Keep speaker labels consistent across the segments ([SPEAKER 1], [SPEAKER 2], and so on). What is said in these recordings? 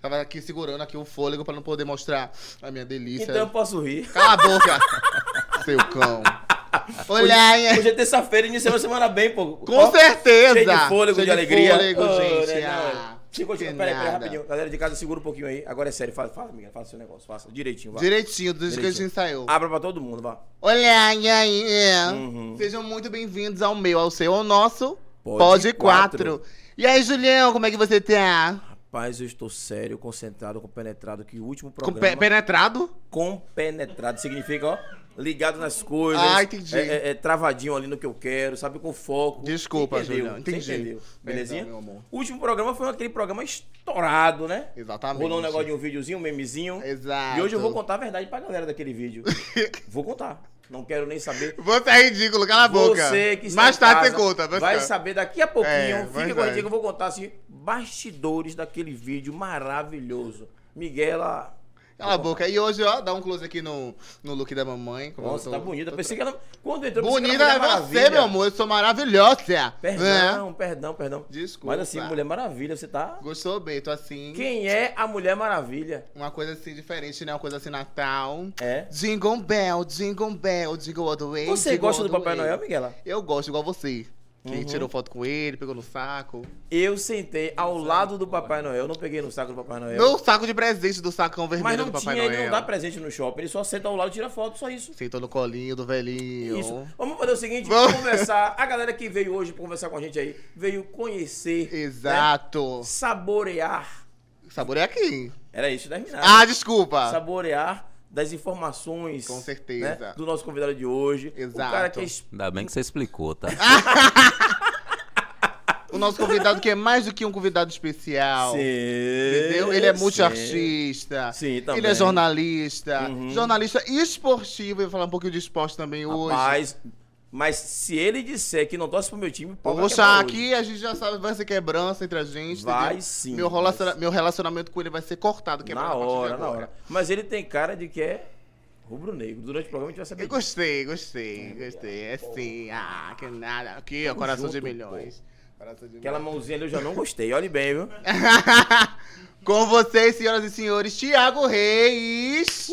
[SPEAKER 1] Tava aqui segurando aqui o fôlego pra não poder mostrar a minha delícia.
[SPEAKER 2] Então eu posso rir.
[SPEAKER 1] Cala a boca, seu cão. Olha, hein?
[SPEAKER 2] Hoje é terça-feira, iniciando a semana bem, pô.
[SPEAKER 1] com certeza.
[SPEAKER 2] Cheio de fôlego, de alegria.
[SPEAKER 1] fôlego,
[SPEAKER 2] Ô,
[SPEAKER 1] gente.
[SPEAKER 2] né,
[SPEAKER 1] ah,
[SPEAKER 2] não. Chegou,
[SPEAKER 1] que
[SPEAKER 2] chegou. Peraí, peraí,
[SPEAKER 1] nada.
[SPEAKER 2] rapidinho. Galera de casa, segura um pouquinho aí. Agora é sério. Fala, fala Miguel. Fala seu negócio. Faça direitinho, vai.
[SPEAKER 1] Direitinho, desde que a gente
[SPEAKER 2] Direitinho.
[SPEAKER 1] ensaiou.
[SPEAKER 2] Abra pra todo mundo, vá.
[SPEAKER 1] Olha, e aí?
[SPEAKER 2] Uhum.
[SPEAKER 1] Sejam muito bem-vindos ao meu, ao seu, ao nosso
[SPEAKER 2] Pode
[SPEAKER 1] Pod 4.
[SPEAKER 2] Quatro.
[SPEAKER 1] E aí, Julião, como é que você tá?
[SPEAKER 2] Rapaz, eu estou sério, concentrado, compenetrado, que o último
[SPEAKER 1] Com
[SPEAKER 2] programa...
[SPEAKER 1] pe- penetrado?
[SPEAKER 2] Compenetrado significa, ó, ligado nas coisas.
[SPEAKER 1] Ah, entendi.
[SPEAKER 2] É, é- é travadinho ali no que eu quero, sabe? Com foco.
[SPEAKER 1] Desculpa,
[SPEAKER 2] Entendeu?
[SPEAKER 1] Julião.
[SPEAKER 2] Você
[SPEAKER 1] Entendi.
[SPEAKER 2] entendeu, Belezinha?
[SPEAKER 1] Perdão, meu amor.
[SPEAKER 2] O último programa foi aquele programa estourado, né?
[SPEAKER 1] Exatamente.
[SPEAKER 2] Rolou um negócio de um videozinho, um memezinho.
[SPEAKER 1] Exato.
[SPEAKER 2] E hoje eu vou contar a verdade pra galera daquele vídeo. vou contar. Não quero nem saber.
[SPEAKER 1] Você é ridículo, cala a boca.
[SPEAKER 2] Você que está
[SPEAKER 1] Mais
[SPEAKER 2] em
[SPEAKER 1] tarde
[SPEAKER 2] casa
[SPEAKER 1] você conta. mas-
[SPEAKER 2] Vai saber daqui a pouquinho.
[SPEAKER 1] É,
[SPEAKER 2] fica
[SPEAKER 1] pois
[SPEAKER 2] com a
[SPEAKER 1] é.
[SPEAKER 2] gente que eu vou contar assim, bastidores daquele vídeo maravilhoso. Miguela.
[SPEAKER 1] Cala a boca. E hoje, ó, dá um close aqui no, no look da mamãe. como eu
[SPEAKER 2] Nossa,
[SPEAKER 1] tô-
[SPEAKER 2] tá bonita. Pensei que ela. Quando entrou, pensei que
[SPEAKER 1] Bonita
[SPEAKER 2] ela
[SPEAKER 1] é
[SPEAKER 2] era Mulher
[SPEAKER 1] você, meu
[SPEAKER 2] tá Maravilha.
[SPEAKER 1] amor. Eu sou maravilhosa.
[SPEAKER 2] Perdão, perdão, perdão.
[SPEAKER 1] Desculpa.
[SPEAKER 2] Mas assim, Mulher Maravilha, você tá.
[SPEAKER 1] É. Gostou bem, tô assim.
[SPEAKER 2] Quem é a Mulher Maravilha?
[SPEAKER 1] Uma coisa assim diferente, né? Uma coisa assim, Natal.
[SPEAKER 2] É.
[SPEAKER 1] Jingle Bell, Jingle Bell, Jingle All the Way.
[SPEAKER 2] Você
[SPEAKER 1] jingle
[SPEAKER 2] gosta
[SPEAKER 1] all
[SPEAKER 2] do
[SPEAKER 1] the
[SPEAKER 2] Papai
[SPEAKER 1] way.
[SPEAKER 2] Noel, Miguela?
[SPEAKER 1] Eu gosto, igual você. Que
[SPEAKER 2] Uhum.
[SPEAKER 1] tirou foto com ele, pegou no saco.
[SPEAKER 2] Eu sentei ao lado do Papai Noel. Eu não peguei no saco do Papai Noel.
[SPEAKER 1] No saco de presente do sacão vermelho
[SPEAKER 2] É. mas não
[SPEAKER 1] do
[SPEAKER 2] tinha,
[SPEAKER 1] Papai
[SPEAKER 2] ele
[SPEAKER 1] Noel.
[SPEAKER 2] não dá presente no shopping. Ele só senta ao lado e tira foto, só isso.
[SPEAKER 1] Sentou no colinho do velhinho.
[SPEAKER 2] Isso. Vamos fazer o seguinte,
[SPEAKER 1] Vamos.
[SPEAKER 2] vamos conversar. A galera que veio hoje pra conversar com a gente aí, veio conhecer, né?
[SPEAKER 1] Exato.
[SPEAKER 2] saborear.
[SPEAKER 1] Sabor é aqui.
[SPEAKER 2] Era isso, terminado.
[SPEAKER 1] Ah, desculpa.
[SPEAKER 2] saborear das informações.
[SPEAKER 1] Com certeza.
[SPEAKER 2] né, do nosso convidado de hoje.
[SPEAKER 1] Exato.
[SPEAKER 2] O cara que é es-
[SPEAKER 3] Ainda bem que você explicou, tá?
[SPEAKER 1] O nosso convidado que é mais do que um convidado especial.
[SPEAKER 2] Sim,
[SPEAKER 1] Entendeu? Ele é
[SPEAKER 2] sim.
[SPEAKER 1] multiartista.
[SPEAKER 2] Sim, também.
[SPEAKER 1] Ele é jornalista.
[SPEAKER 2] Uhum.
[SPEAKER 1] Jornalista esportivo. Eu vou falar um pouquinho de esporte também hoje.
[SPEAKER 2] Rapaz, mas se ele disser que não torce pro meu time, o pau
[SPEAKER 1] Vou
[SPEAKER 2] vai quebrar
[SPEAKER 1] roxar
[SPEAKER 2] hoje.
[SPEAKER 1] aqui, a gente já sabe, vai ser quebrança entre a gente.
[SPEAKER 2] é Vai
[SPEAKER 1] entendeu?
[SPEAKER 2] sim,
[SPEAKER 1] Meu,
[SPEAKER 2] vai
[SPEAKER 1] relaciona-
[SPEAKER 2] sim.
[SPEAKER 1] meu relacionamento com ele vai ser cortado. quebrado
[SPEAKER 2] Na
[SPEAKER 1] a partir de
[SPEAKER 2] hora, na
[SPEAKER 1] agora.
[SPEAKER 2] hora. Mas ele tem cara de que é rubro-negro. Durante o programa a gente vai saber.
[SPEAKER 1] Eu
[SPEAKER 2] disso.
[SPEAKER 1] gostei, gostei, gostei. É sim. Ah, que nada. Aqui, ó, coração de
[SPEAKER 2] junto,
[SPEAKER 1] milhões. Coração de
[SPEAKER 2] Aquela mãozinha ali eu já não gostei. Olhe bem,
[SPEAKER 1] É.
[SPEAKER 2] viu?
[SPEAKER 1] Com vocês, senhoras e senhores, Thiago Reis.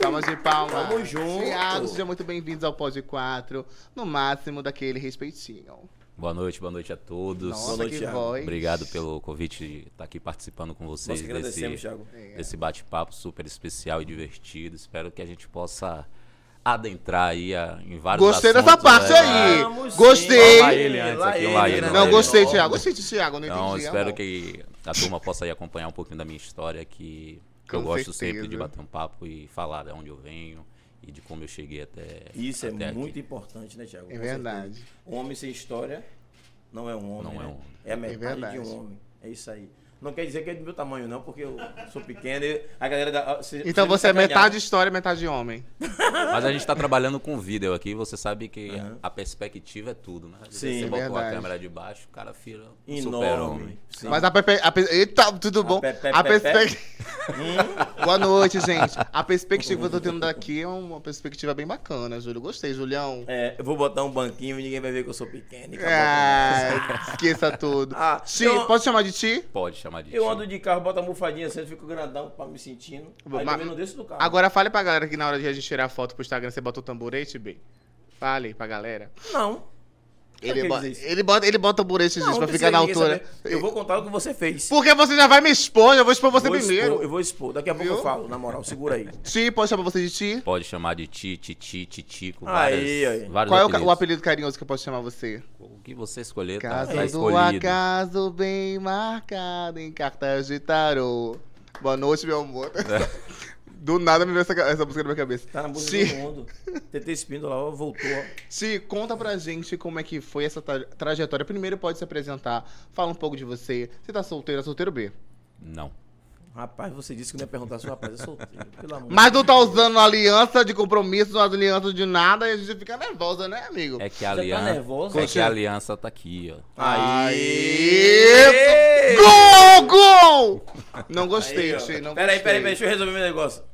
[SPEAKER 1] Palmas de palmas.
[SPEAKER 2] Tamo junto.
[SPEAKER 1] Thiago, sejam muito bem-vindos ao Pod 4. No máximo daquele respeitinho.
[SPEAKER 3] Boa noite, boa noite a todos.
[SPEAKER 1] Nossa,
[SPEAKER 2] noite,
[SPEAKER 1] que
[SPEAKER 2] Thiago.
[SPEAKER 1] voz.
[SPEAKER 3] Obrigado pelo convite de estar aqui participando com vocês
[SPEAKER 2] Nós que agradecemos,
[SPEAKER 3] desse,
[SPEAKER 2] Thiago.
[SPEAKER 3] desse bate-papo super especial e divertido. Espero que a gente possa adentrar aí a- em vários
[SPEAKER 1] Gostei dessa
[SPEAKER 3] assuntos,
[SPEAKER 1] parte
[SPEAKER 3] né?
[SPEAKER 1] aí.
[SPEAKER 2] Vamos sim.
[SPEAKER 1] Gostei.
[SPEAKER 3] Lá ele antes
[SPEAKER 2] Lá
[SPEAKER 3] aqui,
[SPEAKER 2] ele,
[SPEAKER 3] lá ele,
[SPEAKER 2] né?
[SPEAKER 3] lá
[SPEAKER 1] Não,
[SPEAKER 3] ele.
[SPEAKER 1] gostei,
[SPEAKER 2] Ó.
[SPEAKER 1] Thiago. Gostei de Thiago, não
[SPEAKER 3] Então,
[SPEAKER 1] entendi.
[SPEAKER 3] espero
[SPEAKER 1] amor.
[SPEAKER 3] que a turma possa aí acompanhar um pouquinho da minha história, que
[SPEAKER 1] Com
[SPEAKER 3] eu gosto
[SPEAKER 1] certeza.
[SPEAKER 3] sempre de bater um papo e falar de onde eu venho e de como eu cheguei até
[SPEAKER 2] Isso é
[SPEAKER 3] até aqui.
[SPEAKER 2] muito importante, né, Thiago?
[SPEAKER 1] É
[SPEAKER 2] Com
[SPEAKER 1] verdade.
[SPEAKER 2] certeza. Um homem sem história não é um homem.
[SPEAKER 3] Não
[SPEAKER 2] né?
[SPEAKER 3] é um homem.
[SPEAKER 2] É a metade
[SPEAKER 1] verdade.
[SPEAKER 2] de um homem. É isso aí. Não quer dizer que é do meu tamanho, não, porque eu sou pequeno e a galera da. ah, se-
[SPEAKER 1] Então
[SPEAKER 2] se me
[SPEAKER 1] você é
[SPEAKER 2] sacanear-
[SPEAKER 1] metade história, metade homem.
[SPEAKER 3] Mas a gente tá trabalhando com vídeo aqui, você sabe que
[SPEAKER 2] Aham.
[SPEAKER 3] a perspectiva é tudo, né? Às vezes
[SPEAKER 2] Sim,
[SPEAKER 3] você botou a
[SPEAKER 1] verdade.
[SPEAKER 3] câmera de baixo, o cara vira um
[SPEAKER 2] Enorme.
[SPEAKER 3] super-homem.
[SPEAKER 2] Sim.
[SPEAKER 1] Mas a Pepe. A pe... Eita, tudo bom?
[SPEAKER 2] Pepe-
[SPEAKER 1] A
[SPEAKER 2] Pepe-
[SPEAKER 1] perspectiva.
[SPEAKER 2] Hum,
[SPEAKER 1] Boa noite, gente. A perspectiva que eu tô tendo daqui é uma perspectiva bem bacana, Júlio. Gostei, Julião.
[SPEAKER 2] é, eu vou botar um banquinho e ninguém vai ver que eu sou pequeno. e acabou.
[SPEAKER 1] Ah, esqueça tudo.
[SPEAKER 2] Ah,
[SPEAKER 1] Ti,
[SPEAKER 2] eu-
[SPEAKER 1] pode chamar de Ti?
[SPEAKER 3] Pode chamar de
[SPEAKER 2] Eu
[SPEAKER 3] tio.
[SPEAKER 2] ando de carro, boto a mofadinha assim, eu fico grandão pra me sentindo.
[SPEAKER 1] Mas-
[SPEAKER 2] Aí também não desço do carro.
[SPEAKER 1] Agora fale pra galera que na hora de a gente tirar foto pro Instagram, você bota o tamborete, B. Fale pra galera.
[SPEAKER 2] Não.
[SPEAKER 1] Ele,
[SPEAKER 2] quero
[SPEAKER 1] bota,
[SPEAKER 2] dizer isso.
[SPEAKER 1] ele, bota, ele bota o tamborete,
[SPEAKER 2] Não,
[SPEAKER 1] gente,
[SPEAKER 2] não
[SPEAKER 1] pra
[SPEAKER 2] precisa
[SPEAKER 1] ficar na
[SPEAKER 2] ninguém
[SPEAKER 1] altura.
[SPEAKER 2] saber. né? Eu vou contar o que você fez.
[SPEAKER 1] Porque você já vai me expor, eu vou expor você
[SPEAKER 2] Vou expor,
[SPEAKER 1] primeiro.
[SPEAKER 2] eu vou expor. Daqui a pouco
[SPEAKER 1] Viu?
[SPEAKER 2] eu falo, na moral. Segura aí.
[SPEAKER 1] Ti, pode chamar você de Ti?
[SPEAKER 3] Pode chamar de ti, titi, titi, com
[SPEAKER 2] Aí, aí.
[SPEAKER 3] várias, vários
[SPEAKER 1] Qual é o, ca- o
[SPEAKER 3] apelidos.
[SPEAKER 1] apelido carinhoso que eu posso chamar você?
[SPEAKER 3] O que você escolher tá,
[SPEAKER 1] Caso
[SPEAKER 3] tá
[SPEAKER 1] do
[SPEAKER 3] escolhido.
[SPEAKER 1] acaso bem marcado em cartas de tarô. Boa noite, meu amor. Do nada me veio essa, essa música na minha cabeça.
[SPEAKER 2] Tá na música
[SPEAKER 1] Ti,
[SPEAKER 2] do mundo. TT Espíndola, ó, voltou. ó.
[SPEAKER 1] Ti, conta pra gente como é que foi essa tra- trajetória. Primeiro pode se apresentar, fala um pouco de você. Você tá solteira, solteiro B.
[SPEAKER 3] Não.
[SPEAKER 2] Rapaz, você disse que não ia perguntar se o rapaz é solteiro. Pelo amor
[SPEAKER 1] Mas não tá usando aliança de compromisso, não aliança de nada, e a gente fica nervosa, né, amigo?
[SPEAKER 3] É que a
[SPEAKER 2] Você tá
[SPEAKER 3] aliança.
[SPEAKER 2] nervosa?
[SPEAKER 3] é que a aliança tá aqui, ó.
[SPEAKER 2] É.
[SPEAKER 1] Aê! Gol, gol! Não gostei,
[SPEAKER 2] ó.
[SPEAKER 1] Ti, não
[SPEAKER 2] Peraí, peraí, peraí,
[SPEAKER 1] gostei.
[SPEAKER 2] deixa eu resolver meu negócio.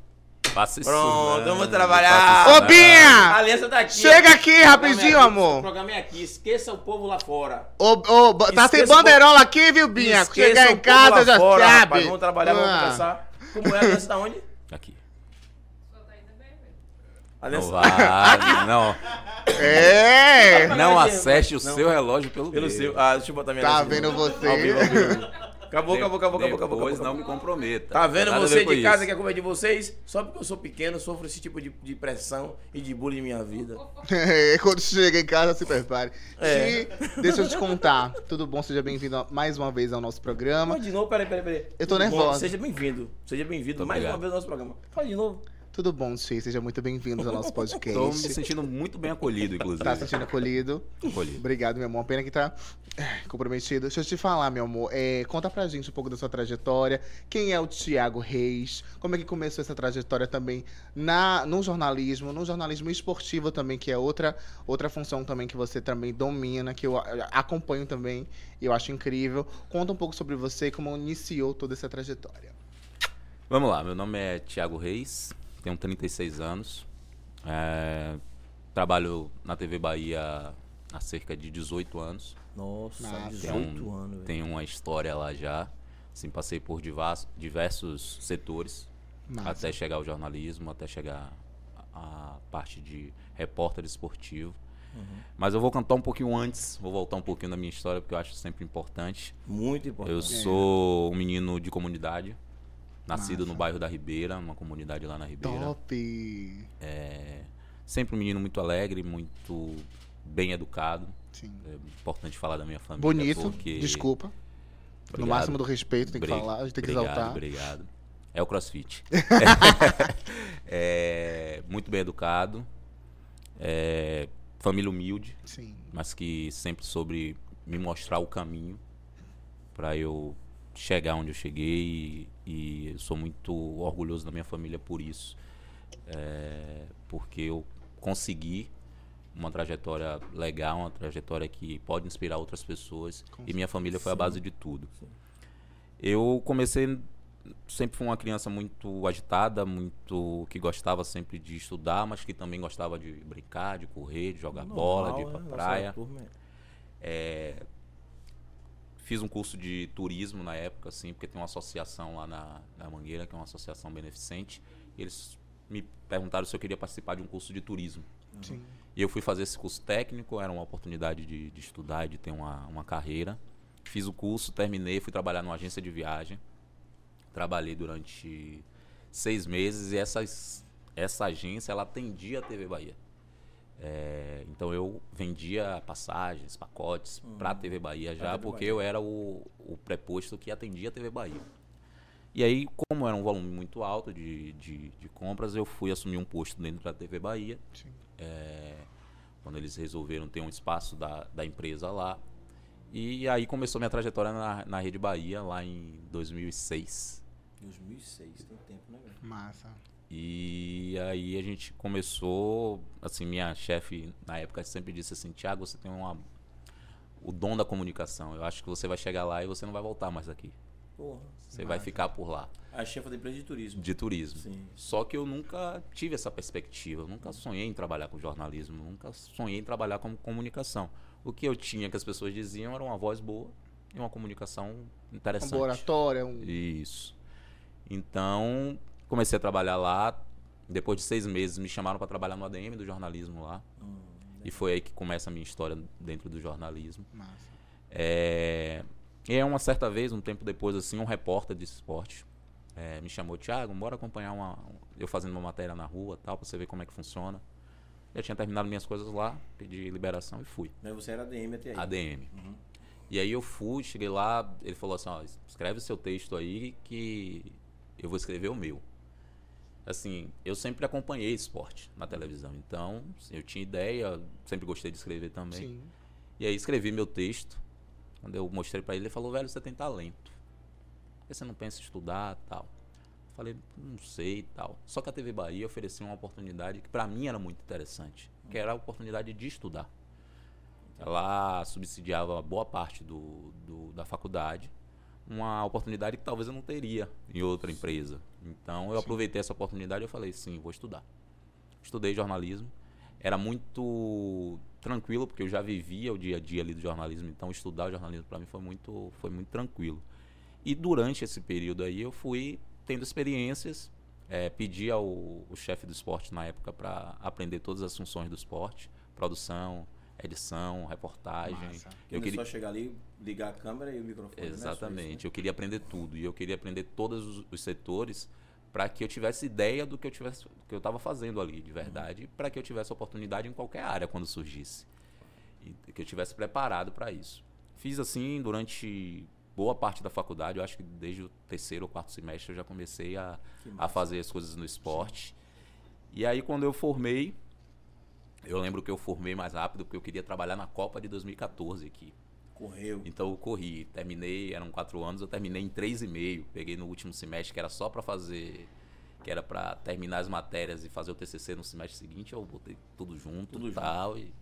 [SPEAKER 3] faça isso.
[SPEAKER 2] Pronto,
[SPEAKER 3] não,
[SPEAKER 2] vamos
[SPEAKER 3] não
[SPEAKER 2] trabalhar.
[SPEAKER 3] faça isso,
[SPEAKER 1] Ô, Binha!
[SPEAKER 2] A aliança tá aqui.
[SPEAKER 1] Chega aqui
[SPEAKER 2] O programa é
[SPEAKER 1] rapidinho,
[SPEAKER 2] aqui, O
[SPEAKER 1] amor.
[SPEAKER 2] programa é aqui. Esqueça o povo lá fora.
[SPEAKER 1] Ô, ô, ba- tá sem
[SPEAKER 2] Esqueça o
[SPEAKER 1] banderola aqui, viu, Binha?
[SPEAKER 2] Esqueça
[SPEAKER 1] Chegar
[SPEAKER 2] o
[SPEAKER 1] em
[SPEAKER 2] povo
[SPEAKER 1] casa
[SPEAKER 2] um lá
[SPEAKER 1] já
[SPEAKER 2] fora,
[SPEAKER 1] sabe.
[SPEAKER 2] rapaz. Vamos trabalhar, vamos
[SPEAKER 1] Ah.
[SPEAKER 2] conversar. Como é a aliança da onde?
[SPEAKER 3] não. Aqui.
[SPEAKER 2] A
[SPEAKER 3] Não
[SPEAKER 2] aliança
[SPEAKER 3] vai, não.
[SPEAKER 1] É.
[SPEAKER 3] Não
[SPEAKER 2] Não.
[SPEAKER 3] acesse o
[SPEAKER 2] Não.
[SPEAKER 3] seu relógio pelo,
[SPEAKER 2] Pelo
[SPEAKER 3] dedo.
[SPEAKER 2] seu. Ah, deixa eu botar minha
[SPEAKER 1] Tá
[SPEAKER 2] aliança aqui.
[SPEAKER 1] vendo você?
[SPEAKER 2] Ao vivo, ao vivo. Acabou, acabou, acabou, acabou, acabou.
[SPEAKER 3] Depois
[SPEAKER 2] acabou.
[SPEAKER 3] não me comprometa.
[SPEAKER 2] Tá vendo
[SPEAKER 3] Nada a ver
[SPEAKER 2] você
[SPEAKER 3] com
[SPEAKER 2] de casa
[SPEAKER 3] isso.
[SPEAKER 2] que a culpa é de vocês? Só porque eu sou pequeno, sofro esse tipo de, de pressão e de bullying em minha vida.
[SPEAKER 1] É, Quando chega em casa, se prepare.
[SPEAKER 2] É.
[SPEAKER 1] Ti, deixa eu te contar. Tudo bom? Seja bem-vindo a- mais uma vez ao nosso programa.
[SPEAKER 2] Mas de novo, peraí, peraí, peraí.
[SPEAKER 1] Eu tô
[SPEAKER 2] Tudo bom?
[SPEAKER 1] nervosa.
[SPEAKER 2] Seja bem-vindo. Seja bem-vindo
[SPEAKER 3] Muito
[SPEAKER 2] mais
[SPEAKER 3] obrigado.
[SPEAKER 2] uma vez ao nosso programa. Fala de novo.
[SPEAKER 1] Tudo bom, Ti? Seja muito bem-vindo ao nosso
[SPEAKER 3] Tô me
[SPEAKER 1] podcast.
[SPEAKER 3] sentindo muito bem acolhido, inclusive.
[SPEAKER 1] Tá sentindo acolhido?
[SPEAKER 3] Acolhido.
[SPEAKER 1] Obrigado, meu amor. Pena que tá eh, comprometido. Deixa eu te falar, meu amor. É, conta pra gente um pouco da sua trajetória. Quem é o Tiago Reis? Como é que começou essa trajetória também na, no jornalismo, no jornalismo esportivo também, que é outra, outra função também que você também domina, que eu a- acompanho também e eu acho incrível. Conta um pouco sobre você e como iniciou toda essa trajetória.
[SPEAKER 3] Vamos lá, meu nome é Thiago Reis, tenho 36 anos. é, trabalho na TV Bahia há cerca de 18 anos.
[SPEAKER 2] Nossa,
[SPEAKER 1] Massa.
[SPEAKER 2] 18 anos, velho.
[SPEAKER 3] Tenho uma história lá já. Assim, passei por divas- diversos setores
[SPEAKER 1] Massa.
[SPEAKER 3] até chegar ao jornalismo, até chegar à à parte de repórter esportivo.
[SPEAKER 2] Uhum.
[SPEAKER 3] Mas eu vou cantar um pouquinho antes, vou voltar um pouquinho da minha história, porque eu acho sempre importante.
[SPEAKER 2] Muito importante.
[SPEAKER 1] É.
[SPEAKER 3] Eu sou um menino de comunidade, nascido
[SPEAKER 1] Massa.
[SPEAKER 3] no bairro da Ribeira, uma comunidade lá na Ribeira.
[SPEAKER 1] Top!
[SPEAKER 3] Sempre um menino muito alegre, muito bem educado.
[SPEAKER 1] Sim.
[SPEAKER 3] É importante falar da minha família.
[SPEAKER 1] Bonito,
[SPEAKER 3] porque-
[SPEAKER 1] desculpa. No
[SPEAKER 3] Obrigado.
[SPEAKER 1] máximo do respeito, tem que
[SPEAKER 3] Obri-
[SPEAKER 1] falar, a gente tem que
[SPEAKER 3] obrigado,
[SPEAKER 1] exaltar.
[SPEAKER 3] Obrigado. É o crossfit. É, muito bem educado. é, família humilde,
[SPEAKER 1] Sim.
[SPEAKER 3] mas que sempre soube me mostrar o caminho para eu chegar onde eu cheguei. E, e eu sou muito orgulhoso da minha família por isso. É, porque eu consegui uma trajetória legal, uma trajetória que pode inspirar outras pessoas.
[SPEAKER 1] Com
[SPEAKER 3] e minha família foi a base de tudo. Eu comecei sempre fui uma criança muito agitada, muito que gostava sempre de estudar, mas que também gostava de brincar, de correr, de jogar bola, de ir pra
[SPEAKER 2] Normal, né?
[SPEAKER 3] praia.
[SPEAKER 2] Nossa turma é-
[SPEAKER 3] Fiz um curso de turismo na época, assim, porque tem uma associação lá na, na Mangueira, que é uma associação beneficente. E eles me perguntaram se eu queria participar de um curso de turismo.
[SPEAKER 1] Sim.
[SPEAKER 3] E eu fui fazer esse curso técnico, era uma oportunidade de, de estudar e de ter uma, uma carreira. Fiz o curso, terminei, fui trabalhar numa agência de viagem. Trabalhei durante seis meses e essas, essa agência ela atendia a TV Bahia. É, então eu vendia passagens, pacotes para a TV Bahia já,
[SPEAKER 2] TV
[SPEAKER 3] porque
[SPEAKER 2] Bahia.
[SPEAKER 3] eu era o, o preposto que atendia a TV Bahia. E aí, como era um volume muito alto de, de, de compras, eu fui assumir um posto dentro da TV Bahia É,
[SPEAKER 1] Sim.
[SPEAKER 3] quando eles resolveram ter um espaço da, da empresa lá. E aí começou minha trajetória na, na Rede Bahia, lá em 2006.
[SPEAKER 2] 2006, tem tempo, né, velho?
[SPEAKER 1] Massa.
[SPEAKER 3] E aí a gente começou, assim, minha chefe na época sempre disse assim, Tiago, você tem uma, o dom da comunicação, eu acho que você vai chegar lá e você não vai voltar mais aqui,
[SPEAKER 2] Porra.
[SPEAKER 3] você vai ficar por lá,
[SPEAKER 2] A chefa da empresa de turismo.
[SPEAKER 3] de turismo.
[SPEAKER 2] Sim.
[SPEAKER 3] Só que eu nunca tive essa perspectiva, eu nunca sonhei em trabalhar com jornalismo, nunca sonhei em trabalhar com comunicação. O que eu tinha que as pessoas diziam era uma voz boa e uma comunicação
[SPEAKER 1] Uma
[SPEAKER 3] interessante.
[SPEAKER 1] boa oratória, um...
[SPEAKER 3] Isso. Então, comecei a trabalhar lá. Depois de seis meses, me chamaram para trabalhar no ADM do jornalismo lá. E foi aí que começa a minha história dentro do jornalismo.
[SPEAKER 1] Massa.
[SPEAKER 3] É... E aí, uma certa vez, um tempo depois, assim, um repórter de esporte é, me chamou, Thiago, bora acompanhar uma, eu fazendo uma matéria na rua tal, pra você ver como é que funciona. Eu tinha terminado minhas coisas lá, pedi liberação e fui.
[SPEAKER 2] Mas né? você era DM até aí.
[SPEAKER 3] ADM. E aí eu fui, cheguei lá, ele falou assim, ó, escreve o seu texto aí que eu vou escrever o meu. Assim, eu sempre acompanhei esporte na televisão, então eu tinha ideia, sempre gostei de escrever também.
[SPEAKER 1] Sim.
[SPEAKER 3] E aí escrevi meu texto. Quando eu mostrei pra ele, ele falou, velho, você tem talento. Por que você não pensa em estudar tal? Eu Falei, não sei e tal. Só que a TV Bahia ofereceu uma oportunidade que pra mim era muito interessante, que era a oportunidade de estudar. Ela subsidiava boa parte do, do- da faculdade, uma oportunidade que talvez eu não teria em outra empresa. Então eu aproveitei essa oportunidade e falei, sim, vou estudar. Estudei jornalismo. Era muito tranquilo, porque eu já vivia o dia a dia ali do jornalismo, então estudar o jornalismo para mim foi muito, foi muito tranquilo. E durante esse período aí eu fui tendo experiências, eh, pedi ao o chefe do esporte na época para aprender todas as funções do esporte, produção, edição, reportagem.
[SPEAKER 1] Massa.
[SPEAKER 3] Eu
[SPEAKER 2] Eu
[SPEAKER 3] queria
[SPEAKER 2] só chegar ali, ligar a câmera e o microfone. né?
[SPEAKER 3] Exatamente. Eu queria aprender tudo e eu queria aprender todos os, os setores para que eu tivesse ideia do que eu tivesse, do que eu estava fazendo ali de verdade,
[SPEAKER 2] Uhum.
[SPEAKER 3] para que eu tivesse oportunidade em qualquer área quando surgisse, e que eu tivesse preparado para isso. Fiz assim durante boa parte da faculdade. Eu acho que desde o terceiro ou quarto semestre eu já comecei a,
[SPEAKER 2] né? Que
[SPEAKER 3] a fazer as coisas no esporte. E aí quando eu formei, eu lembro que eu formei mais rápido porque eu queria trabalhar na Copa de 2014 aqui.
[SPEAKER 2] Correu.
[SPEAKER 3] Então eu corri, terminei, eram quatro anos, eu terminei em três e meio. Peguei no último semestre que era só para fazer, que era para terminar as matérias e fazer o TCC no semestre seguinte. Eu botei tudo junto,
[SPEAKER 2] Tudo
[SPEAKER 3] e tal e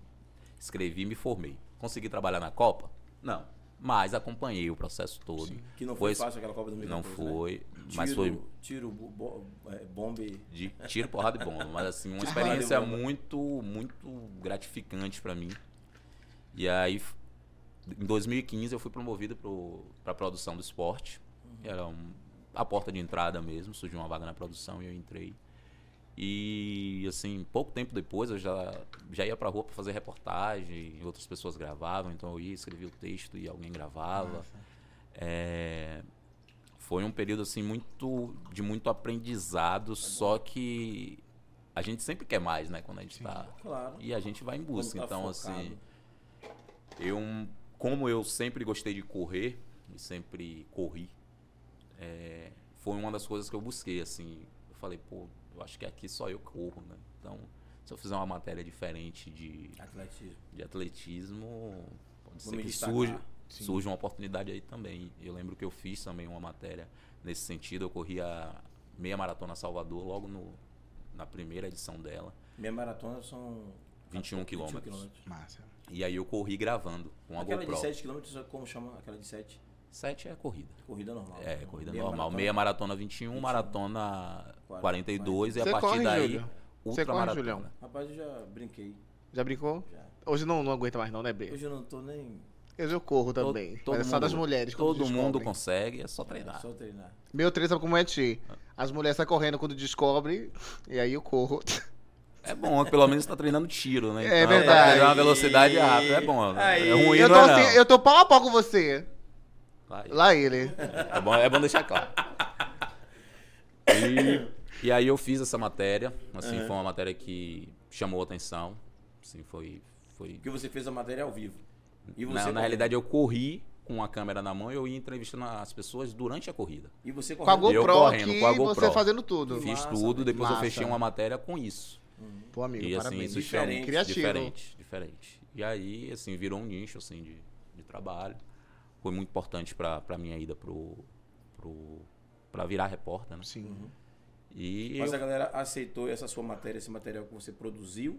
[SPEAKER 3] escrevi, e me formei. Consegui trabalhar na Copa? Não, mas acompanhei o processo todo.
[SPEAKER 2] Que não foi
[SPEAKER 3] Pois-
[SPEAKER 2] fácil aquela Copa do Mundo.
[SPEAKER 3] Não foi,
[SPEAKER 2] Né?
[SPEAKER 3] mas
[SPEAKER 2] Tiro-
[SPEAKER 3] foi
[SPEAKER 2] Tiro, bo- bo- é, bomba e.
[SPEAKER 3] de tiro, porrada e bomba. Mas assim, uma
[SPEAKER 2] Tiro, porrada e
[SPEAKER 3] experiência
[SPEAKER 2] bomba.
[SPEAKER 3] muito, muito gratificante pra mim. E aí, f- em 2015, eu fui promovido pro, pra produção do esporte.
[SPEAKER 2] Uhum.
[SPEAKER 3] Era um- a porta de entrada mesmo, surgiu uma vaga na produção e eu entrei. E assim, pouco tempo depois eu já, já ia pra rua pra fazer reportagem, e outras pessoas gravavam, então eu ia, escrevia o texto e alguém gravava. É, foi um período assim muito de muito aprendizado,
[SPEAKER 2] É
[SPEAKER 3] só que a gente sempre quer mais, né, quando a gente tá
[SPEAKER 2] Claro.
[SPEAKER 3] e a gente vai em busca.
[SPEAKER 2] Quando tá
[SPEAKER 3] então
[SPEAKER 2] focado.
[SPEAKER 3] assim, eu como eu sempre gostei de correr e sempre corri, é, foi uma das coisas que eu busquei assim. Eu falei, pô, eu acho que aqui só eu corro, né? Então, se eu fizer uma matéria diferente de
[SPEAKER 2] Atletismo.
[SPEAKER 3] de atletismo, pode
[SPEAKER 2] Vou
[SPEAKER 3] ser
[SPEAKER 2] me
[SPEAKER 3] que
[SPEAKER 2] destacar.
[SPEAKER 3] surja,
[SPEAKER 1] Sim.
[SPEAKER 3] surja uma oportunidade aí também. Eu lembro que eu fiz também uma matéria nesse sentido. Eu corri a meia maratona Salvador logo no, na primeira edição dela.
[SPEAKER 2] Minha maratona são.
[SPEAKER 3] 21 quilômetros.
[SPEAKER 1] Massa.
[SPEAKER 3] E aí eu corri gravando com a
[SPEAKER 2] Aquela de
[SPEAKER 3] GoPro.
[SPEAKER 2] 7 quilômetros, como chama? Aquela de 7?
[SPEAKER 3] Sete é corrida.
[SPEAKER 2] Corrida normal.
[SPEAKER 3] É, corrida normal. Meia maratona 21,
[SPEAKER 2] 21,
[SPEAKER 3] maratona
[SPEAKER 2] 40,
[SPEAKER 3] 42 e a
[SPEAKER 1] Você
[SPEAKER 3] partir
[SPEAKER 1] corre,
[SPEAKER 3] daí
[SPEAKER 1] Júlio? Você
[SPEAKER 3] ultra
[SPEAKER 1] corre,
[SPEAKER 3] maratona.
[SPEAKER 1] Julião?
[SPEAKER 2] Rapaz, eu já brinquei.
[SPEAKER 1] Já brincou?
[SPEAKER 2] Já.
[SPEAKER 1] Hoje não, não aguenta mais não, né, B?
[SPEAKER 2] Hoje eu não tô nem.
[SPEAKER 1] Eu já corro
[SPEAKER 3] To-
[SPEAKER 1] também.
[SPEAKER 3] todo
[SPEAKER 1] mas é só
[SPEAKER 3] mundo-
[SPEAKER 1] das mulheres. quando
[SPEAKER 3] Todo mundo
[SPEAKER 1] descobrem.
[SPEAKER 3] consegue, é só
[SPEAKER 2] É
[SPEAKER 3] treinar.
[SPEAKER 2] só treinar.
[SPEAKER 1] Meu treino sabe como é ti.
[SPEAKER 3] Ah.
[SPEAKER 1] As mulheres saem correndo quando descobrem, e aí eu corro.
[SPEAKER 3] É bom, pelo menos tá treinando tiro, né?
[SPEAKER 1] É
[SPEAKER 3] Então,
[SPEAKER 1] verdade.
[SPEAKER 3] É uma velocidade rápida, é bom.
[SPEAKER 2] Aí.
[SPEAKER 3] É ruim,
[SPEAKER 1] eu, tô
[SPEAKER 3] não é não.
[SPEAKER 1] assim- eu tô pau a pau com você.
[SPEAKER 3] Vai.
[SPEAKER 1] Lá ele.
[SPEAKER 3] É bom, é bom deixar claro. E, e aí eu fiz essa matéria, assim, foi uma matéria que chamou atenção, assim, foi... foi...
[SPEAKER 2] Porque você fez a matéria ao vivo. E você
[SPEAKER 3] Na, na
[SPEAKER 2] correndo.
[SPEAKER 3] realidade, eu corri com a câmera na mão e eu ia entrevistando as pessoas durante a corrida.
[SPEAKER 2] E você
[SPEAKER 1] Com a
[SPEAKER 2] correndo.
[SPEAKER 1] GoPro
[SPEAKER 3] correndo,
[SPEAKER 1] aqui,
[SPEAKER 3] com a
[SPEAKER 1] você
[SPEAKER 3] GoPro.
[SPEAKER 1] fazendo tudo.
[SPEAKER 3] Fiz
[SPEAKER 2] Massa,
[SPEAKER 3] tudo, depois
[SPEAKER 1] massa.
[SPEAKER 3] eu fechei uma matéria com isso.
[SPEAKER 1] Pô, amigo,
[SPEAKER 3] e assim,
[SPEAKER 1] parabéns.
[SPEAKER 3] isso chama
[SPEAKER 2] Diferente,
[SPEAKER 1] criativo.
[SPEAKER 3] diferente, diferente. E aí, assim, virou um nicho assim de, de trabalho. Foi muito importante para a minha ida pro pro para virar repórter, né?
[SPEAKER 1] Sim.
[SPEAKER 3] E
[SPEAKER 2] Mas é- a
[SPEAKER 3] eu-
[SPEAKER 2] galera aceitou essa sua matéria, esse material que você produziu.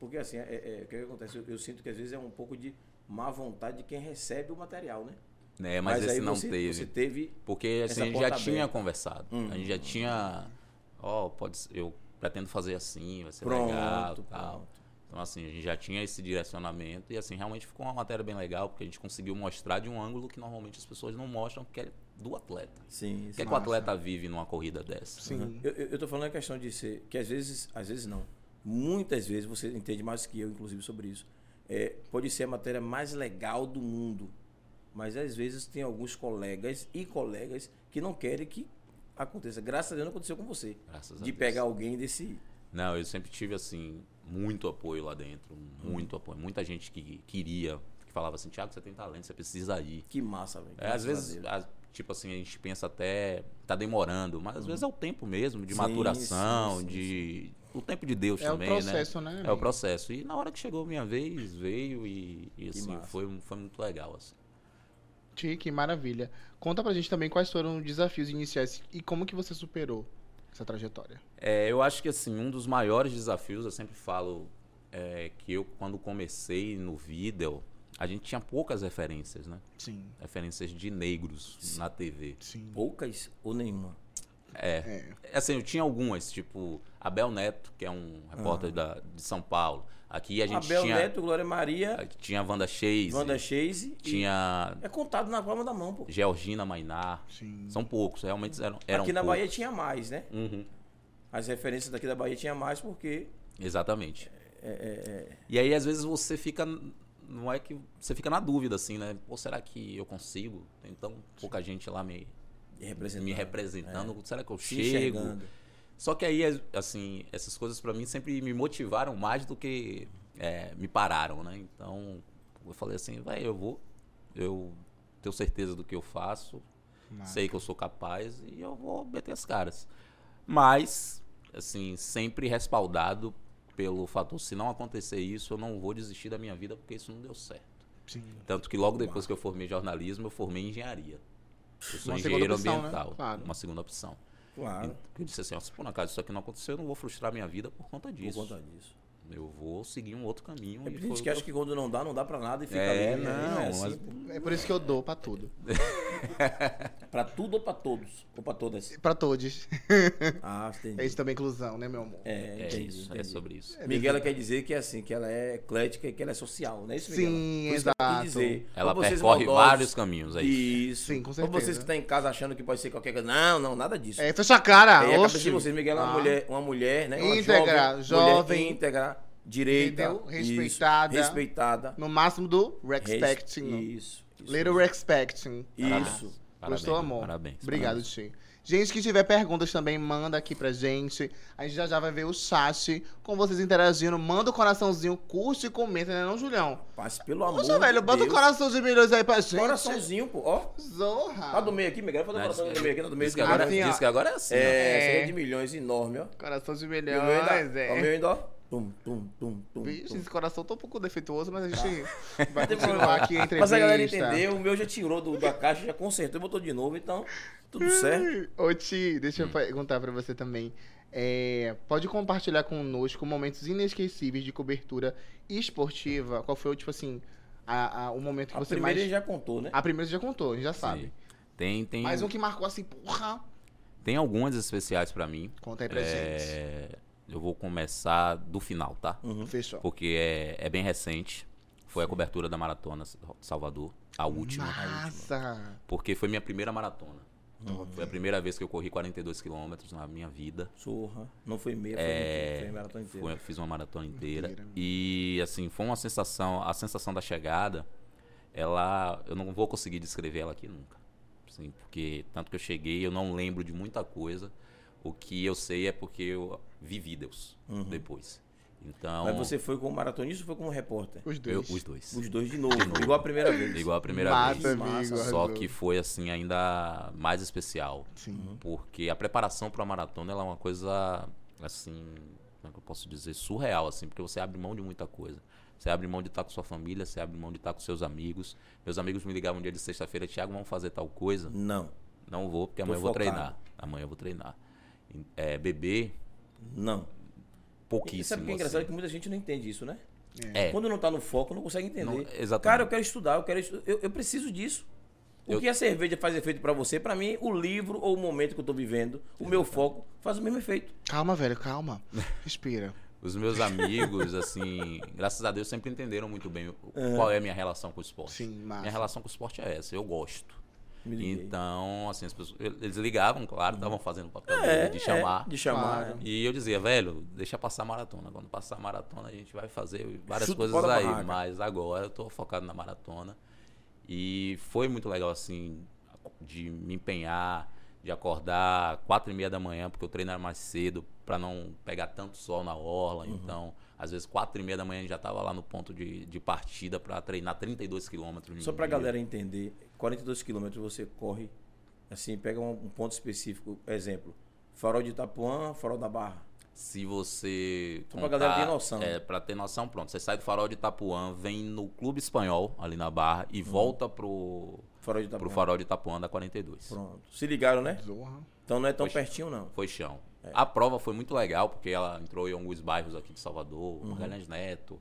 [SPEAKER 2] Porque assim, é- é- o que, que acontece? Eu, eu sinto que às vezes é um pouco de má vontade de quem recebe o material, né?
[SPEAKER 3] né, mas, esse não
[SPEAKER 2] você,
[SPEAKER 3] teve.
[SPEAKER 2] Você teve.
[SPEAKER 3] Porque assim,
[SPEAKER 2] Essa
[SPEAKER 3] a gente já
[SPEAKER 2] porta
[SPEAKER 3] tinha
[SPEAKER 2] aberta.
[SPEAKER 3] conversado.
[SPEAKER 2] Hum.
[SPEAKER 3] A gente já tinha. Ó, pode ser, eu pretendo fazer assim, vai ser
[SPEAKER 2] Pronto,
[SPEAKER 3] legal tal.
[SPEAKER 2] pronto.
[SPEAKER 3] Então, assim, a gente já tinha esse direcionamento e assim, realmente ficou uma matéria bem legal, porque a gente conseguiu mostrar de um ângulo que normalmente as pessoas não mostram, que é do atleta.
[SPEAKER 2] Sim,
[SPEAKER 3] O que é que o atleta vive numa corrida dessa?
[SPEAKER 1] Sim. É
[SPEAKER 2] Eu, eu eu tô falando a questão de ser. Que às vezes, às vezes não. Muitas vezes, você entende mais que eu, inclusive, sobre isso. É, pode ser a matéria mais legal do mundo. Mas às vezes tem alguns colegas e colegas que não querem que aconteça. Graças a Deus não aconteceu com você.
[SPEAKER 3] Graças a
[SPEAKER 2] de
[SPEAKER 3] Deus.
[SPEAKER 2] pegar alguém desse.
[SPEAKER 3] Não, eu sempre tive, assim, muito apoio lá dentro.
[SPEAKER 2] Uhum.
[SPEAKER 3] Muito apoio. Muita gente que queria, que falava assim, Thiago, você tem talento, você precisa ir.
[SPEAKER 2] Que massa, velho.
[SPEAKER 3] É,
[SPEAKER 2] Graças
[SPEAKER 3] às
[SPEAKER 2] a
[SPEAKER 3] vezes,
[SPEAKER 2] Deus.
[SPEAKER 3] a- tipo assim, a gente pensa até, tá demorando, mas às vezes é o tempo mesmo, de
[SPEAKER 2] Uhum. Sim, sim,
[SPEAKER 3] maturação,
[SPEAKER 2] sim,
[SPEAKER 3] de... O tempo de Deus
[SPEAKER 1] É o
[SPEAKER 3] também,
[SPEAKER 1] processo, né?
[SPEAKER 3] né? É
[SPEAKER 1] amigo?
[SPEAKER 3] o processo. E na hora que chegou a minha vez, veio e, e, assim,
[SPEAKER 2] massa.
[SPEAKER 3] foi, foi muito legal, assim.
[SPEAKER 1] Ti, que maravilha. Conta pra gente também quais foram os desafios iniciais e como que você superou essa trajetória.
[SPEAKER 3] É, eu acho que assim, um dos maiores desafios, eu sempre falo, é que eu quando comecei no vídeo, a gente tinha poucas referências, né?
[SPEAKER 1] Sim.
[SPEAKER 3] Referências de negros na TV.
[SPEAKER 1] Sim.
[SPEAKER 2] Poucas ou nenhuma?
[SPEAKER 3] É.
[SPEAKER 1] É.
[SPEAKER 3] Assim, eu tinha algumas, tipo Abel Neto, que é um repórter da, de São Paulo. Aqui a gente
[SPEAKER 2] Abel
[SPEAKER 3] tinha.
[SPEAKER 2] Neto, Glória Maria,
[SPEAKER 3] Tinha Wanda Chase,
[SPEAKER 2] Wanda Chase. e-
[SPEAKER 3] tinha
[SPEAKER 2] É contado na palma da mão, pô.
[SPEAKER 3] Georgina Mainar.
[SPEAKER 1] Sim.
[SPEAKER 3] São poucos, realmente eram, eram
[SPEAKER 2] Aqui na
[SPEAKER 3] poucos.
[SPEAKER 2] Bahia tinha mais, né?
[SPEAKER 3] Uhum,
[SPEAKER 2] As referências daqui da Bahia tinha mais porque
[SPEAKER 3] exatamente.
[SPEAKER 2] É,
[SPEAKER 3] E aí, às vezes, você fica. Não é que. Você fica na dúvida, assim, né? Pô, será que eu consigo? Tem tão pouca gente lá me,
[SPEAKER 2] representando.
[SPEAKER 3] me representando. Será que eu
[SPEAKER 2] é. se
[SPEAKER 3] Tipo, chego?
[SPEAKER 2] enxergando.
[SPEAKER 3] Só que aí, assim, essas coisas pra mim sempre me motivaram mais do que é, me pararam, né? Então, eu falei assim, velho, eu vou. Eu tenho certeza do que eu faço.
[SPEAKER 1] Mas-
[SPEAKER 3] sei que eu sou capaz e eu vou meter as caras. Mas, assim, sempre respaldado pelo fator, se não acontecer isso, eu não vou desistir da minha vida porque isso não deu certo.
[SPEAKER 1] Sim.
[SPEAKER 3] Tanto que logo depois que eu formei jornalismo, eu formei engenharia. Eu sou
[SPEAKER 1] Uma segunda
[SPEAKER 3] engenheiro
[SPEAKER 1] opção, né?
[SPEAKER 3] ambiental,
[SPEAKER 1] Claro.
[SPEAKER 3] uma segunda opção.
[SPEAKER 2] Claro.
[SPEAKER 3] Eu disse assim, ó, se por um acaso isso aqui não acontecer, eu não vou frustrar minha vida por conta disso.
[SPEAKER 2] Por conta disso.
[SPEAKER 3] Eu vou seguir um outro
[SPEAKER 2] É
[SPEAKER 3] caminho. e
[SPEAKER 2] porque tem
[SPEAKER 3] foi
[SPEAKER 2] gente
[SPEAKER 3] o
[SPEAKER 2] que
[SPEAKER 3] eu
[SPEAKER 2] acha que quando não dá, não dá pra nada e fica
[SPEAKER 3] É,
[SPEAKER 2] ali. né?
[SPEAKER 3] não,
[SPEAKER 2] é
[SPEAKER 3] mas-
[SPEAKER 2] assim, pô.
[SPEAKER 1] É por isso que eu dou pra tudo.
[SPEAKER 2] Pra tudo ou pra todos? Ou pra todas?
[SPEAKER 1] Pra todos.
[SPEAKER 2] Ah,
[SPEAKER 1] É
[SPEAKER 2] entendi.
[SPEAKER 1] isso também é inclusão, né, meu amor?
[SPEAKER 2] É,
[SPEAKER 3] É,
[SPEAKER 2] entendi,
[SPEAKER 3] isso, é
[SPEAKER 2] entendi.
[SPEAKER 3] sobre isso.
[SPEAKER 2] Miguela quer dizer que é assim, que ela é eclética e que ela é social, não é isso,
[SPEAKER 1] Sim,
[SPEAKER 2] Miguela? Por isso que eu quis
[SPEAKER 1] exato.
[SPEAKER 2] dizer.
[SPEAKER 3] Ela
[SPEAKER 2] Ou vocês
[SPEAKER 3] percorre
[SPEAKER 2] maldosos,
[SPEAKER 3] vários caminhos é aí.
[SPEAKER 2] Isso.
[SPEAKER 1] Sim, com
[SPEAKER 2] Ou
[SPEAKER 1] certeza.
[SPEAKER 2] vocês que estão em casa achando que pode ser qualquer coisa. Não, não, nada disso.
[SPEAKER 1] É, fecha a cara.
[SPEAKER 2] Aí a cabeça
[SPEAKER 1] oxe.
[SPEAKER 2] de vocês, Miguel é uma
[SPEAKER 1] Ah.
[SPEAKER 2] mulher, uma mulher, né? Uma
[SPEAKER 1] Íntegra,
[SPEAKER 2] jovem,
[SPEAKER 1] jovem.
[SPEAKER 2] mulher íntegra, direita,
[SPEAKER 1] Entendeu?
[SPEAKER 2] isso,
[SPEAKER 1] Respeitada.
[SPEAKER 2] respeitada,
[SPEAKER 1] No máximo do
[SPEAKER 2] res-
[SPEAKER 1] respecting.
[SPEAKER 2] É
[SPEAKER 1] né?
[SPEAKER 2] Isso, isso,
[SPEAKER 1] Little respecting.
[SPEAKER 2] isso.
[SPEAKER 1] Gostou, amor?
[SPEAKER 3] Parabéns.
[SPEAKER 1] Obrigado, Ti. Gente, que tiver perguntas também, manda aqui pra gente. A gente já já vai ver o chat com vocês interagindo. Manda o coraçãozinho, curte e comenta, né não, Julião?
[SPEAKER 2] Mas pelo amor
[SPEAKER 1] Poxa, velho,
[SPEAKER 2] de
[SPEAKER 1] bota
[SPEAKER 2] Deus.
[SPEAKER 1] o coração de milhões aí pra gente.
[SPEAKER 2] Coraçãozinho, pô, ó.
[SPEAKER 1] Zorra.
[SPEAKER 2] Tá do meio aqui, Miguel, faz um
[SPEAKER 3] Não,
[SPEAKER 2] coração
[SPEAKER 3] diz-
[SPEAKER 1] é,
[SPEAKER 2] do meio aqui, tá do meio
[SPEAKER 3] Né? diz que
[SPEAKER 2] aqui.
[SPEAKER 3] agora,
[SPEAKER 1] assim, ó.
[SPEAKER 3] diz que agora é assim. ó.
[SPEAKER 2] É,
[SPEAKER 1] É.
[SPEAKER 2] essa é de milhões enorme, ó.
[SPEAKER 1] Coração de
[SPEAKER 2] E o meu ainda, Tá
[SPEAKER 1] milhões,
[SPEAKER 2] ó, o
[SPEAKER 1] é.
[SPEAKER 2] meu ainda, ó. Tum, tum, tum, tum,
[SPEAKER 1] Bicho,
[SPEAKER 2] tum.
[SPEAKER 1] esse coração tá um pouco defeituoso, mas a gente vai
[SPEAKER 2] Tem
[SPEAKER 1] continuar aqui a entrevista.
[SPEAKER 2] Mas a galera entendeu, o meu já tirou do- da caixa, já consertou e botou de novo, então tudo certo.
[SPEAKER 1] Ô, Ti, deixa
[SPEAKER 2] Hum.
[SPEAKER 1] eu perguntar pra você também. É, pode compartilhar conosco momentos inesquecíveis de cobertura esportiva? Qual foi, tipo assim, a- a- o momento que
[SPEAKER 2] A
[SPEAKER 1] você
[SPEAKER 2] primeira
[SPEAKER 1] mais... Ah,
[SPEAKER 2] ele já contou, né?
[SPEAKER 1] A primeira você já contou, a gente já
[SPEAKER 3] Sim.
[SPEAKER 1] sabe.
[SPEAKER 3] Tem, tem,
[SPEAKER 1] Mas um que marcou assim, porra...
[SPEAKER 3] tem algumas especiais pra mim.
[SPEAKER 1] Conta aí pra
[SPEAKER 3] É, Eu vou começar do final, tá?
[SPEAKER 2] Uhum.
[SPEAKER 1] gente. Fechou.
[SPEAKER 3] Porque é, é bem recente. Foi a cobertura da maratona Salvador, a última.
[SPEAKER 1] Massa!
[SPEAKER 3] Porque foi minha primeira maratona.
[SPEAKER 2] Uhum.
[SPEAKER 3] Foi a primeira vez que eu corri 42 quilômetros na minha vida.
[SPEAKER 2] Surra. Não foi meia, foi,
[SPEAKER 3] É,
[SPEAKER 2] inteira, foi maratona inteira.
[SPEAKER 3] Foi- eu fiz uma maratona inteira.
[SPEAKER 1] Inteira.
[SPEAKER 3] E assim, foi uma sensação, a sensação da chegada, ela, eu não vou conseguir descrever ela aqui nunca. Assim, porque tanto que eu cheguei, eu não lembro de muita coisa. O que eu sei é porque eu vivi Deus depois.
[SPEAKER 2] Uhum.
[SPEAKER 3] Então,
[SPEAKER 2] Mas você foi como maratonista ou foi como repórter?
[SPEAKER 1] Os
[SPEAKER 3] eu-
[SPEAKER 1] dois.
[SPEAKER 3] os dois.
[SPEAKER 2] Os dois de novo, igual a primeira vez.
[SPEAKER 3] Igual a primeira
[SPEAKER 1] Massa,
[SPEAKER 3] vez.
[SPEAKER 1] amigo,
[SPEAKER 3] Só
[SPEAKER 1] arrasou.
[SPEAKER 3] que foi assim ainda mais especial.
[SPEAKER 2] Uhum.
[SPEAKER 1] Sim.
[SPEAKER 3] porque a preparação para a maratona ela é uma coisa assim como é que eu posso dizer surreal assim porque você abre mão de muita coisa você abre mão de estar com sua família você abre mão de estar com seus amigos meus amigos me ligavam um dia de sexta-feira Thiago vamos fazer tal coisa
[SPEAKER 2] Não,
[SPEAKER 3] não vou porque
[SPEAKER 2] Tô
[SPEAKER 3] amanhã eu vou
[SPEAKER 2] focado.
[SPEAKER 3] treinar amanhã eu vou treinar E, é, beber
[SPEAKER 2] não. E
[SPEAKER 3] pouquíssimo
[SPEAKER 2] sabe o que é
[SPEAKER 3] assim.
[SPEAKER 2] engraçado? É Que muita gente não entende isso, né?
[SPEAKER 3] É.
[SPEAKER 2] Quando não tá no foco, não consegue entender.
[SPEAKER 3] Não, exatamente.
[SPEAKER 2] Cara, eu quero estudar, eu quero estu- eu, eu preciso disso. O
[SPEAKER 3] Eu-
[SPEAKER 2] que a cerveja faz efeito pra você, pra mim, o livro ou o momento que eu tô vivendo, o meu foco faz o mesmo efeito.
[SPEAKER 1] Calma, velho, calma. Respira.
[SPEAKER 3] os meus amigos assim graças a Deus sempre entenderam muito bem o- qual é a minha relação com o esporte
[SPEAKER 1] Sim, massa.
[SPEAKER 3] minha relação com o esporte é essa eu gosto
[SPEAKER 2] Me liguei.
[SPEAKER 3] Então, assim, as pessoas, eles ligavam, claro, estavam fazendo o papel
[SPEAKER 2] É,
[SPEAKER 3] de- de chamar.
[SPEAKER 2] é, de chamar.
[SPEAKER 1] Claro.
[SPEAKER 3] E eu dizia, velho, deixa passar a maratona. Quando passar a maratona, a gente vai fazer várias
[SPEAKER 2] Chuta o pau
[SPEAKER 3] coisas
[SPEAKER 2] da
[SPEAKER 3] aí.
[SPEAKER 2] barraca.
[SPEAKER 3] Mas agora eu tô focado na maratona. E foi muito legal, assim, de me empenhar, de acordar quatro e meia da manhã, porque eu treino era mais cedo, para não pegar tanto sol na orla.
[SPEAKER 2] Uhum.
[SPEAKER 3] Então, às vezes, quatro e meia da manhã a gente já tava lá no ponto de, de partida para treinar 32 quilômetros. em
[SPEAKER 2] Só
[SPEAKER 3] um
[SPEAKER 2] pra
[SPEAKER 3] dia.
[SPEAKER 2] galera entender, 42 quilômetros você corre, assim, pega um, um ponto específico, exemplo, farol de Itapuã, farol da Barra.
[SPEAKER 3] Se você.
[SPEAKER 2] Só pra galera ter noção.
[SPEAKER 3] É, pra ter noção, pronto. Você sai do farol de Itapuã, vem no Clube Espanhol, ali na Barra,
[SPEAKER 2] Uhum.
[SPEAKER 3] e volta pro,
[SPEAKER 2] Farol de
[SPEAKER 3] pro
[SPEAKER 2] Itapuã.
[SPEAKER 3] farol de Itapuã da 42.
[SPEAKER 2] Tá Pronto. Se ligaram, né?
[SPEAKER 1] Zorra.
[SPEAKER 2] Então não é tão
[SPEAKER 3] Poxa.
[SPEAKER 2] pertinho, não.
[SPEAKER 3] Foi chão.
[SPEAKER 2] É. Uhum.
[SPEAKER 3] A prova foi muito legal, porque ela entrou em alguns bairros aqui de Salvador, Magalhães Neto,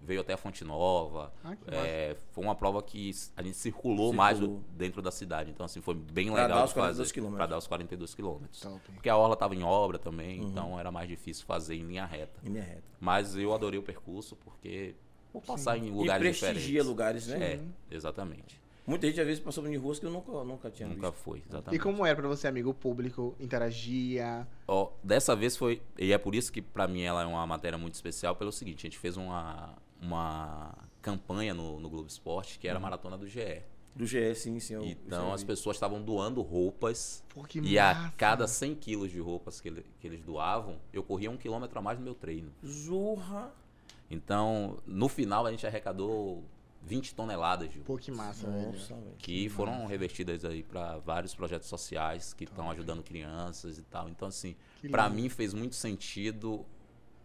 [SPEAKER 3] veio até a Fonte Nova.
[SPEAKER 1] Ah, que massa.
[SPEAKER 3] É, foi uma prova que a gente circulou,
[SPEAKER 2] Circulou.
[SPEAKER 3] mais do- dentro da cidade. Então, assim, foi bem
[SPEAKER 2] Pra
[SPEAKER 3] legal
[SPEAKER 2] dar
[SPEAKER 3] de
[SPEAKER 2] os 42
[SPEAKER 3] fazer.
[SPEAKER 2] quilômetros. Então.
[SPEAKER 3] Pra dar os 42 quilômetros.
[SPEAKER 1] Top.
[SPEAKER 3] Porque a orla estava em obra também,
[SPEAKER 2] Uhum.
[SPEAKER 3] então era mais difícil fazer em linha reta.
[SPEAKER 2] Em linha reta.
[SPEAKER 3] Mas eu adorei o percurso porque vou passar em
[SPEAKER 2] E
[SPEAKER 3] lugares
[SPEAKER 2] prestigia
[SPEAKER 3] diferentes.
[SPEAKER 2] lugares, né?
[SPEAKER 3] É, exatamente.
[SPEAKER 2] Muita gente às vezes passou em ruas que eu nunca, nunca tinha
[SPEAKER 3] Nunca
[SPEAKER 2] visto.
[SPEAKER 3] foi,
[SPEAKER 1] E
[SPEAKER 3] exatamente.
[SPEAKER 1] como era pra você, amigo? O público interagia?
[SPEAKER 3] Ó, dessa vez foi. E é por isso que pra mim ela é uma matéria muito especial, pelo seguinte, a gente fez uma, uma campanha no, no Globo Esporte, que era a maratona do GE.
[SPEAKER 2] Do GE, sim, sim. Uhum. é eu- isso
[SPEAKER 3] Então
[SPEAKER 2] eu
[SPEAKER 3] as
[SPEAKER 2] vi.
[SPEAKER 3] pessoas estavam doando roupas.
[SPEAKER 1] Pô, que
[SPEAKER 3] e a
[SPEAKER 1] massa.
[SPEAKER 3] cada 100 quilos de roupas que, ele- que eles doavam, eu corria um quilômetro a mais no meu treino.
[SPEAKER 2] Zorra.
[SPEAKER 3] Então, no final, a gente arrecadou 20 toneladas de
[SPEAKER 1] Pô, que massa, velho.
[SPEAKER 2] Nossa, velho.
[SPEAKER 3] que foram revertidas aí para vários projetos sociais que estão ajudando crianças e tal. Então assim,
[SPEAKER 1] Que
[SPEAKER 3] para
[SPEAKER 1] lindo.
[SPEAKER 3] mim fez muito sentido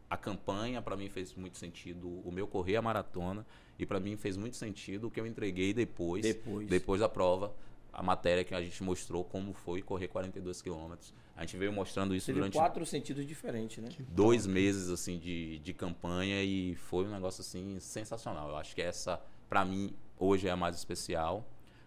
[SPEAKER 3] a campanha, para mim fez muito sentido o meu correr a maratona e para mim fez muito sentido o que eu entreguei depois,
[SPEAKER 2] Depois.
[SPEAKER 3] depois da prova, a matéria que a gente mostrou como foi correr 42 quilômetros. A gente veio mostrando isso
[SPEAKER 2] Teve
[SPEAKER 3] durante
[SPEAKER 2] quatro sentidos diferentes, né?
[SPEAKER 3] dois meses assim de, de campanha e foi um negócio assim sensacional. Eu acho que essa pra mim hoje é a mais especial.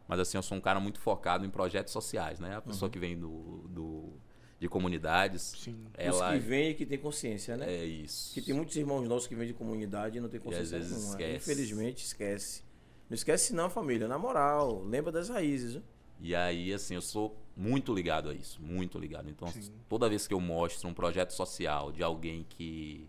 [SPEAKER 3] Mas assim, eu sou um cara muito focado em projetos sociais, né? A pessoa
[SPEAKER 2] Uhum.
[SPEAKER 3] que vem do, do de comunidades,
[SPEAKER 1] Sim.
[SPEAKER 3] ela
[SPEAKER 2] Os que vêm e que tem consciência, né?
[SPEAKER 3] é isso.
[SPEAKER 2] Que tem muitos irmãos nossos que vêm de comunidade e não tem consciência
[SPEAKER 3] às vezes
[SPEAKER 2] nenhuma.
[SPEAKER 3] esquece.
[SPEAKER 2] Infelizmente, esquece. Não esquece não, família. Na moral, lembra das raízes. viu?
[SPEAKER 3] E aí, assim, eu sou muito ligado a isso, muito ligado. Então,
[SPEAKER 1] Sim.
[SPEAKER 3] toda vez que eu mostro um projeto social de alguém que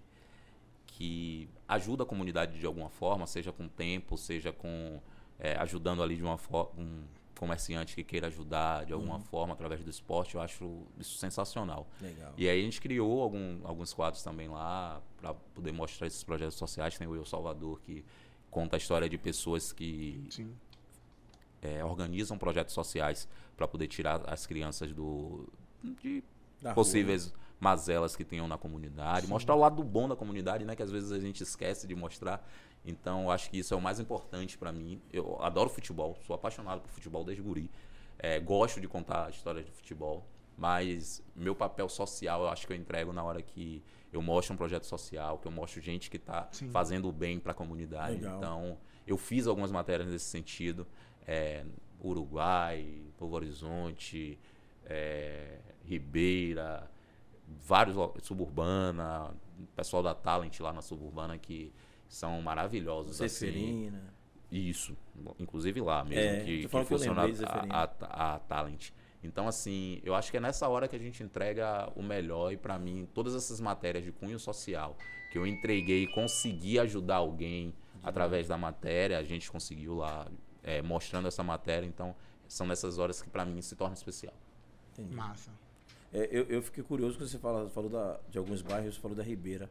[SPEAKER 3] que ajuda a comunidade de alguma forma, seja com tempo, seja com é, ajudando ali de uma forma um comerciante que queira ajudar de alguma forma através do esporte, eu acho isso sensacional.
[SPEAKER 2] Legal.
[SPEAKER 3] E aí a gente criou algum- alguns quadros também lá para poder mostrar esses projetos sociais. Tem o Eu Salvador que conta a história de pessoas que
[SPEAKER 1] Sim.
[SPEAKER 3] é, organizam projetos sociais para poder tirar as crianças do de
[SPEAKER 2] Da
[SPEAKER 3] possíveis mazelas que tenham na comunidade, mostrar o lado bom da comunidade, né, que às vezes a gente esquece de mostrar. Então, eu acho que isso é o mais importante para mim. Eu adoro futebol, sou apaixonado por futebol desde guri. É, gosto de contar histórias de futebol, mas meu papel social eu acho que eu entrego na hora que eu mostro um projeto social, que eu mostro gente que está
[SPEAKER 1] Sim.
[SPEAKER 3] fazendo o bem para a comunidade.
[SPEAKER 2] Legal.
[SPEAKER 3] Então, eu fiz algumas matérias nesse sentido. é, Uruguai, Novo Horizonte, é, Ribeira, vários lo- suburbana, pessoal da Talent lá na suburbana que são maravilhosos
[SPEAKER 2] rua.
[SPEAKER 3] assim.
[SPEAKER 2] Zeferina.
[SPEAKER 3] Isso, inclusive lá mesmo
[SPEAKER 2] É,
[SPEAKER 3] que,
[SPEAKER 2] tô
[SPEAKER 3] que
[SPEAKER 2] falando que eu
[SPEAKER 3] funciona
[SPEAKER 2] lembrei, Zeferina.
[SPEAKER 3] a, a- a Talent. Então assim, eu acho que é nessa hora que a gente entrega o melhor e pra mim todas essas matérias de cunho social que eu entreguei, consegui ajudar alguém através da matéria, a gente conseguiu lá é, mostrando essa matéria, então são nessas horas que pra mim se torna especial.
[SPEAKER 2] Entendi.
[SPEAKER 1] Massa.
[SPEAKER 2] É, eu, eu fiquei curioso quando você fala, falou da- de alguns bairros, falou da Ribeira.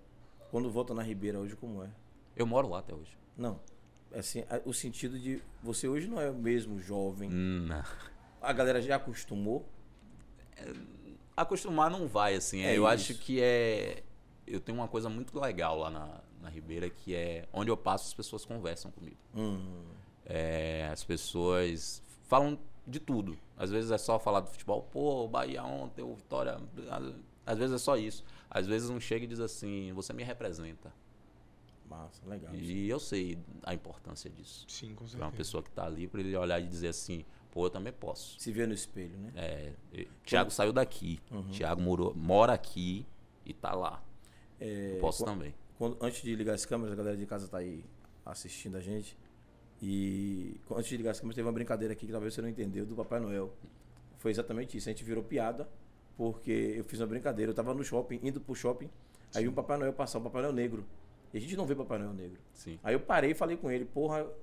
[SPEAKER 2] Quando volta na Ribeira hoje, como é?
[SPEAKER 3] Eu moro lá até hoje.
[SPEAKER 2] Não. Assim, a- o sentido de você hoje não é o mesmo jovem.
[SPEAKER 3] Hum, não.
[SPEAKER 2] A galera já acostumou.
[SPEAKER 3] acostumar não vai, assim.
[SPEAKER 2] É
[SPEAKER 3] eu
[SPEAKER 2] isso.
[SPEAKER 3] acho que é. Eu tenho uma coisa muito legal lá na, na Ribeira, que é onde eu passo, as pessoas conversam comigo.
[SPEAKER 2] Hum,
[SPEAKER 3] É, as pessoas falam de tudo. Às vezes é só falar do futebol, pô, o Bahia ontem, o Vitória. às- Às vezes é só isso. Às vezes um chega e diz assim, você me representa.
[SPEAKER 2] massa, legal.
[SPEAKER 3] E eu sei a importância disso.
[SPEAKER 1] Sim, com
[SPEAKER 3] Pra uma
[SPEAKER 1] certeza.
[SPEAKER 3] pessoa que tá ali, pra ele olhar e dizer assim, pô, eu também posso.
[SPEAKER 2] Se vê no espelho, né?
[SPEAKER 3] É, e- Thiago saiu daqui.
[SPEAKER 2] Uhum.
[SPEAKER 3] Thiago morou, mora aqui e tá lá.
[SPEAKER 2] É,
[SPEAKER 3] Eu posso também.
[SPEAKER 2] Quando- antes de ligar as câmeras, a galera de casa tá aí assistindo a gente. E co- antes de ligar as câmeras, teve uma brincadeira aqui que talvez você não entendeu do Papai Noel. Foi exatamente isso. A gente virou piada porque eu fiz uma brincadeira. Eu tava no shopping, indo pro shopping. Aí vi o Papai Noel passar, o Papai Noel negro. E a gente não vê Papai Noel negro.
[SPEAKER 3] Sim.
[SPEAKER 2] Aí eu parei e falei com ele, porra, eu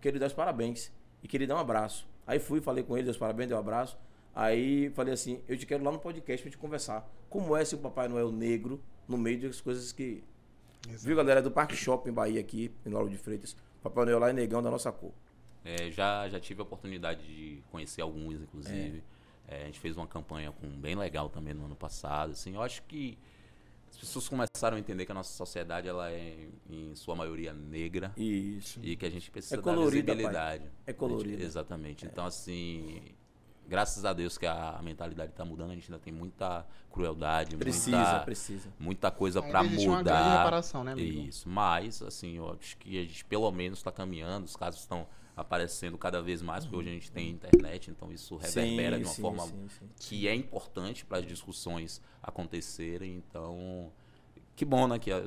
[SPEAKER 2] queria dar os parabéns e queria dar um abraço. Aí fui, falei com ele, dei os parabéns, dei um abraço. Aí falei assim, eu te quero lá no podcast pra gente conversar. Como é ser o Papai Noel negro no meio das coisas que...
[SPEAKER 1] Exato.
[SPEAKER 2] Viu, galera, do Parque Shopping Bahia aqui, em Lauro de Freitas. Papai Noel lá é negão da nossa cor.
[SPEAKER 3] É, já, já tive a oportunidade de conhecer alguns, inclusive. É, a gente fez uma campanha com bem legal também no ano passado. Assim, eu acho que as pessoas começaram a entender que a nossa sociedade ela é, em sua maioria, negra.
[SPEAKER 2] Isso.
[SPEAKER 3] E que a gente precisa
[SPEAKER 2] É
[SPEAKER 3] da
[SPEAKER 2] colorida,
[SPEAKER 3] visibilidade.
[SPEAKER 2] É colorida.
[SPEAKER 3] Exatamente. Então, assim, graças a Deus que a mentalidade está mudando, a gente ainda tem muita crueldade,
[SPEAKER 2] Precisa,
[SPEAKER 3] muita,
[SPEAKER 2] precisa.
[SPEAKER 3] muita coisa
[SPEAKER 1] Ainda
[SPEAKER 3] para
[SPEAKER 1] existe uma grande
[SPEAKER 3] mudar.
[SPEAKER 1] reparação, né, amigo?
[SPEAKER 3] Isso, mas assim, eu acho que a gente pelo menos está caminhando, os casos estão aparecendo cada vez mais, porque hoje a gente tem
[SPEAKER 1] Uhum.
[SPEAKER 3] internet, então isso reverbera de uma
[SPEAKER 2] Sim, sim,
[SPEAKER 3] forma
[SPEAKER 2] sim, sim.
[SPEAKER 3] que é importante para as discussões acontecerem. Então, que bom, né? Que a,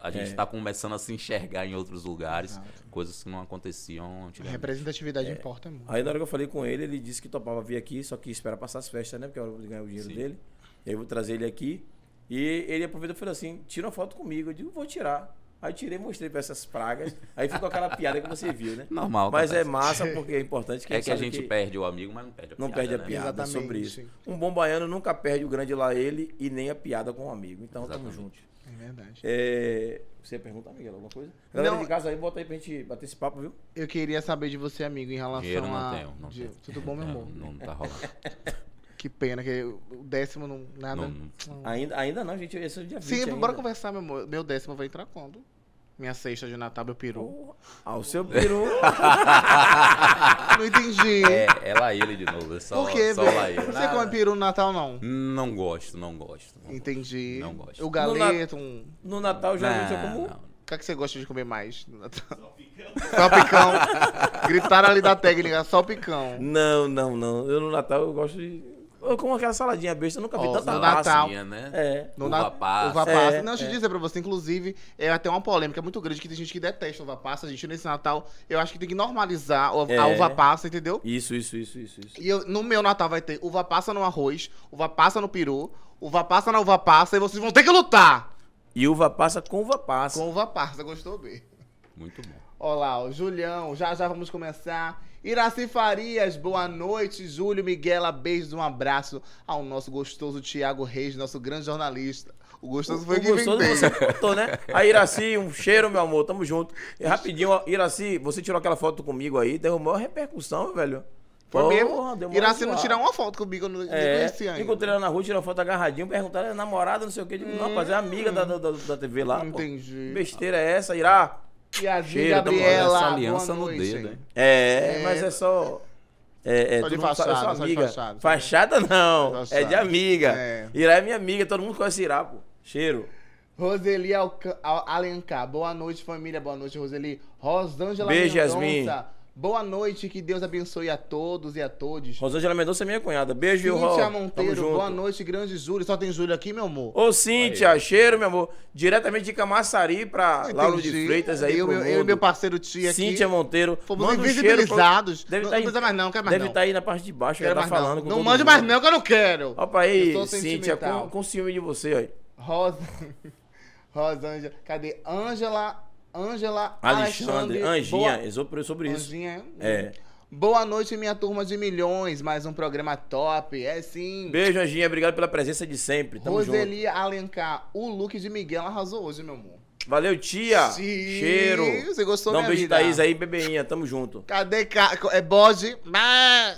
[SPEAKER 3] a gente
[SPEAKER 2] É.
[SPEAKER 3] está começando a se enxergar em outros lugares,
[SPEAKER 1] Exato.
[SPEAKER 3] coisas que não aconteciam
[SPEAKER 1] A
[SPEAKER 3] antigamente.
[SPEAKER 1] representatividade
[SPEAKER 3] É.
[SPEAKER 1] importa muito.
[SPEAKER 2] Aí na hora que eu falei com ele, ele disse que topava vir aqui, só que espera passar as festas, né? Porque é hora de ganhar o dinheiro
[SPEAKER 3] Sim.
[SPEAKER 2] dele. E aí eu vou trazer ele aqui. E ele aproveitou e falou assim: tira uma foto comigo. Eu digo, vou tirar. Aí tirei, mostrei pra essas pragas. Aí ficou aquela piada que você viu, né?
[SPEAKER 3] Normal.
[SPEAKER 2] Mas é
[SPEAKER 3] acontece.
[SPEAKER 2] massa porque é importante que
[SPEAKER 3] é que a
[SPEAKER 2] sabe
[SPEAKER 3] gente perde o amigo, mas não perde a
[SPEAKER 2] não
[SPEAKER 3] piada,
[SPEAKER 2] perde a
[SPEAKER 3] né?
[SPEAKER 2] piada
[SPEAKER 1] Exatamente.
[SPEAKER 2] sobre isso. Um bom baiano nunca perde o grande lá ele e nem a piada com o amigo. Então tamo
[SPEAKER 3] Exatamente.
[SPEAKER 2] junto.
[SPEAKER 1] É verdade.
[SPEAKER 2] É, Você ia perguntar, Miguel, alguma coisa? Galera
[SPEAKER 1] Não.
[SPEAKER 2] de casa aí, bota aí pra gente bater esse papo, viu?
[SPEAKER 1] Eu queria saber de você, amigo, em relação
[SPEAKER 3] Dinheiro não
[SPEAKER 1] a.
[SPEAKER 3] tenho, não
[SPEAKER 1] de-
[SPEAKER 3] tenho.
[SPEAKER 1] Tudo bom, meu
[SPEAKER 3] É,
[SPEAKER 1] amor?
[SPEAKER 3] Não, tá rolando.
[SPEAKER 1] Que pena, que o décimo não. Nada.
[SPEAKER 3] Não, não.
[SPEAKER 2] Ainda, ainda não, gente. Esse é o dia 20
[SPEAKER 1] Sim,
[SPEAKER 2] ainda.
[SPEAKER 1] bora conversar, meu amor. Meu décimo vai entrar quando? Minha sexta de Natal, meu peru.
[SPEAKER 2] Porra, Ao Ah, seu peru.
[SPEAKER 1] Não entendi.
[SPEAKER 3] É, é lá ele de novo. É só,
[SPEAKER 1] Por quê,
[SPEAKER 3] só
[SPEAKER 1] velho?
[SPEAKER 3] lá ele.
[SPEAKER 1] Você é
[SPEAKER 2] Nada.
[SPEAKER 1] come peru no Natal, não?
[SPEAKER 3] Não gosto, não gosto. não gosto.
[SPEAKER 1] Entendi.
[SPEAKER 3] Não gosto.
[SPEAKER 1] O galeto, um.
[SPEAKER 2] No Natal já eu
[SPEAKER 3] Não,
[SPEAKER 2] como.
[SPEAKER 3] não.
[SPEAKER 1] O que, é que você gosta de comer mais? no Natal? Salpicão. Gritaram ali da técnica, salpicão.
[SPEAKER 2] Não, não, não. Eu no Natal eu gosto de. Eu como aquela saladinha besta, eu nunca vi
[SPEAKER 1] Ó,
[SPEAKER 2] tanta
[SPEAKER 1] no
[SPEAKER 2] massa.
[SPEAKER 1] Natal.
[SPEAKER 3] Massinha, né?
[SPEAKER 2] É.
[SPEAKER 1] No
[SPEAKER 3] Uva
[SPEAKER 1] Natal.
[SPEAKER 3] passa.
[SPEAKER 1] Uva passa.
[SPEAKER 2] É,
[SPEAKER 1] não, deixa eu dizer pra você, inclusive, é até uma polêmica muito grande que tem gente que detesta uva passa. gente nesse Natal, eu acho que tem que normalizar a, a
[SPEAKER 2] É.
[SPEAKER 1] uva passa, entendeu?
[SPEAKER 2] Isso, isso, isso, isso, isso.
[SPEAKER 1] E eu- no meu Natal vai ter uva passa no arroz, uva passa no peru, uva passa na uva passa, e vocês vão ter que lutar
[SPEAKER 2] E uva passa com uva passa.
[SPEAKER 1] com uva passa. Gostou bem?
[SPEAKER 3] Muito bom.
[SPEAKER 1] Olá, o Julião, já já vamos começar. Iraci Farias, boa noite. Júlio Miguela, beijos, um abraço ao nosso gostoso Tiago Reis, nosso grande jornalista. O gostoso foi
[SPEAKER 2] O
[SPEAKER 1] o que
[SPEAKER 2] gostoso
[SPEAKER 1] vendeu.
[SPEAKER 2] você contou, né? A Iraci, um cheiro, meu amor, tamo junto. E rapidinho, ó, Iraci, você tirou aquela foto comigo aí, deu maior repercussão, velho.
[SPEAKER 1] Foi
[SPEAKER 2] Porra, deu
[SPEAKER 1] mesmo?
[SPEAKER 2] maior
[SPEAKER 1] Iraci não
[SPEAKER 2] zoada.
[SPEAKER 1] tirar uma foto comigo, eu não não
[SPEAKER 2] É,
[SPEAKER 1] conhecia ainda.
[SPEAKER 2] encontrei ela na rua, tirou uma foto agarradinho, perguntaram, é namorada, não sei o quê. Digo, não, rapaz, é amiga da, da, da- da TV lá. pô. Que
[SPEAKER 1] Entendi.
[SPEAKER 2] besteira é essa, Irá?
[SPEAKER 1] E a Zia
[SPEAKER 2] Cheiro, tamo-
[SPEAKER 1] Gabriela,
[SPEAKER 3] Essa aliança
[SPEAKER 1] boa
[SPEAKER 3] no
[SPEAKER 1] noite.
[SPEAKER 3] dedo, hein?
[SPEAKER 2] É,
[SPEAKER 1] É.
[SPEAKER 2] mas é só. É, é,
[SPEAKER 1] Só de
[SPEAKER 2] todo mundo sabe, eu sou
[SPEAKER 1] fachada, só de
[SPEAKER 2] amiga.
[SPEAKER 1] fachada.
[SPEAKER 2] Fachada não,
[SPEAKER 1] Só de
[SPEAKER 2] é de
[SPEAKER 1] fachada.
[SPEAKER 2] amiga.
[SPEAKER 1] É.
[SPEAKER 2] Irá é minha amiga, todo mundo conhece Irá, pô. Cheiro.
[SPEAKER 1] Roseli Alca- Al- Alencar, boa noite família, boa noite Roseli. Rosângela
[SPEAKER 2] Beijo,
[SPEAKER 1] Mendonça,
[SPEAKER 2] Yasmin.
[SPEAKER 1] boa noite, que Deus abençoe a todos e a todes.
[SPEAKER 2] Rosângela Mendonça é minha cunhada. Beijo, viu, Ró?
[SPEAKER 1] Cíntia
[SPEAKER 2] Tamo
[SPEAKER 1] Monteiro,
[SPEAKER 2] junto.
[SPEAKER 1] boa noite, grande Júlio. Só tem Júlio aqui, meu amor?
[SPEAKER 2] Ô, Cíntia, cheiro, meu amor. Diretamente de Camaçari pra Lauro de
[SPEAKER 1] Entendi.
[SPEAKER 2] Freitas aí
[SPEAKER 1] eu,
[SPEAKER 2] pro
[SPEAKER 1] meu, eu e
[SPEAKER 2] mundo.
[SPEAKER 1] meu parceiro Tia aqui.
[SPEAKER 2] Cíntia Monteiro.
[SPEAKER 1] Fomos
[SPEAKER 2] manda um cheiro pra-
[SPEAKER 1] invisibilizados.
[SPEAKER 2] Deve
[SPEAKER 1] não,
[SPEAKER 2] tá
[SPEAKER 1] não
[SPEAKER 2] aí-
[SPEAKER 1] precisa mais não, quero mais
[SPEAKER 2] Deve
[SPEAKER 1] não.
[SPEAKER 2] estar aí na parte de baixo, já
[SPEAKER 1] quero
[SPEAKER 2] tá
[SPEAKER 1] mais
[SPEAKER 2] falando
[SPEAKER 1] não.
[SPEAKER 2] com
[SPEAKER 1] Não
[SPEAKER 2] todo
[SPEAKER 1] mande
[SPEAKER 2] mundo.
[SPEAKER 1] mais não, que eu não quero.
[SPEAKER 2] Opa
[SPEAKER 1] Eu sou
[SPEAKER 2] aí, Cíntia,
[SPEAKER 1] sentimental.
[SPEAKER 2] com, com ciúme de você aí.
[SPEAKER 1] Rosa... Rosângela, cadê? Ângela... Ângela Alexandre.
[SPEAKER 2] Alexandre, Anjinha,
[SPEAKER 1] Boa...
[SPEAKER 2] exoperou sobre isso.
[SPEAKER 1] Anjinha. um
[SPEAKER 2] É.
[SPEAKER 1] Boa noite, minha turma de milhões. Mais um programa top. É sim.
[SPEAKER 2] Beijo, Anjinha. Obrigado pela presença de sempre. Tamo junto.
[SPEAKER 1] Roseli Alencar, o look de Miguel arrasou hoje, meu amor.
[SPEAKER 2] Valeu, tia.
[SPEAKER 1] Sim,
[SPEAKER 2] Cheiro.
[SPEAKER 1] Você gostou,
[SPEAKER 2] Dá um
[SPEAKER 1] minha
[SPEAKER 2] beijo,
[SPEAKER 1] vida.
[SPEAKER 2] Thaís aí, bebeinha. Tamo junto.
[SPEAKER 1] Cadê? Ca... É bode? Má!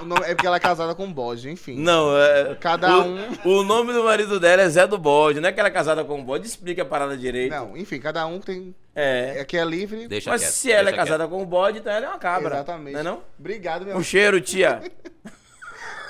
[SPEAKER 1] O nome- É porque ela é casada com bode, enfim.
[SPEAKER 2] Não, é.
[SPEAKER 1] Cada
[SPEAKER 2] o,
[SPEAKER 1] um.
[SPEAKER 2] O nome do marido dela é Zé do Bode. Não é que ela é casada com o bode. Explica a parada direito.
[SPEAKER 1] Não, enfim, cada um tem.
[SPEAKER 2] É.
[SPEAKER 1] É que é livre.
[SPEAKER 3] Deixa
[SPEAKER 2] Mas
[SPEAKER 3] quieto,
[SPEAKER 2] se ela é
[SPEAKER 3] deixa
[SPEAKER 2] casada com o bode, então ela é uma cabra.
[SPEAKER 1] Exatamente.
[SPEAKER 2] Não é não?
[SPEAKER 1] Obrigado, meu
[SPEAKER 2] Um
[SPEAKER 1] amor.
[SPEAKER 2] cheiro, tia.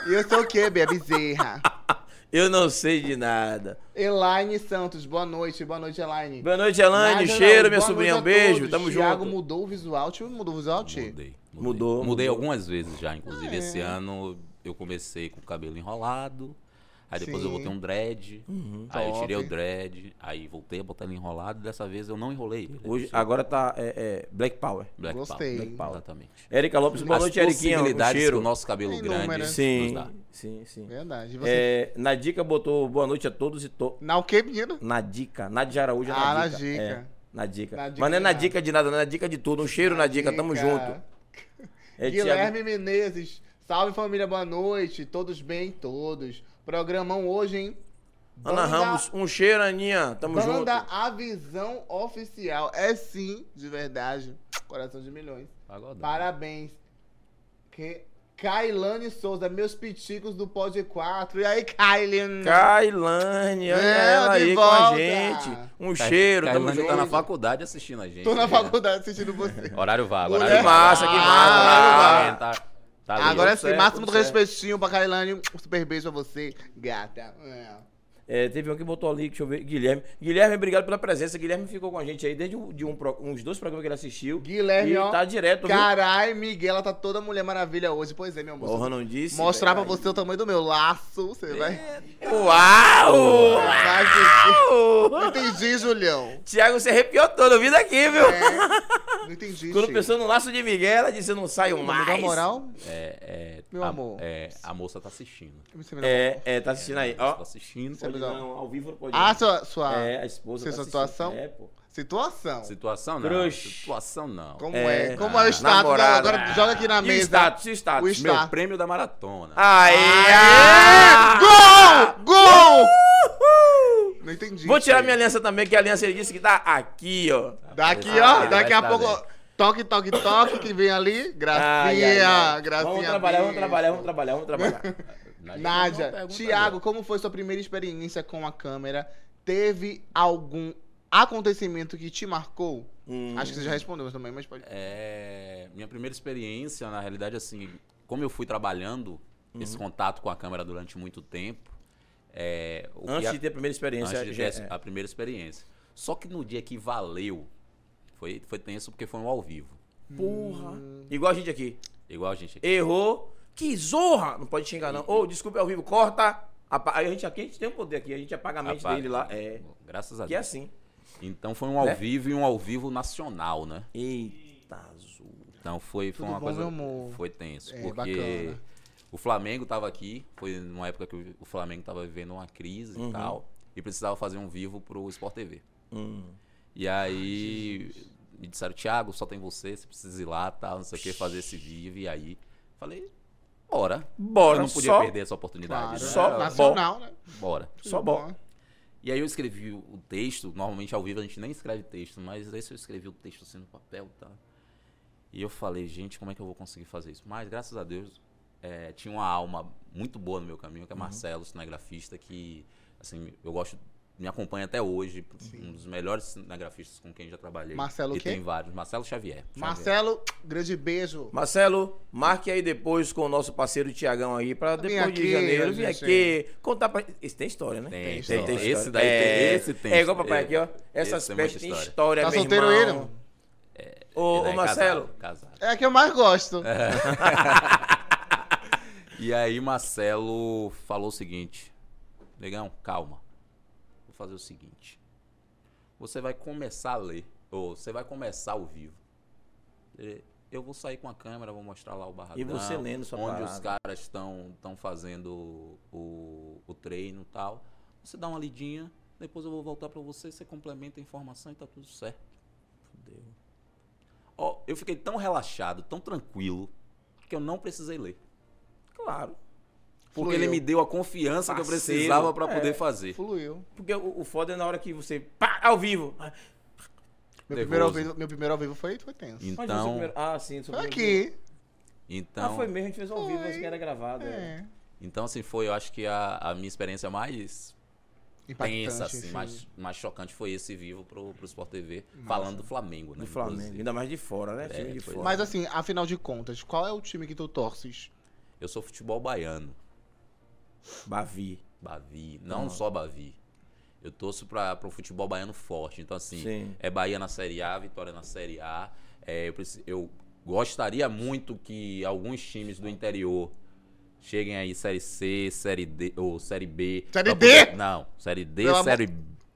[SPEAKER 1] E eu sou o quê, Bia Bezerra?
[SPEAKER 2] Eu não sei de nada.
[SPEAKER 1] Elaine Santos, boa noite. Boa noite, Elaine.
[SPEAKER 2] Boa noite, Elaine.
[SPEAKER 1] Nádia Araújo,
[SPEAKER 2] cheiro, minha
[SPEAKER 1] boa
[SPEAKER 2] sobrinha. Um
[SPEAKER 1] noite a
[SPEAKER 2] beijo.
[SPEAKER 1] todos.
[SPEAKER 2] Tamo
[SPEAKER 1] Thiago
[SPEAKER 2] junto.
[SPEAKER 1] mudou o visual. Tio, mudou o visual,
[SPEAKER 3] Mudei,
[SPEAKER 1] Tio?
[SPEAKER 3] mudei.
[SPEAKER 2] Mudou,
[SPEAKER 3] Mudei
[SPEAKER 2] mudou.
[SPEAKER 3] algumas vezes já, inclusive.
[SPEAKER 1] É.
[SPEAKER 3] Esse ano eu comecei com o cabelo enrolado. Aí depois eu
[SPEAKER 1] Sim.
[SPEAKER 3] botei um dread.
[SPEAKER 2] Hum,
[SPEAKER 3] aí eu
[SPEAKER 1] Top.
[SPEAKER 3] tirei o dread. Aí voltei a botar ele enrolado. Dessa vez eu não enrolei ele.
[SPEAKER 2] Hoje, agora tá é, é, Black Power.
[SPEAKER 3] Black
[SPEAKER 1] Gostei.
[SPEAKER 3] Power.
[SPEAKER 1] Black
[SPEAKER 2] Power.
[SPEAKER 3] Exatamente.
[SPEAKER 2] Érica Lopes, boa
[SPEAKER 3] As
[SPEAKER 2] noite, Eriquinha. Um
[SPEAKER 3] possibilidades que
[SPEAKER 2] cheiro.
[SPEAKER 3] o nosso cabelo
[SPEAKER 1] Tem
[SPEAKER 3] grande
[SPEAKER 1] número, né?
[SPEAKER 3] nos dá.
[SPEAKER 2] Sim, sim, sim.
[SPEAKER 1] Verdade. E Você...
[SPEAKER 2] É, na dica botou boa noite a todos e to...
[SPEAKER 1] Na o quê, menino?
[SPEAKER 2] Na dica. Nadia Araújo é
[SPEAKER 1] Ah,
[SPEAKER 2] na
[SPEAKER 1] na
[SPEAKER 2] dica.
[SPEAKER 1] dica.
[SPEAKER 2] É, na dica.
[SPEAKER 1] Na dica
[SPEAKER 2] Mas não é
[SPEAKER 1] de
[SPEAKER 2] na
[SPEAKER 1] nada.
[SPEAKER 2] dica de nada, não é na dica de tudo. Um cheiro na dica, tamo junto. É,
[SPEAKER 1] Guilherme Menezes. Salve família, boa noite. Todos bem, todos. Programão hoje, hein?
[SPEAKER 2] Thiago- Ana Ramos, um cheiro, Aninha. Tamo
[SPEAKER 1] Banda
[SPEAKER 2] junto.
[SPEAKER 1] a visão oficial. É sim, de verdade. Coração de milhões.
[SPEAKER 3] Pagodão.
[SPEAKER 1] Parabéns. Que... Kailane Souza, meus piticos do Pod 4. E aí, Kailane?
[SPEAKER 2] Cailane, olha
[SPEAKER 1] É,
[SPEAKER 2] ela
[SPEAKER 1] de
[SPEAKER 2] aí com
[SPEAKER 1] volta.
[SPEAKER 2] a gente. Um
[SPEAKER 3] Tá-
[SPEAKER 2] cheiro, tamo
[SPEAKER 3] Cailane
[SPEAKER 2] junto.
[SPEAKER 3] tá na faculdade assistindo a gente.
[SPEAKER 2] É.
[SPEAKER 1] Tô na
[SPEAKER 3] né?
[SPEAKER 1] faculdade assistindo você.
[SPEAKER 3] Horário vago. Ah,
[SPEAKER 1] Mulher-
[SPEAKER 2] Que
[SPEAKER 3] Horário vago.
[SPEAKER 2] massa, que
[SPEAKER 3] Horário
[SPEAKER 1] massa.
[SPEAKER 3] vago, tá? Tá ali,
[SPEAKER 1] Ah. Agora é
[SPEAKER 2] tudo
[SPEAKER 1] sim,
[SPEAKER 2] certo,
[SPEAKER 1] máximo do
[SPEAKER 2] tudo certo.
[SPEAKER 1] respeitinho pra Kailane. Um super beijo pra você, gata. É.
[SPEAKER 2] É, teve um que botou ali, deixa eu ver, Guilherme. Guilherme, obrigado pela presença. Guilherme ficou com a gente aí desde um- de um pro- uns dois programas que ele assistiu.
[SPEAKER 1] Guilherme,
[SPEAKER 2] e
[SPEAKER 1] ó.
[SPEAKER 2] tá direto, viu?
[SPEAKER 1] Carai, Miguel, ela tá toda Mulher Maravilha hoje. Pois é, meu amor.
[SPEAKER 2] Porra, não disse.
[SPEAKER 1] Mostrar pra
[SPEAKER 2] velho.
[SPEAKER 1] você o tamanho do meu laço, você
[SPEAKER 2] É.
[SPEAKER 1] vai.
[SPEAKER 2] Uau!
[SPEAKER 1] Vai dizer-
[SPEAKER 2] Uau!
[SPEAKER 1] Não entendi, Julião.
[SPEAKER 2] Tiago, você arrepiou todo, vindo aqui, viu?
[SPEAKER 1] É, não entendi.
[SPEAKER 2] Quando
[SPEAKER 1] gente.
[SPEAKER 2] pensou no laço de Miguel, ela disse, eu não saio
[SPEAKER 1] Não, me
[SPEAKER 2] mais.
[SPEAKER 1] dá moral?
[SPEAKER 3] É, é,
[SPEAKER 1] Meu
[SPEAKER 3] a,
[SPEAKER 1] amor.
[SPEAKER 3] é, a moça tá assistindo.
[SPEAKER 1] Você me dá
[SPEAKER 2] É, é, tá assistindo aí,
[SPEAKER 3] Tá
[SPEAKER 2] ó.
[SPEAKER 3] assistindo.
[SPEAKER 1] Você- é
[SPEAKER 2] Pode não, ao vivo não pode
[SPEAKER 1] Ah,
[SPEAKER 2] não.
[SPEAKER 1] sua, sua
[SPEAKER 2] É, a esposa tá
[SPEAKER 1] sua
[SPEAKER 2] assistindo.
[SPEAKER 1] situação?
[SPEAKER 2] É, pô.
[SPEAKER 1] situação.
[SPEAKER 3] Situação não.
[SPEAKER 2] Crush.
[SPEAKER 3] Situação não.
[SPEAKER 1] Como é?
[SPEAKER 2] É,
[SPEAKER 1] Como é o status?
[SPEAKER 2] namorada.
[SPEAKER 1] Agora joga aqui na
[SPEAKER 2] E o
[SPEAKER 1] mesa.
[SPEAKER 2] status, e o
[SPEAKER 1] O
[SPEAKER 2] status?
[SPEAKER 1] status.
[SPEAKER 3] Meu
[SPEAKER 1] Tá. Ah,
[SPEAKER 3] prêmio da maratona.
[SPEAKER 2] Aê!
[SPEAKER 1] É, Gol! Gol! Não entendi.
[SPEAKER 2] Ah! Vou tirar minha aliança também, que a aliança ele disse que tá aqui, ó.
[SPEAKER 1] Daqui,
[SPEAKER 3] Ah,
[SPEAKER 1] ó. Daqui a
[SPEAKER 3] vai
[SPEAKER 1] pouco.
[SPEAKER 3] tá
[SPEAKER 1] Toque, toque, toque, que vem ali.
[SPEAKER 2] Ai,
[SPEAKER 1] Gracinha,
[SPEAKER 2] ai, ai.
[SPEAKER 1] gracinha.
[SPEAKER 2] Vamos trabalhar, vamos
[SPEAKER 1] beijo.
[SPEAKER 2] trabalhar, vamos trabalhar, vamos trabalhar.
[SPEAKER 3] Nádia, mandou uma
[SPEAKER 1] Nádia,
[SPEAKER 3] pergunta
[SPEAKER 1] Tiago,
[SPEAKER 3] ali.
[SPEAKER 1] como foi sua primeira experiência com a câmera? Teve algum acontecimento que te marcou?
[SPEAKER 2] Hum.
[SPEAKER 1] Acho que você já respondeu também, mas pode.
[SPEAKER 3] É, minha primeira experiência, na realidade, assim, como eu fui trabalhando
[SPEAKER 1] Uhum.
[SPEAKER 3] esse contato com a câmera durante muito tempo, é, o que
[SPEAKER 2] Antes
[SPEAKER 3] a-
[SPEAKER 2] de ter a primeira experiência, é,
[SPEAKER 3] antes de
[SPEAKER 2] já-
[SPEAKER 3] ter a primeira experiência. Só que no dia que valeu, foi, foi tenso porque foi um ao vivo.
[SPEAKER 2] Porra. Igual a gente aqui.
[SPEAKER 3] Igual a gente aqui.
[SPEAKER 2] Errou. Que zorra! Não pode xingar, não. Ô, desculpa, é ao vivo, corta. Apa- Aí a gente aqui, a gente tem o poder aqui, a gente apaga a mente
[SPEAKER 3] Rapaz,
[SPEAKER 2] dele lá. É.
[SPEAKER 3] Graças a
[SPEAKER 2] Que é
[SPEAKER 3] Deus.
[SPEAKER 2] assim.
[SPEAKER 3] Então foi um ao
[SPEAKER 2] Né?
[SPEAKER 3] vivo e um ao vivo nacional, né?
[SPEAKER 2] Eita, azul.
[SPEAKER 3] Então foi, foi
[SPEAKER 1] Tudo
[SPEAKER 3] uma
[SPEAKER 1] bom,
[SPEAKER 3] coisa.
[SPEAKER 1] meu amor?
[SPEAKER 3] Foi tenso.
[SPEAKER 1] É,
[SPEAKER 3] porque
[SPEAKER 1] bacana.
[SPEAKER 3] o Flamengo estava aqui, foi numa época que o Flamengo estava vivendo uma crise
[SPEAKER 2] Uhum.
[SPEAKER 3] e tal. E precisava fazer um vivo pro Sport TV.
[SPEAKER 2] Hum.
[SPEAKER 3] E aí me disseram, Thiago, só tem você, você precisa ir lá, tal, não sei o que, fazer esse vivo. E aí, falei, bora.
[SPEAKER 2] Bora,
[SPEAKER 3] Eu não podia
[SPEAKER 2] Então só-
[SPEAKER 3] perder essa oportunidade.
[SPEAKER 1] Claro,
[SPEAKER 3] né?
[SPEAKER 2] Só
[SPEAKER 1] né?
[SPEAKER 2] bom.
[SPEAKER 1] nacional, né?
[SPEAKER 3] Bora.
[SPEAKER 2] Só bom.
[SPEAKER 3] E aí eu escrevi o texto, normalmente ao vivo a gente nem escreve texto, mas aí eu escrevi o texto assim no papel, tá? E eu falei, gente, como é que eu vou conseguir fazer isso? Mas graças a Deus, eh, tinha uma alma muito boa no meu caminho, que
[SPEAKER 1] Uhum.
[SPEAKER 3] é Marcelo, cinegrafista, que assim, eu gosto, me acompanha até hoje, um dos melhores cinegrafistas com quem já trabalhei.
[SPEAKER 1] Marcelo o
[SPEAKER 3] e
[SPEAKER 1] quê?
[SPEAKER 3] tem vários, Marcelo Xavier.
[SPEAKER 1] Marcelo, grande beijo.
[SPEAKER 2] Marcelo, marque aí depois com o nosso parceiro Tiagão aí, pra
[SPEAKER 1] Vem
[SPEAKER 2] depois
[SPEAKER 1] aqui,
[SPEAKER 2] de janeiro vir
[SPEAKER 1] gente.
[SPEAKER 2] aqui contar pra. Esse tem história, né?
[SPEAKER 3] Tem,
[SPEAKER 1] Tem
[SPEAKER 3] tem,
[SPEAKER 1] história.
[SPEAKER 3] esse daí
[SPEAKER 2] é,
[SPEAKER 3] tem, esse tem.
[SPEAKER 2] É igual papai aqui, ó.
[SPEAKER 3] Esse
[SPEAKER 2] Essas
[SPEAKER 3] tem muita
[SPEAKER 2] festas tem
[SPEAKER 3] história.
[SPEAKER 2] história,
[SPEAKER 1] Tá
[SPEAKER 2] meu
[SPEAKER 1] solteiro
[SPEAKER 2] irmão.
[SPEAKER 1] ele, não?
[SPEAKER 2] Ô,
[SPEAKER 3] Ele
[SPEAKER 2] ô
[SPEAKER 3] é
[SPEAKER 2] Marcelo,
[SPEAKER 3] casado, casado.
[SPEAKER 1] É a que eu mais gosto.
[SPEAKER 3] É, E aí Marcelo falou o seguinte: Negão, calma. Vou fazer o seguinte. Você vai começar a ler, ou você vai começar ao vivo. Eh, Eu vou sair com a câmera, vou mostrar lá o barracão.
[SPEAKER 2] E você lendo sua
[SPEAKER 3] Onde os
[SPEAKER 2] parada.
[SPEAKER 3] caras estão estão fazendo o, o treino e tal. Você dá uma lidinha, depois eu vou voltar pra você, você complementa a informação e tá tudo certo. Fudeu. Ó, eu fiquei tão relaxado, tão tranquilo, que eu não precisei ler.
[SPEAKER 2] Claro.
[SPEAKER 3] Porque
[SPEAKER 1] Fluiu.
[SPEAKER 3] ele me deu a confiança que eu
[SPEAKER 2] Parceiro,
[SPEAKER 3] precisava pra
[SPEAKER 2] é.
[SPEAKER 3] poder fazer.
[SPEAKER 1] Fluiu.
[SPEAKER 2] Porque o, o foda é na hora que você. Pá, ao vivo. Ah,
[SPEAKER 1] Meu
[SPEAKER 3] Nervoso.
[SPEAKER 1] primeiro, ao vivo, meu primeiro ao vivo foi, foi tenso.
[SPEAKER 3] Então,
[SPEAKER 2] mas você primeiro- Ah, sim, você
[SPEAKER 1] Foi
[SPEAKER 2] primeiro-
[SPEAKER 1] aqui.
[SPEAKER 3] então,
[SPEAKER 2] Ah, foi mesmo, a gente fez ao vivo,
[SPEAKER 1] Foi.
[SPEAKER 2] mas que era gravado. é.
[SPEAKER 1] É.
[SPEAKER 3] então assim foi, eu acho que a, a minha experiência mais
[SPEAKER 1] Impactante,
[SPEAKER 3] tensa, assim,
[SPEAKER 1] enfim.
[SPEAKER 3] mais, mais chocante foi esse vivo pro, pro Sport TV, falando do Flamengo, né?
[SPEAKER 2] Do Flamengo.
[SPEAKER 3] inclusive. É,
[SPEAKER 2] Ainda mais de fora, né? Time de
[SPEAKER 3] pois
[SPEAKER 2] fora.
[SPEAKER 1] Mas assim, afinal de contas, qual é o time que tu torces?
[SPEAKER 3] Eu sou futebol baiano,
[SPEAKER 2] Bavi.
[SPEAKER 3] Bavi, não só Bavi. Eu torço pra, pro futebol baiano forte. Então, assim,
[SPEAKER 2] Sim.
[SPEAKER 3] é Bahia na Série A, Vitória na Série A. É, eu, preci- eu gostaria muito que alguns times do interior cheguem aí Série C, Série D ou Série B.
[SPEAKER 1] Série
[SPEAKER 3] pra poder-
[SPEAKER 1] D?
[SPEAKER 3] Não, Série D,
[SPEAKER 1] Pelo amor-
[SPEAKER 3] Série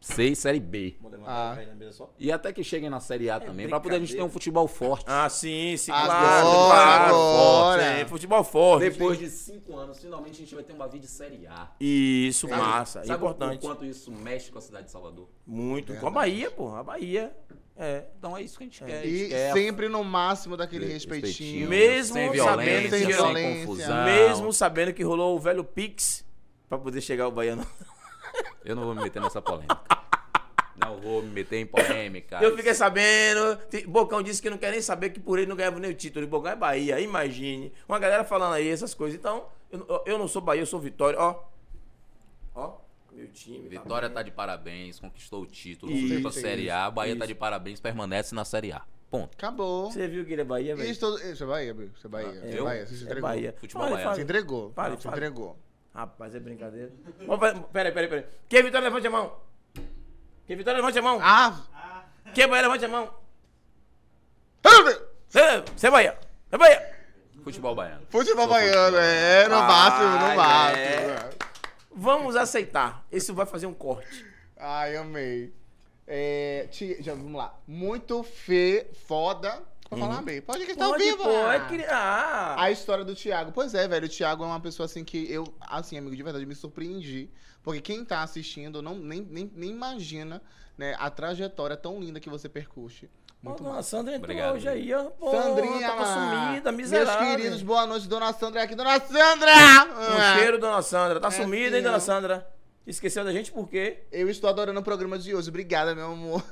[SPEAKER 3] C e Série B.
[SPEAKER 2] Vou
[SPEAKER 1] Ah.
[SPEAKER 2] levantar ah. na mesa só.
[SPEAKER 3] E até que cheguem na Série A também, pra poder a gente ter
[SPEAKER 2] brincadeira.
[SPEAKER 3] um futebol forte.
[SPEAKER 2] Ah, sim, sim,
[SPEAKER 1] Agora,
[SPEAKER 2] claro, claro.
[SPEAKER 1] agora.
[SPEAKER 2] forte, é, futebol forte.
[SPEAKER 3] Depois de cinco anos, finalmente a gente vai ter uma vida de Série A.
[SPEAKER 2] Isso,
[SPEAKER 1] É.
[SPEAKER 2] massa.
[SPEAKER 3] Sabe o-
[SPEAKER 2] importante.
[SPEAKER 3] o quanto isso mexe com a cidade de Salvador?
[SPEAKER 2] Muito. Com a Bahia, pô. A Bahia. É.
[SPEAKER 3] Então é isso que a gente quer. a gente
[SPEAKER 1] E
[SPEAKER 3] quer
[SPEAKER 1] sempre no máximo daquele respeitinho.
[SPEAKER 2] Mesmo
[SPEAKER 3] sem
[SPEAKER 2] sabendo
[SPEAKER 3] violência,
[SPEAKER 2] que-
[SPEAKER 3] sem
[SPEAKER 1] violência.
[SPEAKER 3] confusão.
[SPEAKER 2] Mesmo sabendo que rolou o velho Pix pra poder chegar ao Baiano.
[SPEAKER 3] Eu não vou me meter nessa polêmica. Não vou me meter em polêmica.
[SPEAKER 2] Eu fiquei sabendo. tem- Bocão disse que não quer nem saber que por ele não ganhava nem o título. E Bocão é Bahia, imagine. Uma galera falando aí essas coisas. Então, eu, eu- eu não sou Bahia, eu sou Vitória. Ó. Ó, meu time. tá
[SPEAKER 3] Vitória tá de parabéns, conquistou o título,
[SPEAKER 2] Isso,
[SPEAKER 3] subiu pra
[SPEAKER 1] isso,
[SPEAKER 3] Série A. Bahia tá
[SPEAKER 2] isso.
[SPEAKER 3] de parabéns, permanece na Série A.
[SPEAKER 2] bom.
[SPEAKER 3] Ponto.
[SPEAKER 1] Acabou.
[SPEAKER 2] Você viu que ele é Bahia, velho?
[SPEAKER 1] Isso, todo- isso é Bahia, Bill. Isso é Bahia.
[SPEAKER 3] Ah,
[SPEAKER 1] isso é
[SPEAKER 3] eu?
[SPEAKER 1] Bahia. Você se
[SPEAKER 2] É
[SPEAKER 1] entregou.
[SPEAKER 2] Bahia.
[SPEAKER 3] Futebol
[SPEAKER 2] Olha,
[SPEAKER 3] baiano.
[SPEAKER 2] fala-
[SPEAKER 1] Se entregou.
[SPEAKER 2] Fale,
[SPEAKER 1] se
[SPEAKER 2] fale.
[SPEAKER 1] entregou.
[SPEAKER 2] Rapaz, é brincadeira. Vamos fazer- Peraí, peraí, peraí. Quem é Vitória, levante a mão. Quem é Vitória, levante a mão.
[SPEAKER 1] Ah!
[SPEAKER 2] Quem é Bahia, levante a mão.
[SPEAKER 1] ah,
[SPEAKER 2] Você- Você é Bahia. É Bahia.
[SPEAKER 3] Futebol baiano.
[SPEAKER 1] Futebol
[SPEAKER 3] Sou
[SPEAKER 1] baiano, é, no
[SPEAKER 2] Ah,
[SPEAKER 1] máximo, no máximo.
[SPEAKER 2] é. Vamos aceitar. Isso vai fazer um corte.
[SPEAKER 1] Ai, amei. É, ti- já, vamos lá. Muito fe, foda. Pra
[SPEAKER 2] Uhum.
[SPEAKER 1] falar amei. Pode que está ao vivo.
[SPEAKER 2] pô,
[SPEAKER 1] ah.
[SPEAKER 2] é cri- Ah.
[SPEAKER 1] A história do Thiago. Pois é, velho. O Thiago é uma pessoa assim que eu, assim, amigo, de verdade, me surpreendi. Porque quem tá assistindo não, nem, nem, nem imagina né, a trajetória tão linda que você percute.
[SPEAKER 2] Pô,
[SPEAKER 1] Muito
[SPEAKER 2] dona
[SPEAKER 1] massa.
[SPEAKER 2] Sandra entrou
[SPEAKER 3] Obrigado,
[SPEAKER 2] hoje aí, ó. Pô,
[SPEAKER 1] Sandrinha,
[SPEAKER 2] tava sumida, miserável.
[SPEAKER 1] meus queridos, boa noite, dona Sandra é aqui. Dona Sandra! Ah.
[SPEAKER 2] Um cheiro, dona Sandra. Tá
[SPEAKER 1] É
[SPEAKER 2] sumida,
[SPEAKER 1] assim,
[SPEAKER 2] hein, dona
[SPEAKER 1] ó.
[SPEAKER 2] Sandra? Esqueceu da gente por quê?
[SPEAKER 1] Eu estou adorando o programa de hoje. Obrigada, meu amor.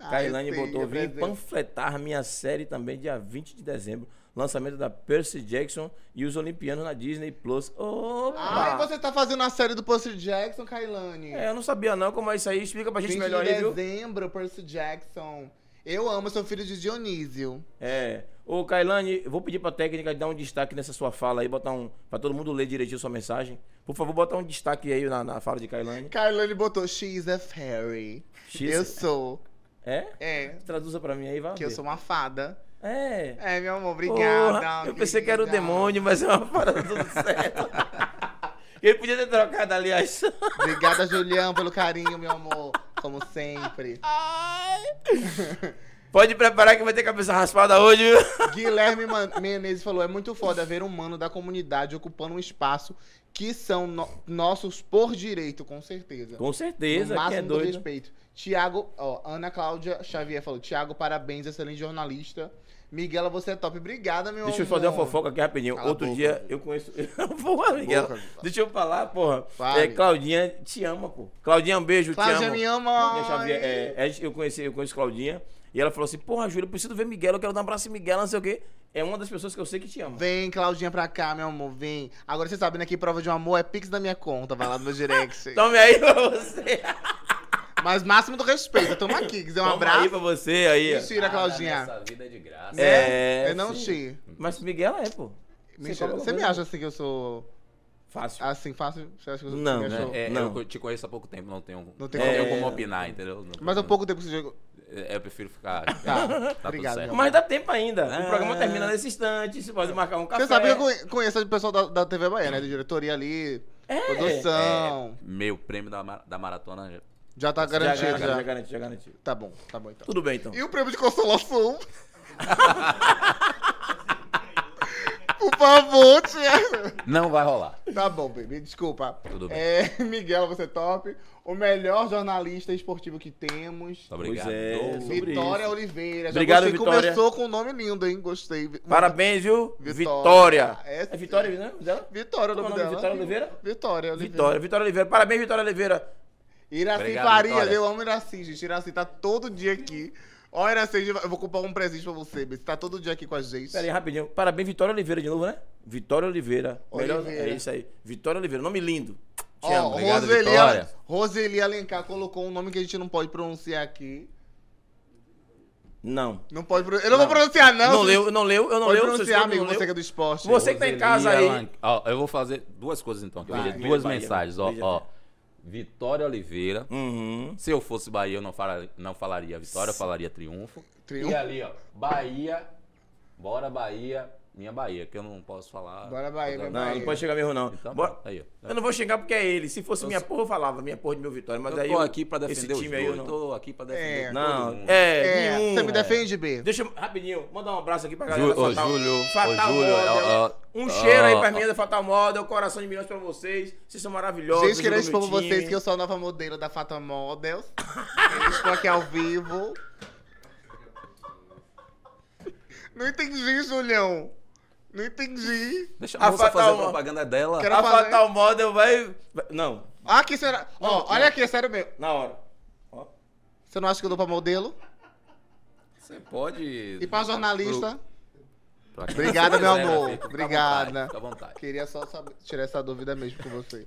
[SPEAKER 1] Ah,
[SPEAKER 2] Cailane
[SPEAKER 1] eu sei,
[SPEAKER 2] botou
[SPEAKER 1] é
[SPEAKER 2] vir
[SPEAKER 1] presente.
[SPEAKER 2] panfletar minha série também dia 20 de dezembro. Lançamento da Percy Jackson e os Olimpianos na Disney Plus. Opa!
[SPEAKER 1] Ai, você tá fazendo a série do Percy Jackson, Kailani.
[SPEAKER 2] É, eu não sabia não como é isso aí. Explica pra gente
[SPEAKER 1] 20
[SPEAKER 2] melhor
[SPEAKER 1] de
[SPEAKER 2] aí, viu?
[SPEAKER 1] dezembro, Percy Jackson. Eu amo, sou filho de Dionísio.
[SPEAKER 2] É. Ô, Kailane, eu vou pedir pra técnica dar um destaque nessa sua fala aí, botar um. Pra todo mundo ler direitinho sua mensagem. Por favor, botar um destaque aí na, na fala de Kailane.
[SPEAKER 1] Kailani botou, she's a fairy.
[SPEAKER 2] She's
[SPEAKER 1] eu
[SPEAKER 2] a-
[SPEAKER 1] sou.
[SPEAKER 2] É?
[SPEAKER 1] É,
[SPEAKER 2] Traduza pra mim aí, vai.
[SPEAKER 1] que eu
[SPEAKER 2] ver.
[SPEAKER 1] sou uma fada.
[SPEAKER 2] É.
[SPEAKER 1] É, meu amor, obrigada.
[SPEAKER 2] Porra, eu pensei que era o
[SPEAKER 1] querida.
[SPEAKER 2] demônio, mas é uma parada tudo certo. Ele podia ter trocado, aliás.
[SPEAKER 1] Obrigada, Julião, pelo carinho, meu amor. Como sempre.
[SPEAKER 2] Pode preparar que vai ter cabeça raspada hoje, viu?
[SPEAKER 1] Guilherme Man- Menezes falou: é muito foda ver um mano da comunidade ocupando um espaço que são no- nossos por direito, com certeza.
[SPEAKER 2] Com
[SPEAKER 1] no
[SPEAKER 2] certeza, que é
[SPEAKER 1] máximo do
[SPEAKER 2] doido.
[SPEAKER 1] respeito. Tiago, ó, Ana Cláudia Xavier falou: Tiago, parabéns, excelente jornalista. Miguela, você é top. Obrigada, meu
[SPEAKER 2] Deixa eu
[SPEAKER 1] amor.
[SPEAKER 2] fazer uma fofoca aqui rapidinho.
[SPEAKER 1] Cala a
[SPEAKER 2] Outro
[SPEAKER 1] boca.
[SPEAKER 2] dia eu conheço. porra, Miguel.
[SPEAKER 1] Boca.
[SPEAKER 2] Deixa eu falar, porra.
[SPEAKER 1] Fale.
[SPEAKER 2] É, Claudinha te ama, pô. Claudinha, um beijo, te
[SPEAKER 1] Cláudia
[SPEAKER 2] amo.
[SPEAKER 1] me ama.
[SPEAKER 2] Claudinha Xavier, é, é, eu, conheci, eu conheço Claudinha. E ela falou assim: Porra, Júlio, eu preciso ver Miguel, eu quero dar um abraço em Miguel, não sei o quê. É uma das pessoas que eu sei que te ama.
[SPEAKER 1] Vem, Claudinha, pra cá, meu amor, vem. Agora você sabe, né, que prova de um amor é pix da minha conta, vai lá no meu direct.
[SPEAKER 2] Tome aí pra você.
[SPEAKER 1] Mas máximo do respeito, toma aqui, quiser um
[SPEAKER 2] Toma aí
[SPEAKER 1] abraço.
[SPEAKER 2] pra você aí. ó.
[SPEAKER 1] Mentira, Claudinha.
[SPEAKER 3] Essa Ah, vida é de graça.
[SPEAKER 2] É,
[SPEAKER 1] né? eu não
[SPEAKER 2] sim.
[SPEAKER 1] te.
[SPEAKER 2] Mas Miguel é, pô.
[SPEAKER 1] Mentira.
[SPEAKER 2] coloca
[SPEAKER 1] Você me
[SPEAKER 2] coisa-
[SPEAKER 1] acha assim que eu sou.
[SPEAKER 2] Fácil.
[SPEAKER 1] Assim, fácil? Você acha que eu sou.
[SPEAKER 2] Não,
[SPEAKER 1] me
[SPEAKER 2] né?
[SPEAKER 1] achou?
[SPEAKER 3] É,
[SPEAKER 2] Não.
[SPEAKER 3] Eu te conheço há pouco tempo, não tenho,
[SPEAKER 1] Não
[SPEAKER 3] não
[SPEAKER 1] tem
[SPEAKER 3] tenho,
[SPEAKER 2] como-
[SPEAKER 3] como
[SPEAKER 2] É.
[SPEAKER 3] opinar, entendeu? Não-
[SPEAKER 1] Mas há
[SPEAKER 3] não-
[SPEAKER 1] pouco tempo que você chegou.
[SPEAKER 3] É, Eu prefiro ficar.
[SPEAKER 1] Tá,
[SPEAKER 3] tudo
[SPEAKER 1] obrigado,
[SPEAKER 3] certo.
[SPEAKER 1] meu
[SPEAKER 2] Mas dá tempo ainda. O
[SPEAKER 3] Ah.
[SPEAKER 2] programa termina nesse instante. Você pode marcar um café.
[SPEAKER 1] Você sabe que eu conhe- conheço o pessoal da, da TV Bahia, né? Da diretoria ali,
[SPEAKER 2] É.
[SPEAKER 1] produção.
[SPEAKER 3] É, meu prêmio da, ma- da maratona. já-
[SPEAKER 1] Já tá
[SPEAKER 2] Já
[SPEAKER 1] garantido, já.
[SPEAKER 2] garantiu, já garantiu, já garantiu.
[SPEAKER 1] Tá bom, tá bom então.
[SPEAKER 2] Tudo bem, então.
[SPEAKER 1] E o prêmio de consolação? Por favor, Tiago.
[SPEAKER 3] Não vai rolar.
[SPEAKER 1] Tá bom, baby, desculpa.
[SPEAKER 3] Tudo bem.
[SPEAKER 1] É, Miguel, você é top. O melhor jornalista esportivo que temos.
[SPEAKER 3] Muito Obrigado.
[SPEAKER 2] Pois é,
[SPEAKER 3] Ô,
[SPEAKER 2] sobre
[SPEAKER 1] Vitória
[SPEAKER 2] isso.
[SPEAKER 1] Oliveira.
[SPEAKER 2] Obrigado,
[SPEAKER 1] gostei.
[SPEAKER 2] Vitória.
[SPEAKER 1] Começou com um nome lindo, hein? Gostei.
[SPEAKER 2] Parabéns, viu?
[SPEAKER 1] Vitória.
[SPEAKER 2] Vitória.
[SPEAKER 1] É,
[SPEAKER 2] É Vitória, né? Dela?
[SPEAKER 1] Vitória, o nome
[SPEAKER 2] Qual é o nome?
[SPEAKER 1] dela.
[SPEAKER 2] Vitória Oliveira?
[SPEAKER 1] Vitória Oliveira.
[SPEAKER 2] Vitória, Vitória Oliveira. Parabéns, Vitória Oliveira.
[SPEAKER 1] Iraci
[SPEAKER 3] Obrigado,
[SPEAKER 1] Farias,
[SPEAKER 3] Vitória.
[SPEAKER 1] eu amo Iraci, gente. Iraci tá todo dia aqui. Ó, Iraci, eu vou comprar um presente pra você, Você tá todo dia aqui com a gente.
[SPEAKER 2] Pera aí, rapidinho. Parabéns, Vitória Oliveira de novo, né? Vitória Oliveira. Melhor...
[SPEAKER 1] Oliveira.
[SPEAKER 2] É isso aí. Vitória Oliveira. Nome lindo. Te
[SPEAKER 1] Ó,
[SPEAKER 2] amo.
[SPEAKER 3] obrigado,
[SPEAKER 1] Roseli,
[SPEAKER 3] Vitória.
[SPEAKER 1] Roseli Alencar colocou um nome que a gente não pode pronunciar aqui.
[SPEAKER 2] Não.
[SPEAKER 1] Não pode pro- Eu não, vou
[SPEAKER 2] Não.
[SPEAKER 1] pronunciar, não.
[SPEAKER 2] Não,
[SPEAKER 1] gente.
[SPEAKER 2] leu, eu não leu, eu não
[SPEAKER 1] pode
[SPEAKER 2] leu. vocês
[SPEAKER 1] pronunciar,
[SPEAKER 2] não
[SPEAKER 1] amigo,
[SPEAKER 2] leu.
[SPEAKER 1] você que é do esporte.
[SPEAKER 2] Você que tá em casa
[SPEAKER 3] Roseli
[SPEAKER 2] aí.
[SPEAKER 3] Alan- Ó, eu vou fazer duas coisas então. Que eu
[SPEAKER 1] Vai.
[SPEAKER 3] vi duas
[SPEAKER 2] Bahia,
[SPEAKER 3] mensagens. Ó,
[SPEAKER 2] veja.
[SPEAKER 3] ó. Vitória Oliveira.
[SPEAKER 2] Uhum.
[SPEAKER 3] Se eu fosse Bahia, eu não, fala- não falaria Vitória, eu falaria Triunfo.
[SPEAKER 1] Triunfo.
[SPEAKER 3] E ali, ó. Bahia. Bora Bahia. Minha Bahia, que eu não posso falar.
[SPEAKER 1] Bora, Bahia,
[SPEAKER 3] Outra-
[SPEAKER 1] minha
[SPEAKER 2] Não, não pode chegar mesmo, não.
[SPEAKER 3] Então,
[SPEAKER 2] Bora-
[SPEAKER 3] tá, aí, ó. Então
[SPEAKER 2] Eu não vou xingar porque é ele. Se fosse minha porra, eu falava minha porra de meu Vitória. Mas
[SPEAKER 3] Eu
[SPEAKER 2] aí
[SPEAKER 3] tô
[SPEAKER 2] eu-
[SPEAKER 3] aqui pra
[SPEAKER 2] esse
[SPEAKER 3] defender os
[SPEAKER 2] time aí eu
[SPEAKER 3] dois.
[SPEAKER 2] não.
[SPEAKER 3] Tô aqui pra defender
[SPEAKER 1] É.
[SPEAKER 3] todo
[SPEAKER 2] Não,
[SPEAKER 3] mundo.
[SPEAKER 2] é,
[SPEAKER 1] É,
[SPEAKER 2] nenhum.
[SPEAKER 1] você me
[SPEAKER 2] é.
[SPEAKER 1] defende, B.
[SPEAKER 2] Deixa eu, rapidinho, mandar um abraço aqui pra
[SPEAKER 3] Ju-
[SPEAKER 2] galera.
[SPEAKER 3] ô,
[SPEAKER 2] Fatal,
[SPEAKER 3] Júlio, ô,
[SPEAKER 2] Fatal
[SPEAKER 3] Júlio,
[SPEAKER 2] Model.
[SPEAKER 3] ó, ó,
[SPEAKER 2] um
[SPEAKER 3] ó,
[SPEAKER 2] cheiro aí
[SPEAKER 3] ó,
[SPEAKER 2] pra
[SPEAKER 3] ó.
[SPEAKER 2] meninas da Fatal Model. um Coração de milhões pra vocês. Vocês são maravilhosos.
[SPEAKER 1] Gente, querendo expor
[SPEAKER 2] ajudam meu
[SPEAKER 1] pra vocês
[SPEAKER 2] time.
[SPEAKER 1] que eu sou a nova modelo da Fata Models. Eu Estou aqui ao vivo. Não entendi, Julião. Não entendi.
[SPEAKER 3] Deixa
[SPEAKER 2] A
[SPEAKER 3] a moça
[SPEAKER 2] Fatal-
[SPEAKER 3] fazer a propaganda dela.
[SPEAKER 1] Quero-
[SPEAKER 2] A
[SPEAKER 1] fazer-
[SPEAKER 2] Fatal Model vai... vai- Não,
[SPEAKER 1] Ah, que será? Ó,
[SPEAKER 2] Não,
[SPEAKER 1] olha
[SPEAKER 2] não.
[SPEAKER 1] aqui, é sério mesmo.
[SPEAKER 2] na hora. Ó.
[SPEAKER 1] Você não acha que eu dou pra modelo?
[SPEAKER 3] Você pode.
[SPEAKER 1] E pra jornalista?
[SPEAKER 3] Pra- pra-
[SPEAKER 1] Obrigada,
[SPEAKER 3] pra-
[SPEAKER 1] meu
[SPEAKER 3] pra-
[SPEAKER 1] amor. né?
[SPEAKER 3] fica à
[SPEAKER 1] Obrigada.
[SPEAKER 3] vontade, Fica à vontade.
[SPEAKER 1] Queria só saber- tirar essa dúvida mesmo com você.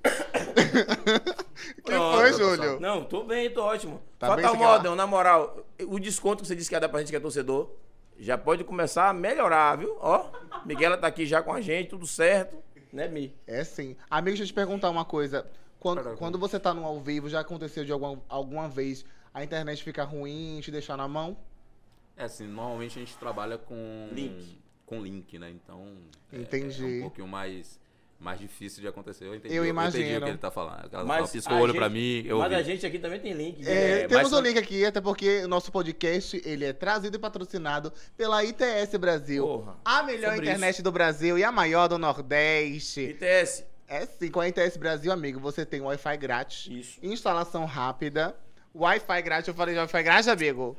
[SPEAKER 1] que
[SPEAKER 2] Pronto,
[SPEAKER 1] foi,
[SPEAKER 2] eu
[SPEAKER 3] tô
[SPEAKER 1] Júlio?
[SPEAKER 2] Não, tô bem, tô ótimo.
[SPEAKER 1] Tá bem,
[SPEAKER 2] Fatal
[SPEAKER 1] sei que
[SPEAKER 2] Model, na moral, o desconto que você disse que ia dar pra gente que é torcedor, Já pode começar a melhorar, viu? Ó, Miguela tá aqui já com a gente, tudo certo. Né, Mi?
[SPEAKER 3] Tá,
[SPEAKER 1] É sim. Amigo, deixa eu te perguntar uma coisa. Quando,
[SPEAKER 2] Pera,
[SPEAKER 1] quando você tá no ao vivo, já aconteceu de alguma, alguma vez a internet ficar ruim, te deixar na mão?
[SPEAKER 3] É assim, normalmente a gente trabalha com
[SPEAKER 2] Link.
[SPEAKER 3] com link, né? Então é- É,
[SPEAKER 1] Entendi.
[SPEAKER 3] um pouquinho mais mais difícil de acontecer. Eu entendi.
[SPEAKER 1] Eu
[SPEAKER 3] entendi o
[SPEAKER 1] imagino.
[SPEAKER 3] que ele tá falando. Ela
[SPEAKER 2] Mas
[SPEAKER 3] ela piscou
[SPEAKER 2] a
[SPEAKER 3] o olho
[SPEAKER 2] gente-
[SPEAKER 3] pra mim, eu
[SPEAKER 2] Mas
[SPEAKER 3] ouvi.
[SPEAKER 2] a gente aqui também tem link.
[SPEAKER 1] É,
[SPEAKER 2] né? É,
[SPEAKER 1] temos
[SPEAKER 2] mas-
[SPEAKER 1] o link aqui, até porque o nosso podcast ele é trazido e patrocinado pela ITS Brasil.
[SPEAKER 2] Porra.
[SPEAKER 1] A melhor
[SPEAKER 2] Sobre
[SPEAKER 1] internet do Brasil e a maior do Nordeste.
[SPEAKER 2] ITS.
[SPEAKER 1] É sim, com a ITS Brasil, amigo, você tem Wi-Fi grátis,
[SPEAKER 2] Isso.
[SPEAKER 1] instalação rápida, Wi-Fi grátis. Eu falei de Wi-Fi grátis, amigo?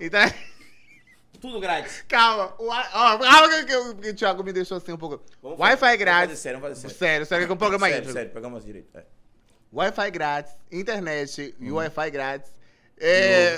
[SPEAKER 1] Então,
[SPEAKER 2] Tudo grátis.
[SPEAKER 1] calma. Wi- Ó, calma que, o- que o Thiago me deixou assim um pouco.
[SPEAKER 2] Vamos
[SPEAKER 1] Wi-Fi
[SPEAKER 2] fazer-
[SPEAKER 1] grátis.
[SPEAKER 2] Vamos fazer sério, vamos fazer sério.
[SPEAKER 1] Sério, sério, que o programa é
[SPEAKER 2] sério,
[SPEAKER 1] íntegro.
[SPEAKER 2] sério, pegamos direito. É.
[SPEAKER 1] Wi-Fi grátis, internet
[SPEAKER 2] Hum.
[SPEAKER 1] e Wi-Fi grátis. É...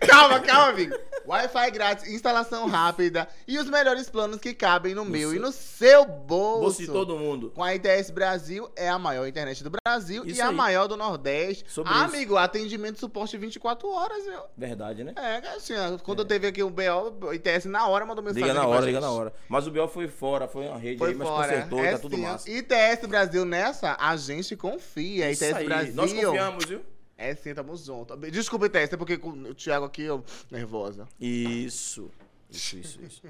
[SPEAKER 1] calma, calma, amigo. Wi-Fi grátis, instalação rápida e os melhores planos que cabem no, meu e
[SPEAKER 2] seu-
[SPEAKER 1] no seu bolso.
[SPEAKER 2] Bolso de todo mundo.
[SPEAKER 1] Com a ITS Brasil, é a maior internet do Brasil
[SPEAKER 2] Isso
[SPEAKER 1] e a
[SPEAKER 2] aí.
[SPEAKER 1] maior do Nordeste.
[SPEAKER 2] Sobre isso.
[SPEAKER 1] Amigo, atendimento e suporte 24 horas, viu?
[SPEAKER 2] Verdade, né?
[SPEAKER 1] É, assim, ó, quando eu teve aqui um BO, ITS na hora mandou mensagem.
[SPEAKER 2] Liga na
[SPEAKER 1] pra
[SPEAKER 2] hora,
[SPEAKER 1] gente.
[SPEAKER 2] liga na hora. Mas o BO foi fora, foi uma rede
[SPEAKER 1] Foi
[SPEAKER 2] aí, mas
[SPEAKER 1] fora.
[SPEAKER 2] consertou,
[SPEAKER 1] é
[SPEAKER 2] tá tudo
[SPEAKER 1] sim, ó.
[SPEAKER 2] massa.
[SPEAKER 1] ITS Brasil nessa, a gente confia. ITS tá Brasil.
[SPEAKER 2] Nós confiamos, viu?
[SPEAKER 1] É sim, tamo junto. Desculpa, ITS, é porque com o Thiago aqui, eu nervosa.
[SPEAKER 2] Isso. Isso, isso, isso.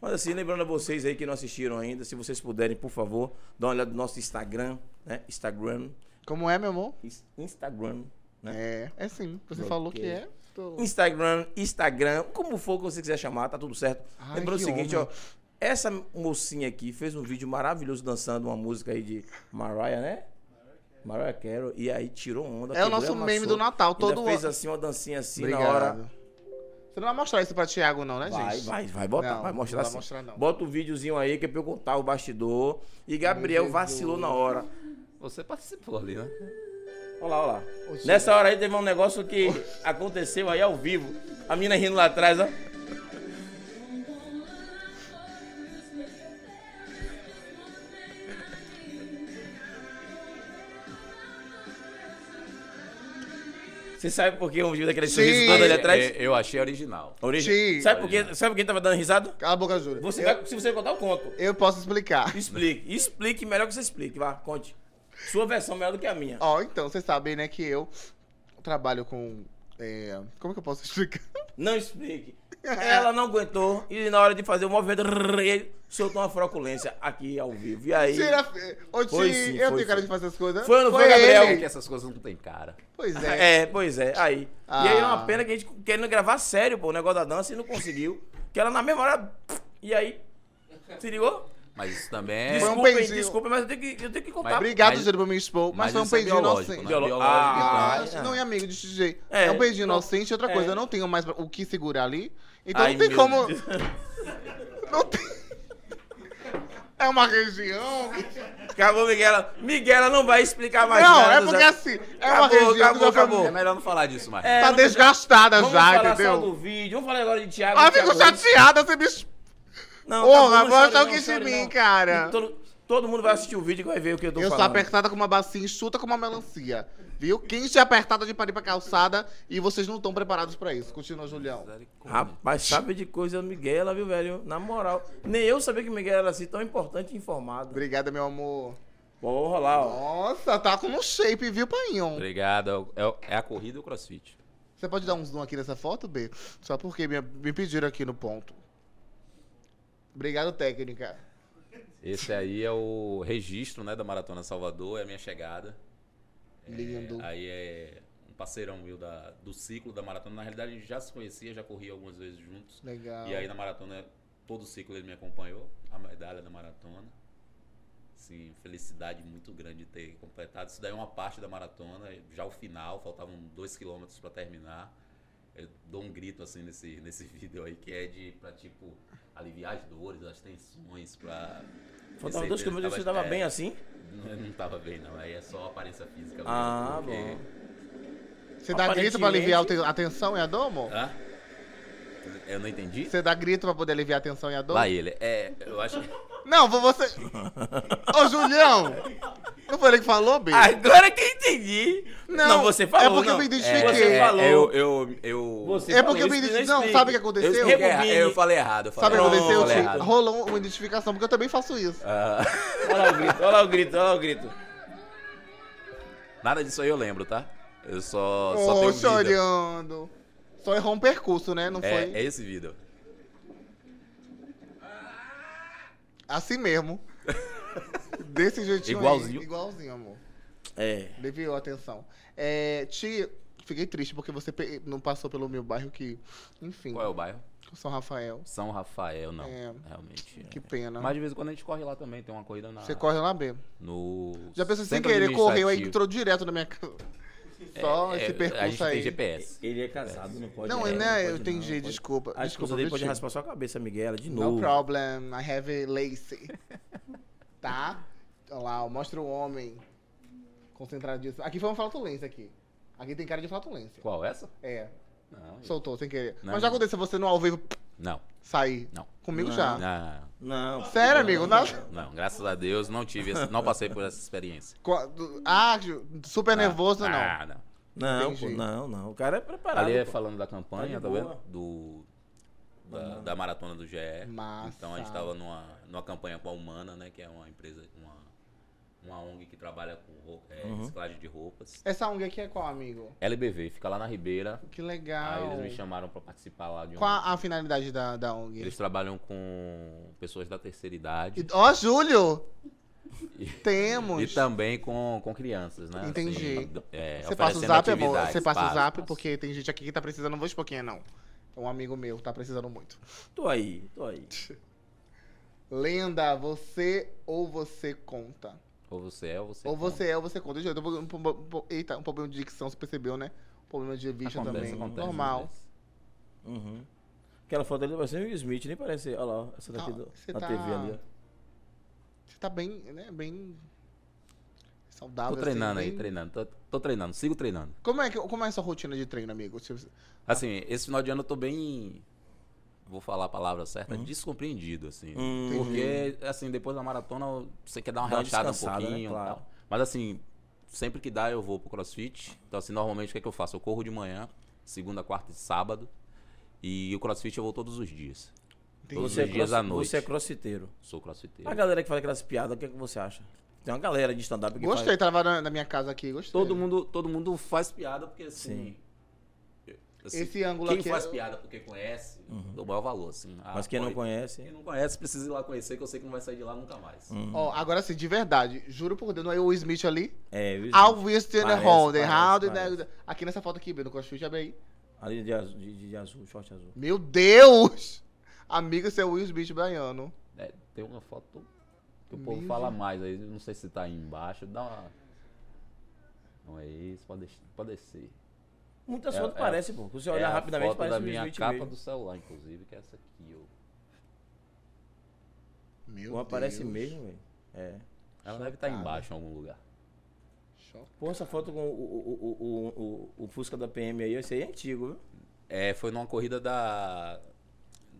[SPEAKER 2] Mas assim, lembrando a vocês aí que não assistiram ainda, se vocês puderem, por favor, dá uma olhada no nosso Instagram, né? Instagram.
[SPEAKER 1] Como é, meu amor?
[SPEAKER 2] Is- Instagram. Né?
[SPEAKER 1] É, é sim. Você
[SPEAKER 2] Ok.
[SPEAKER 1] falou que é. Tô...
[SPEAKER 2] Instagram, Instagram, como for que você quiser chamar, tá tudo certo.
[SPEAKER 1] Ai,
[SPEAKER 2] lembrando
[SPEAKER 1] que
[SPEAKER 2] o seguinte,
[SPEAKER 1] homem.
[SPEAKER 2] ó. Essa mocinha aqui fez um vídeo maravilhoso dançando uma música aí de Mariah, né? Mariah Carey. E aí tirou onda.
[SPEAKER 1] É o
[SPEAKER 2] pegou e
[SPEAKER 1] nosso meme
[SPEAKER 2] amassou.
[SPEAKER 1] do Natal,
[SPEAKER 2] Ainda
[SPEAKER 1] todo
[SPEAKER 2] fez
[SPEAKER 1] ano.
[SPEAKER 2] assim uma dancinha assim na hora.
[SPEAKER 1] Obrigado. Você não vai mostrar isso pra Thiago, não, né,
[SPEAKER 2] Vai,
[SPEAKER 1] gente?
[SPEAKER 2] vai, vai botar,
[SPEAKER 1] Não,
[SPEAKER 2] vai mostrar
[SPEAKER 1] não vai
[SPEAKER 2] assim.
[SPEAKER 1] mostrar, não.
[SPEAKER 2] Bota o videozinho aí que é pra eu contar o bastidor. E Gabriel
[SPEAKER 1] Jesus.
[SPEAKER 2] vacilou na hora.
[SPEAKER 3] Você participou ali, né?
[SPEAKER 2] Olha lá, olha lá.
[SPEAKER 1] Ô, Gil.
[SPEAKER 2] Nessa hora aí teve um negócio que aconteceu aí ao vivo. A mina rindo lá atrás, ó. Você sabe por que o vídeo daquele
[SPEAKER 1] Sim.
[SPEAKER 2] sorriso todo ali
[SPEAKER 3] É,
[SPEAKER 2] atrás?
[SPEAKER 3] eu achei original.
[SPEAKER 1] Sim.
[SPEAKER 2] Origem. Sabe por quê? Sabe por quem tava dando risada?
[SPEAKER 1] Cala a boca, Júlia.
[SPEAKER 2] Você
[SPEAKER 1] eu,
[SPEAKER 2] vai, se você contar, eu conto.
[SPEAKER 1] eu posso explicar.
[SPEAKER 2] Explique. Explique melhor que você explique. Vá, conte. Sua versão melhor do que a minha.
[SPEAKER 1] Ó, então, vocês sabem, né, que eu trabalho com. é, Como é que eu posso explicar?
[SPEAKER 2] Não explique. Ela não aguentou e na hora de fazer o movimento, ele soltou uma fraculência aqui ao vivo. E aí.
[SPEAKER 1] Tira. Ô, Ti,
[SPEAKER 2] Foi sim,
[SPEAKER 1] eu
[SPEAKER 2] foi
[SPEAKER 1] tenho cara
[SPEAKER 2] sim.
[SPEAKER 1] de fazer as coisas. né?
[SPEAKER 2] Foi ou não foi, Gabriel?
[SPEAKER 1] ele.
[SPEAKER 3] É que essas coisas não tem cara.
[SPEAKER 1] Pois é.
[SPEAKER 2] É, pois é, aí. E aí é
[SPEAKER 1] Ah.
[SPEAKER 2] uma pena que a gente querendo gravar sério, pô, o negócio da dança e não conseguiu. Que ela na mesma hora. E aí. Se ligou?
[SPEAKER 3] Mas isso também é.
[SPEAKER 1] Foi um
[SPEAKER 2] Desculpem,
[SPEAKER 1] beijinho.
[SPEAKER 2] desculpem, mas eu tenho que, eu tenho que contar.
[SPEAKER 1] Obrigado,
[SPEAKER 3] Mas-
[SPEAKER 1] Júlio, por me expor. Mas,
[SPEAKER 3] mas
[SPEAKER 1] foi um
[SPEAKER 3] isso é
[SPEAKER 1] beijinho
[SPEAKER 3] biológico,
[SPEAKER 1] inocente.
[SPEAKER 3] né?
[SPEAKER 2] Biolo-
[SPEAKER 3] Biológico,
[SPEAKER 2] Ah,
[SPEAKER 1] Ah,
[SPEAKER 3] então.
[SPEAKER 1] isso não é amigo de DJ. É,
[SPEAKER 2] É,
[SPEAKER 1] um beijinho
[SPEAKER 2] não.
[SPEAKER 1] inocente e outra coisa.
[SPEAKER 2] É.
[SPEAKER 1] Eu não tenho mais o que segurar ali. Então
[SPEAKER 2] Ai,
[SPEAKER 1] não tem
[SPEAKER 2] meu
[SPEAKER 1] como.
[SPEAKER 2] Deus.
[SPEAKER 1] Não tem. É uma região.
[SPEAKER 2] Acabou, Miguela. Miguela não vai explicar mais
[SPEAKER 1] não,
[SPEAKER 2] nada.
[SPEAKER 1] é porque
[SPEAKER 2] já-
[SPEAKER 1] assim. É uma
[SPEAKER 2] Acabou,
[SPEAKER 1] região que
[SPEAKER 2] acabou,
[SPEAKER 1] já foi-
[SPEAKER 2] acabou.
[SPEAKER 3] É melhor não falar disso mais.
[SPEAKER 2] É,
[SPEAKER 1] tá
[SPEAKER 2] não-
[SPEAKER 1] desgastada
[SPEAKER 2] Vamos
[SPEAKER 1] já,
[SPEAKER 2] falar só do
[SPEAKER 1] entendeu?
[SPEAKER 2] vídeo. Vamos falar agora de Thiago.
[SPEAKER 1] Ah,
[SPEAKER 2] Thiago
[SPEAKER 1] fico
[SPEAKER 2] Nunes.
[SPEAKER 1] chateada, você me. exp-
[SPEAKER 2] Não,
[SPEAKER 1] Porra,
[SPEAKER 2] Thiago Nunes,
[SPEAKER 1] agora
[SPEAKER 2] chore
[SPEAKER 1] tá o
[SPEAKER 2] não,
[SPEAKER 1] que de
[SPEAKER 2] chore
[SPEAKER 1] mim,
[SPEAKER 2] não.
[SPEAKER 1] cara.
[SPEAKER 2] Todo, todo mundo vai assistir o vídeo que vai ver o que eu tô
[SPEAKER 1] Eu sou
[SPEAKER 2] falando.
[SPEAKER 1] apertada com uma bacia enxuta com uma melancia. Viu? Quente e apertada de parir pra calçada e vocês não estão preparados pra isso. Continua, Julião.
[SPEAKER 3] Misericórdia.
[SPEAKER 2] Rapaz, sabe de coisa Miguela, viu, velho? Na moral. Nem eu sabia que Miguela era assim tão importante e informada.
[SPEAKER 1] Obrigada, meu amor.
[SPEAKER 2] Porra lá, ó.
[SPEAKER 1] Nossa, tá com um shape, viu, painho?
[SPEAKER 3] Obrigado. é o- É, o- é a corrida e o crossfit.
[SPEAKER 1] Você pode dar um zoom aqui nessa foto, B? Só porque me, me pediram aqui no ponto. Obrigado, técnica.
[SPEAKER 3] Esse aí é o registro né, da Maratona Salvador, é a minha chegada.
[SPEAKER 1] Lindo.
[SPEAKER 3] Aí é um parceirão meu da, do ciclo da maratona. Na realidade, a gente já se conhecia, já corria algumas vezes juntos.
[SPEAKER 1] Legal.
[SPEAKER 3] E aí na maratona, todo o ciclo ele me acompanhou, a medalha da maratona. Sim, felicidade muito grande de ter completado. Isso daí é uma parte da maratona, já o final, faltavam dois quilômetros para terminar. Eu dou um grito assim nesse, nesse vídeo aí, que é de pra tipo aliviar as dores, as tensões, pra. ter
[SPEAKER 2] Faltava
[SPEAKER 3] certeza
[SPEAKER 2] dois
[SPEAKER 3] que
[SPEAKER 2] quilômetros você
[SPEAKER 3] tava-
[SPEAKER 2] tava
[SPEAKER 3] é,
[SPEAKER 2] bem assim.
[SPEAKER 3] Não, não tava bem, não. Aí é só aparência física. mesmo,
[SPEAKER 2] Ah,
[SPEAKER 3] porque-
[SPEAKER 2] bom.
[SPEAKER 1] Você dá grito pra
[SPEAKER 2] Aparentemente-
[SPEAKER 1] aliviar o te- a tensão e a dor, amor?
[SPEAKER 3] Hã? Eu não entendi?
[SPEAKER 1] Você dá grito pra poder aliviar a tensão e a dor?
[SPEAKER 3] Lá ele. É, eu acho.
[SPEAKER 1] Não, vou você. Ô, Julião! Não foi ele que falou, B?
[SPEAKER 2] Agora que eu entendi. Não,
[SPEAKER 1] Não,
[SPEAKER 2] você falou.
[SPEAKER 1] é porque eu
[SPEAKER 2] não.
[SPEAKER 1] me identifiquei.
[SPEAKER 2] Você
[SPEAKER 1] É,
[SPEAKER 2] falou.
[SPEAKER 3] Eu, eu, eu,
[SPEAKER 2] Você
[SPEAKER 1] é
[SPEAKER 2] falou
[SPEAKER 1] porque eu
[SPEAKER 2] isso
[SPEAKER 1] me
[SPEAKER 2] que
[SPEAKER 1] identifiquei. Não,
[SPEAKER 2] explica.
[SPEAKER 1] sabe o que aconteceu?
[SPEAKER 3] eu,
[SPEAKER 1] Sabe
[SPEAKER 3] expliquei erra-
[SPEAKER 2] Rebobine.
[SPEAKER 3] eu falei errado. Eu falei
[SPEAKER 1] o que
[SPEAKER 3] errado.
[SPEAKER 1] aconteceu,
[SPEAKER 3] Eu falei
[SPEAKER 1] Ti?
[SPEAKER 3] errado.
[SPEAKER 1] Rolou uma identificação, porque eu também faço isso.
[SPEAKER 3] Ah,
[SPEAKER 2] Olha lá o grito, olha lá o grito, olha lá o grito.
[SPEAKER 3] nada disso aí eu lembro, tá? Eu só, só
[SPEAKER 1] Oh,
[SPEAKER 3] tenho vida.
[SPEAKER 1] chorando. Só errou um percurso, né? Não foi?
[SPEAKER 3] É, é esse vídeo.
[SPEAKER 1] Assim mesmo. Desse jeitinho. aí.
[SPEAKER 3] Igualzinho.
[SPEAKER 1] Igualzinho, amor.
[SPEAKER 2] É.
[SPEAKER 1] Deviou atenção. É, Ti, fiquei triste porque você pe- não passou pelo meu bairro que. Enfim,
[SPEAKER 3] Qual é o bairro?
[SPEAKER 1] São Rafael.
[SPEAKER 3] São Rafael, não.
[SPEAKER 1] É.
[SPEAKER 3] Realmente.
[SPEAKER 1] Que pena.
[SPEAKER 3] Mas de vez em quando a gente corre lá também, tem uma corrida na.
[SPEAKER 1] Você corre lá mesmo.
[SPEAKER 3] No.
[SPEAKER 1] Já pensou sem
[SPEAKER 3] centro
[SPEAKER 1] querer, correu aí,
[SPEAKER 3] administrativo.
[SPEAKER 1] entrou direto na minha casa. Só
[SPEAKER 3] É,
[SPEAKER 1] esse
[SPEAKER 3] A gente
[SPEAKER 1] percurso
[SPEAKER 3] tem
[SPEAKER 1] aí.
[SPEAKER 3] GPS.
[SPEAKER 2] Ele é casado, não pode.
[SPEAKER 1] Não,
[SPEAKER 2] é,
[SPEAKER 1] né? Eu
[SPEAKER 2] pode
[SPEAKER 1] tenho
[SPEAKER 2] não,
[SPEAKER 1] jeito,
[SPEAKER 2] pode-
[SPEAKER 1] desculpa.
[SPEAKER 2] A
[SPEAKER 1] desculpa,
[SPEAKER 2] esposa dele
[SPEAKER 1] viu,
[SPEAKER 2] pode
[SPEAKER 1] Ti?
[SPEAKER 2] raspar sua cabeça, Miguela, de
[SPEAKER 1] No
[SPEAKER 2] novo.
[SPEAKER 1] problem, I have a lace. tá? Olha lá, ó, mostra o homem concentradíssimo. Aqui foi uma flatulência aqui. Aqui tem cara de flatulência.
[SPEAKER 3] Qual? Essa?
[SPEAKER 1] É,
[SPEAKER 3] Não.
[SPEAKER 1] soltou sem querer.
[SPEAKER 3] Não.
[SPEAKER 1] Mas já aconteceu você no ao vivo pff,
[SPEAKER 3] Não.
[SPEAKER 1] sair?
[SPEAKER 3] Não. Ah.
[SPEAKER 1] Comigo
[SPEAKER 2] Não.
[SPEAKER 1] já.
[SPEAKER 3] Não,
[SPEAKER 2] Não.
[SPEAKER 1] Sério, amigo? Não.
[SPEAKER 3] não, graças a Deus não tive, essa- não passei por essa experiência.
[SPEAKER 1] Quando- Ah, Ju, super
[SPEAKER 3] Não.
[SPEAKER 1] nervoso, não.
[SPEAKER 3] Ah, não.
[SPEAKER 2] Não, pô,
[SPEAKER 1] Entendi.
[SPEAKER 2] não, não. O cara é preparado.
[SPEAKER 3] Ali é
[SPEAKER 2] pô.
[SPEAKER 3] falando da campanha,
[SPEAKER 2] Tá
[SPEAKER 3] tá
[SPEAKER 2] de
[SPEAKER 3] vendo?
[SPEAKER 2] boa.
[SPEAKER 3] Do, da, da maratona do GE.
[SPEAKER 1] Massa.
[SPEAKER 3] Então a gente tava numa, numa campanha com a Humana, né? Que é uma empresa, uma, uma ONG que trabalha com rou- é,
[SPEAKER 2] Uhum.
[SPEAKER 3] reciclagem de roupas.
[SPEAKER 1] Essa ONG aqui é qual, amigo?
[SPEAKER 3] LBV, fica lá na Ribeira.
[SPEAKER 1] Que legal.
[SPEAKER 3] Aí Ah, eles me chamaram pra participar lá de um.
[SPEAKER 1] Qual a a finalidade da, da ONG?
[SPEAKER 3] Eles trabalham com pessoas da terceira idade.
[SPEAKER 1] E- Ó, Júlio!
[SPEAKER 3] E-
[SPEAKER 1] Temos.
[SPEAKER 3] E tá também com, com crianças, né?
[SPEAKER 1] Entendi.
[SPEAKER 3] Assim, é,
[SPEAKER 1] Você passa o
[SPEAKER 3] oferecendo
[SPEAKER 1] zap, amor?
[SPEAKER 3] atividades.
[SPEAKER 1] Você passa o
[SPEAKER 3] Passo,
[SPEAKER 1] zap,
[SPEAKER 3] passo.
[SPEAKER 1] porque tem gente aqui que tá precisando, não vou expor quem é, não. É um amigo meu, tá precisando muito.
[SPEAKER 2] Tô aí, tô aí.
[SPEAKER 1] Lenda, você ou você conta?
[SPEAKER 3] Ou você é, ou você
[SPEAKER 1] ou
[SPEAKER 3] compra.
[SPEAKER 1] você é ou você conta. Eu tô com um, pro- pro- eita, um problema de dicção, você percebeu, né? Problema de bicha
[SPEAKER 3] Acontece,
[SPEAKER 1] também.
[SPEAKER 3] acontece,
[SPEAKER 1] Normal.
[SPEAKER 3] acontece.
[SPEAKER 2] Uhum. Aquela foto dele parece o Will Smith, nem parece. Olha lá, ó, essa daqui
[SPEAKER 1] Ah,
[SPEAKER 2] do,
[SPEAKER 1] você
[SPEAKER 2] na
[SPEAKER 1] tá-
[SPEAKER 2] TV ali, ó.
[SPEAKER 1] Você tá bem, né? Bem saudável.
[SPEAKER 3] Tô
[SPEAKER 1] assim,
[SPEAKER 3] treinando aí,
[SPEAKER 1] bem-
[SPEAKER 3] treinando. Tô, tô treinando, sigo treinando.
[SPEAKER 1] Como é, que, como é a sua rotina de treino, amigo? Você-
[SPEAKER 3] Assim, esse final de ano eu tô bem. Vou falar a palavra certa, descompreendido, assim.
[SPEAKER 2] Hum.
[SPEAKER 3] Porque, assim, depois da maratona você quer dar uma
[SPEAKER 2] Dá uma
[SPEAKER 3] relaxada um
[SPEAKER 2] descansada, né?
[SPEAKER 3] pouquinho e
[SPEAKER 2] Claro.
[SPEAKER 3] tal. Mas, assim, sempre que dá eu vou pro crossfit. Então, assim, normalmente o que, é que eu faço? Eu corro de manhã, segunda, quarta e sábado. E o crossfit eu vou todos os dias.
[SPEAKER 1] Entendi.
[SPEAKER 3] Todos
[SPEAKER 2] Você é,
[SPEAKER 3] os dias
[SPEAKER 2] cross-
[SPEAKER 3] à noite.
[SPEAKER 2] você é crossfiteiro.
[SPEAKER 3] Sou crossfiteiro.
[SPEAKER 2] A galera que faz aquelas piadas, o que, é que você acha? Tem uma galera de stand-up que
[SPEAKER 1] Gostei,
[SPEAKER 2] faz.
[SPEAKER 1] tava na, na minha casa aqui, gostei.
[SPEAKER 3] Todo
[SPEAKER 2] é.
[SPEAKER 3] mundo, todo mundo faz piada porque assim. assim,
[SPEAKER 1] Esse ângulo
[SPEAKER 3] quem
[SPEAKER 1] aqui
[SPEAKER 3] faz
[SPEAKER 1] é-
[SPEAKER 3] piada porque conhece, dá o maior valor, assim. Ah,
[SPEAKER 2] Uhum. Mas quem não
[SPEAKER 3] pode- Quem
[SPEAKER 2] conhece. hum.
[SPEAKER 3] não conhece, precisa ir lá conhecer, que eu sei que não vai sair de lá nunca mais.
[SPEAKER 2] Uhum.
[SPEAKER 1] Ó, agora sim, de verdade, juro por Deus, não é o Smith ali?
[SPEAKER 2] É, Will Smith.
[SPEAKER 1] Alviston
[SPEAKER 2] Parece,
[SPEAKER 1] Holden.
[SPEAKER 2] parece,
[SPEAKER 1] How did
[SPEAKER 2] parece.
[SPEAKER 1] I- né? Aqui nessa foto aqui, Beno, Crossfit, abre aí.
[SPEAKER 2] Ali de, azul, de, de azul, short azul.
[SPEAKER 1] Meu Deus! Amigo, seu Will Smith baiano.
[SPEAKER 3] É, tem uma foto que o
[SPEAKER 1] Meu
[SPEAKER 3] povo fala mais aí, não sei se tá aí embaixo, dá uma. Não é isso, pode, des- pode descer.
[SPEAKER 2] Muitas
[SPEAKER 3] É-
[SPEAKER 2] fotos
[SPEAKER 3] é-
[SPEAKER 2] parecem, pô. Se você
[SPEAKER 3] é
[SPEAKER 2] olhar
[SPEAKER 3] a
[SPEAKER 2] rapidamente,
[SPEAKER 3] foto
[SPEAKER 2] parece
[SPEAKER 3] da
[SPEAKER 2] o Will
[SPEAKER 3] minha
[SPEAKER 2] Smith
[SPEAKER 3] capa
[SPEAKER 2] mesmo.
[SPEAKER 3] do celular, inclusive, que é essa aqui, ó.
[SPEAKER 1] Meu
[SPEAKER 2] Pô, aparece mesmo, velho. É.
[SPEAKER 3] Ela deve estar embaixo em algum lugar.
[SPEAKER 1] Choque.
[SPEAKER 2] Pô, essa foto com o, o, o, o, o, o Fusca da PM aí, esse aí é antigo, viu?
[SPEAKER 3] É, foi numa corrida da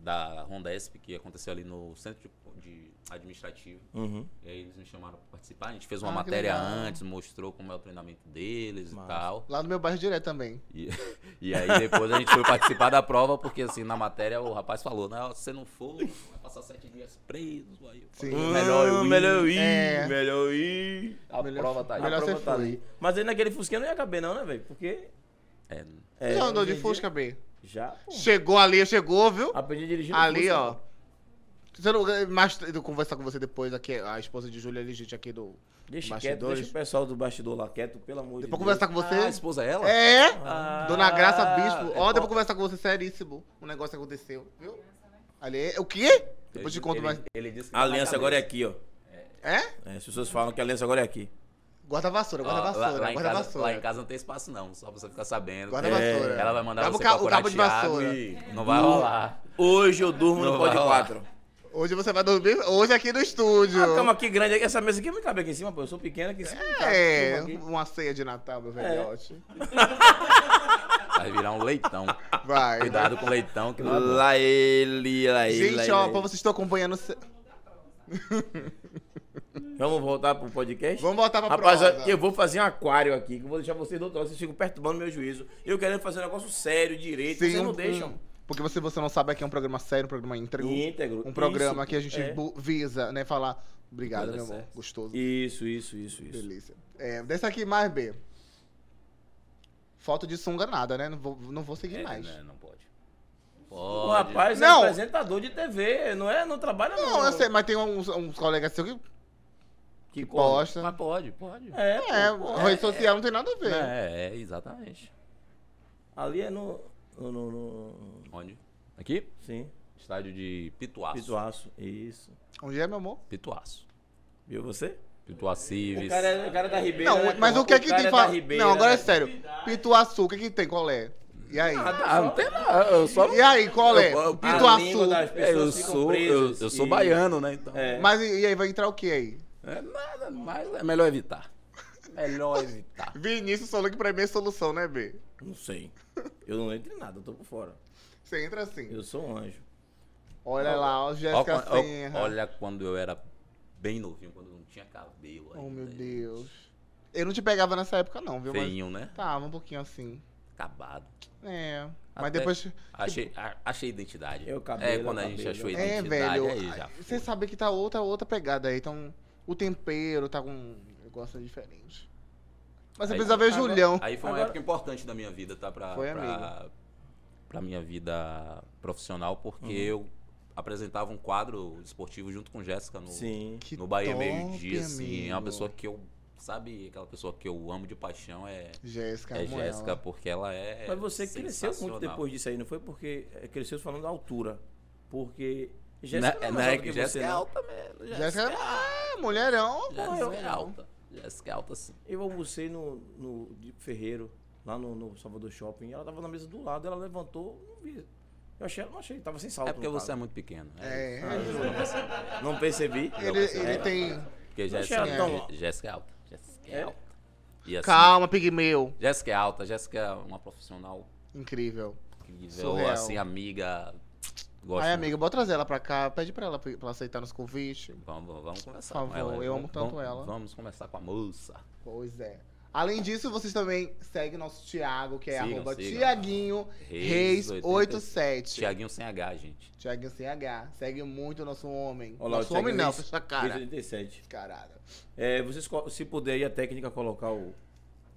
[SPEAKER 3] da Rondesp que aconteceu ali no centro de, de administrativo.
[SPEAKER 2] Uhum.
[SPEAKER 3] E aí eles me chamaram para participar. A gente fez uma
[SPEAKER 1] Ah, que
[SPEAKER 3] matéria
[SPEAKER 1] legal.
[SPEAKER 3] antes, mostrou como é o treinamento deles
[SPEAKER 2] Massa.
[SPEAKER 3] e tal.
[SPEAKER 1] Lá no meu bairro direto também.
[SPEAKER 3] E, e aí depois a gente foi participar da prova, porque assim, na matéria o rapaz falou, não, se você não for, vai passar sete dias preso. Aí eu falei,
[SPEAKER 2] Hum,
[SPEAKER 1] Sim.
[SPEAKER 3] melhor eu ir.
[SPEAKER 2] Ah, melhor eu ir,
[SPEAKER 1] É.
[SPEAKER 2] melhor eu ir.
[SPEAKER 3] A
[SPEAKER 1] Melhor-
[SPEAKER 3] prova tá aí.
[SPEAKER 1] melhor
[SPEAKER 3] A prova
[SPEAKER 1] você
[SPEAKER 3] tá
[SPEAKER 1] foi.
[SPEAKER 3] ali.
[SPEAKER 2] né? Mas aí naquele Fusquinha não ia caber não, né, velho? Porque...
[SPEAKER 3] É,
[SPEAKER 2] é,
[SPEAKER 1] já andou de
[SPEAKER 2] hoje em
[SPEAKER 1] Fusca, B?
[SPEAKER 2] dia- Já, pô.
[SPEAKER 1] Chegou ali, chegou, viu?
[SPEAKER 2] Aprendi a dirigir no
[SPEAKER 1] ali,
[SPEAKER 2] Fusca,
[SPEAKER 1] ó.
[SPEAKER 2] pô.
[SPEAKER 1] Você não, eh, mas eu vou conversar com você depois aqui, a esposa de Júlia Ligite aqui do
[SPEAKER 2] Deixa quieto,
[SPEAKER 1] Bastidores.
[SPEAKER 2] deixa o pessoal do bastidor lá quieto, pelo amor
[SPEAKER 1] Depois
[SPEAKER 2] de Deus.
[SPEAKER 1] conversar com você.
[SPEAKER 3] Ah, a esposa é ela?
[SPEAKER 1] É!
[SPEAKER 3] Ah,
[SPEAKER 1] Dona Graça Bispo. Ó,
[SPEAKER 3] é,
[SPEAKER 1] depois eu conversar com você, seríssimo. Um negócio que aconteceu, viu? Ali, é, o quê? Depois te
[SPEAKER 3] ele-
[SPEAKER 1] conto
[SPEAKER 3] ele-
[SPEAKER 1] mais.
[SPEAKER 3] Ele disse que tá
[SPEAKER 2] A aliança agora é aqui, ó.
[SPEAKER 1] É?
[SPEAKER 2] É, as pessoas falam que a aliança agora é aqui.
[SPEAKER 1] Guarda a vassoura, guarda a
[SPEAKER 3] Ó,
[SPEAKER 1] é vassoura,
[SPEAKER 3] lá, lá, em
[SPEAKER 1] guarda a
[SPEAKER 3] casa, lá em
[SPEAKER 1] vassoura.
[SPEAKER 3] casa não tem espaço não, só pra você ficar sabendo.
[SPEAKER 1] Guarda a
[SPEAKER 3] É,
[SPEAKER 1] vassoura.
[SPEAKER 3] Ela vai mandar
[SPEAKER 1] Leva o
[SPEAKER 3] você
[SPEAKER 1] ca- o
[SPEAKER 3] procurar
[SPEAKER 1] cabo de
[SPEAKER 3] Thiago
[SPEAKER 1] vassoura.
[SPEAKER 3] e não vai rolar.
[SPEAKER 2] Hoje eu durmo
[SPEAKER 3] Não
[SPEAKER 2] no
[SPEAKER 3] vai
[SPEAKER 2] pódio
[SPEAKER 3] rolar.
[SPEAKER 2] 4.
[SPEAKER 1] Hoje você vai dormir, hoje aqui no estúdio.
[SPEAKER 3] Ah,
[SPEAKER 2] A cama aqui Ah, grande, essa mesa aqui não cabe aqui em cima, pô. Eu sou pequeno aqui em cima. não cabe.
[SPEAKER 1] É,
[SPEAKER 2] Cama aqui.
[SPEAKER 1] uma ceia de Natal, meu
[SPEAKER 3] É.
[SPEAKER 1] velhote.
[SPEAKER 3] Vai virar um leitão.
[SPEAKER 1] Vai.
[SPEAKER 3] Cuidado com o leitão que não é bom.
[SPEAKER 2] Lá ele, lá ele.
[SPEAKER 1] Gente,
[SPEAKER 2] lá
[SPEAKER 1] ó,
[SPEAKER 2] ele.
[SPEAKER 1] pra vocês que estão acompanhando. se-
[SPEAKER 2] Vamos voltar pro podcast?
[SPEAKER 1] Vamos voltar pra
[SPEAKER 2] Rapaz,
[SPEAKER 1] prosa.
[SPEAKER 2] eu vou fazer um aquário aqui, que eu vou deixar vocês doutorados, vocês ficam perturbando meu juízo. Eu querendo fazer um negócio sério, direito,
[SPEAKER 1] Sim,
[SPEAKER 2] vocês
[SPEAKER 1] um-
[SPEAKER 2] não deixam.
[SPEAKER 1] Porque você, você não sabe, aqui é um programa sério, um programa íntegro.
[SPEAKER 2] Íntegro.
[SPEAKER 1] Um programa
[SPEAKER 2] Isso,
[SPEAKER 1] que a gente
[SPEAKER 2] é.
[SPEAKER 1] bu- visa, né, falar. Obrigado,
[SPEAKER 3] Vai dar
[SPEAKER 1] meu amor.
[SPEAKER 3] certo.
[SPEAKER 1] Gostoso.
[SPEAKER 2] Isso, isso, isso, isso.
[SPEAKER 1] Delícia. É, dessa aqui, mais B. Foto de sunga nada, né? Não vou, não vou seguir
[SPEAKER 3] É,
[SPEAKER 1] mais.
[SPEAKER 3] né, não pode. Um
[SPEAKER 2] O
[SPEAKER 3] Pode.
[SPEAKER 2] rapaz
[SPEAKER 1] Não.
[SPEAKER 2] é apresentador de TV, não é? Não trabalha não.
[SPEAKER 1] Não, eu sei, mas tem uns, uns colegas seus que
[SPEAKER 2] Que corre.
[SPEAKER 1] postam.
[SPEAKER 3] Mas pode, pode. É,
[SPEAKER 2] É, né?
[SPEAKER 1] É,
[SPEAKER 2] pô, pô,
[SPEAKER 1] rede social não tem nada a ver.
[SPEAKER 3] é, exatamente.
[SPEAKER 2] Ali é no... no, no- no-
[SPEAKER 3] Onde? Aqui?
[SPEAKER 2] sim,
[SPEAKER 3] Estádio de Pituaço. Pituaço.
[SPEAKER 2] Pituaço, isso.
[SPEAKER 1] Onde é, meu amor?
[SPEAKER 3] Pituaço.
[SPEAKER 2] Viu você?
[SPEAKER 3] Pituacives.
[SPEAKER 2] O cara, é- o cara é da Ribeira,
[SPEAKER 1] Não,
[SPEAKER 2] né,
[SPEAKER 1] mas
[SPEAKER 2] porra?
[SPEAKER 1] o que é que
[SPEAKER 2] cara
[SPEAKER 1] tem
[SPEAKER 2] da
[SPEAKER 1] fala?
[SPEAKER 2] Ribeira,
[SPEAKER 1] Não, agora é
[SPEAKER 2] né?
[SPEAKER 1] sério. Pituaçu, o que que tem? Qual é? E aí?
[SPEAKER 2] Nada,
[SPEAKER 3] Ah, não tem nada. Eu só
[SPEAKER 1] E aí, qual é?
[SPEAKER 3] Eu- eu-
[SPEAKER 2] a língua
[SPEAKER 1] Pituaçu.
[SPEAKER 2] das
[SPEAKER 3] É, eu
[SPEAKER 2] pessoas ficam
[SPEAKER 3] sou, eu,
[SPEAKER 2] presas
[SPEAKER 3] eu sou
[SPEAKER 2] e-
[SPEAKER 3] baiano, né? Então.
[SPEAKER 2] É.
[SPEAKER 1] Mas e e aí vai entrar o que aí?
[SPEAKER 3] É, nada, mas é melhor evitar.
[SPEAKER 2] É
[SPEAKER 3] Melhor evitar.
[SPEAKER 1] Vinícius falou que pra mim é solução, né, B?
[SPEAKER 2] Não sei. Eu não entro em nada, eu tô por fora.
[SPEAKER 1] Você entra assim.
[SPEAKER 2] Eu sou um anjo.
[SPEAKER 1] Olha lá, ó,
[SPEAKER 3] Ó,
[SPEAKER 1] Jéssica
[SPEAKER 3] quan- ó,
[SPEAKER 1] Serra.
[SPEAKER 3] olha quando eu era bem novinho, quando não tinha cabelo.
[SPEAKER 1] Oh,
[SPEAKER 3] ainda,
[SPEAKER 1] meu
[SPEAKER 3] né?
[SPEAKER 1] Deus. Eu não te pegava nessa época, não, viu? Mas
[SPEAKER 3] Feinho, né?
[SPEAKER 1] tava um pouquinho assim.
[SPEAKER 3] Acabado.
[SPEAKER 1] É. Mas
[SPEAKER 3] Até-
[SPEAKER 1] depois.
[SPEAKER 3] Achei, a- achei identidade.
[SPEAKER 2] Tipo, Eu, cabelo,
[SPEAKER 3] é, quando a
[SPEAKER 2] cabelo.
[SPEAKER 3] gente achou a
[SPEAKER 2] É,
[SPEAKER 1] É,
[SPEAKER 3] identidade,
[SPEAKER 1] velho.
[SPEAKER 3] aí já.
[SPEAKER 1] Você sabe que tá outra, outra pegada aí. Então, o tempero tá com um negócio diferente. Mas você
[SPEAKER 3] Aí- tá
[SPEAKER 1] precisa ver
[SPEAKER 2] Agora-
[SPEAKER 1] Julião.
[SPEAKER 3] Aí foi uma
[SPEAKER 2] Agora-
[SPEAKER 3] época importante da minha vida, tá? Pra,
[SPEAKER 1] Foi,
[SPEAKER 3] pra, pra minha vida profissional, porque
[SPEAKER 2] Uhum.
[SPEAKER 3] eu apresentava um quadro esportivo junto com Jéssica no,
[SPEAKER 2] Sim.
[SPEAKER 1] Que
[SPEAKER 3] no Bahia
[SPEAKER 1] top,
[SPEAKER 3] meio-dia, assim. É uma
[SPEAKER 1] amigo.
[SPEAKER 3] pessoa que eu. Sabe, aquela pessoa que eu amo de paixão é,
[SPEAKER 1] Jéssica,
[SPEAKER 3] é
[SPEAKER 1] amo
[SPEAKER 3] Jéssica,
[SPEAKER 1] ela.
[SPEAKER 3] porque ela é.
[SPEAKER 2] Mas você cresceu muito
[SPEAKER 3] sensacional.
[SPEAKER 2] depois disso aí, não foi? Porque eh, cresceu falando da altura. Porque Jéssica
[SPEAKER 3] Né-
[SPEAKER 2] não é
[SPEAKER 3] né,
[SPEAKER 2] mais alta
[SPEAKER 3] que
[SPEAKER 2] que
[SPEAKER 3] Jéssica
[SPEAKER 2] você,
[SPEAKER 3] é
[SPEAKER 2] não.
[SPEAKER 3] alta mesmo.
[SPEAKER 1] Jéssica é mulherão.
[SPEAKER 3] Jéssica é
[SPEAKER 2] eu-
[SPEAKER 3] alta. Jéssica é alta, sim.
[SPEAKER 2] Eu almocei no, no de Ferreiro, lá no, no Salvador Shopping, e ela tava na mesa do lado, ela levantou, não vi. Eu achei, não achei, tava sem salto.
[SPEAKER 3] É porque
[SPEAKER 2] no
[SPEAKER 3] você é
[SPEAKER 2] caso.
[SPEAKER 3] muito pequeno.
[SPEAKER 1] É.
[SPEAKER 3] isso.
[SPEAKER 2] Não percebi.
[SPEAKER 1] Ele,
[SPEAKER 3] mas
[SPEAKER 1] ele
[SPEAKER 3] é-
[SPEAKER 1] tem.
[SPEAKER 3] Porque
[SPEAKER 2] Não
[SPEAKER 3] Jéssica,
[SPEAKER 2] achei ela tão-
[SPEAKER 3] Jéssica é alta. Jéssica é
[SPEAKER 2] É?
[SPEAKER 3] alta. E assim,
[SPEAKER 1] Calma, pigmeu.
[SPEAKER 3] Jéssica é alta, Jéssica é uma profissional
[SPEAKER 1] Incrível.
[SPEAKER 3] incrível,
[SPEAKER 1] Surreal.
[SPEAKER 3] assim, amiga. Gosto.
[SPEAKER 1] Aí,
[SPEAKER 3] muito.
[SPEAKER 1] amiga, bota trazer ela pra cá. Pede pra ela, pra ela aceitar nos convites.
[SPEAKER 3] Vamos, vamos conversar
[SPEAKER 1] Por
[SPEAKER 3] com
[SPEAKER 1] favor,
[SPEAKER 3] ela.
[SPEAKER 1] eu
[SPEAKER 3] Vamos-
[SPEAKER 1] amo tanto
[SPEAKER 3] vamos-
[SPEAKER 1] ela.
[SPEAKER 3] Vamos conversar com a moça.
[SPEAKER 1] Pois é. Além disso, vocês também seguem nosso Thiago, que é
[SPEAKER 3] Sigam,
[SPEAKER 1] arroba
[SPEAKER 3] sigam.
[SPEAKER 1] Tiaguinho
[SPEAKER 3] Reis,
[SPEAKER 1] Reis87.
[SPEAKER 3] Tiaguinho sem H, gente.
[SPEAKER 1] Tiaguinho sem H. Segue muito o nosso homem.
[SPEAKER 2] Olha lá, o
[SPEAKER 1] nosso homem
[SPEAKER 2] Thiaguinho
[SPEAKER 1] não,
[SPEAKER 2] Reis-
[SPEAKER 1] fecha a cara.
[SPEAKER 2] 37.
[SPEAKER 1] Caralho.
[SPEAKER 2] É, vocês, co- se puder aí a técnica colocar o.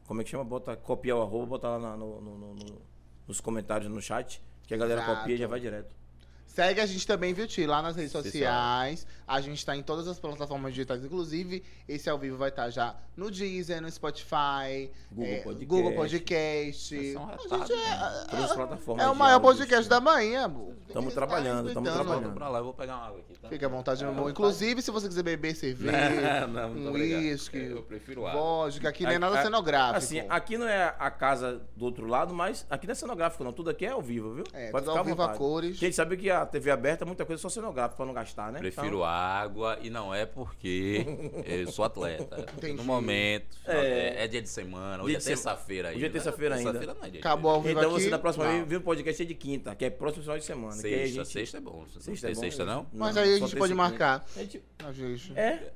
[SPEAKER 2] Como é que chama? Bota, copiar o arroba, botar lá na- no, no- no- no- nos comentários no chat. Que a galera
[SPEAKER 1] Exato.
[SPEAKER 2] copia e já vai direto.
[SPEAKER 1] Segue a gente também, viu, Ti? Lá nas redes
[SPEAKER 3] Pessoal.
[SPEAKER 1] sociais. A gente tá em todas as plataformas digitais, inclusive. Esse ao vivo vai estar já no Deezer, no Spotify,
[SPEAKER 2] Google
[SPEAKER 1] é,
[SPEAKER 2] Podcast.
[SPEAKER 1] Google Podcast.
[SPEAKER 3] Vocês são
[SPEAKER 1] A
[SPEAKER 3] retardados,
[SPEAKER 1] gente é-
[SPEAKER 3] né?
[SPEAKER 2] Todas as plataformas.
[SPEAKER 1] é, o
[SPEAKER 2] de
[SPEAKER 1] maior
[SPEAKER 2] áudio,
[SPEAKER 1] podcast
[SPEAKER 2] isso.
[SPEAKER 1] da manhã, amor.
[SPEAKER 2] Tamo
[SPEAKER 1] Tem que
[SPEAKER 2] trabalhando,
[SPEAKER 1] estar
[SPEAKER 2] tamo
[SPEAKER 1] respeitando.
[SPEAKER 2] trabalhando.
[SPEAKER 3] Volta pra lá, eu vou pegar uma água aqui. Tá?
[SPEAKER 1] ah, Fica à vontade, meu amor. Inclusive, se você quiser beber cerveja,
[SPEAKER 2] Não, É, não, muito
[SPEAKER 1] um
[SPEAKER 2] obrigado.
[SPEAKER 1] uísque,
[SPEAKER 3] Eu prefiro água.
[SPEAKER 1] vodka, aqui não é
[SPEAKER 2] A-
[SPEAKER 1] nada
[SPEAKER 2] a-
[SPEAKER 1] cenográfico.
[SPEAKER 2] Assim, aqui não é a casa do outro lado, mas aqui não é cenográfico, não. Tudo aqui é ao vivo, viu?
[SPEAKER 1] é, tudo ao
[SPEAKER 2] à
[SPEAKER 1] vivo a
[SPEAKER 2] vontade.
[SPEAKER 1] cores.
[SPEAKER 2] Porque a gente sabe que a TV aberta, muita coisa é só cenográfico pra não gastar, né?
[SPEAKER 3] Prefiro água e não é porque eu sou atleta.
[SPEAKER 1] Entendi.
[SPEAKER 3] No momento, é, é dia de semana, hoje
[SPEAKER 2] Dia
[SPEAKER 3] é
[SPEAKER 2] de sema-
[SPEAKER 3] terça-feira ainda.
[SPEAKER 2] Hoje é terça-feira ainda.
[SPEAKER 3] Terça-feira não é dia de
[SPEAKER 1] Acabou ao
[SPEAKER 2] então,
[SPEAKER 1] vivo
[SPEAKER 2] então
[SPEAKER 1] aqui.
[SPEAKER 2] você na próxima
[SPEAKER 1] Não.
[SPEAKER 2] vez vê o podcast é de quinta, que é próximo final de semana. que aí
[SPEAKER 3] Sexta,
[SPEAKER 2] a gente...
[SPEAKER 3] sexta é bom. Sexta,
[SPEAKER 2] Sexta
[SPEAKER 3] sexta,
[SPEAKER 2] é bom?
[SPEAKER 3] sexta não?
[SPEAKER 1] Mas
[SPEAKER 2] Não,
[SPEAKER 1] aí a
[SPEAKER 2] só
[SPEAKER 1] gente pode
[SPEAKER 2] terça e quinta.
[SPEAKER 1] marcar.
[SPEAKER 2] A gente-
[SPEAKER 1] Não, gente.
[SPEAKER 2] É.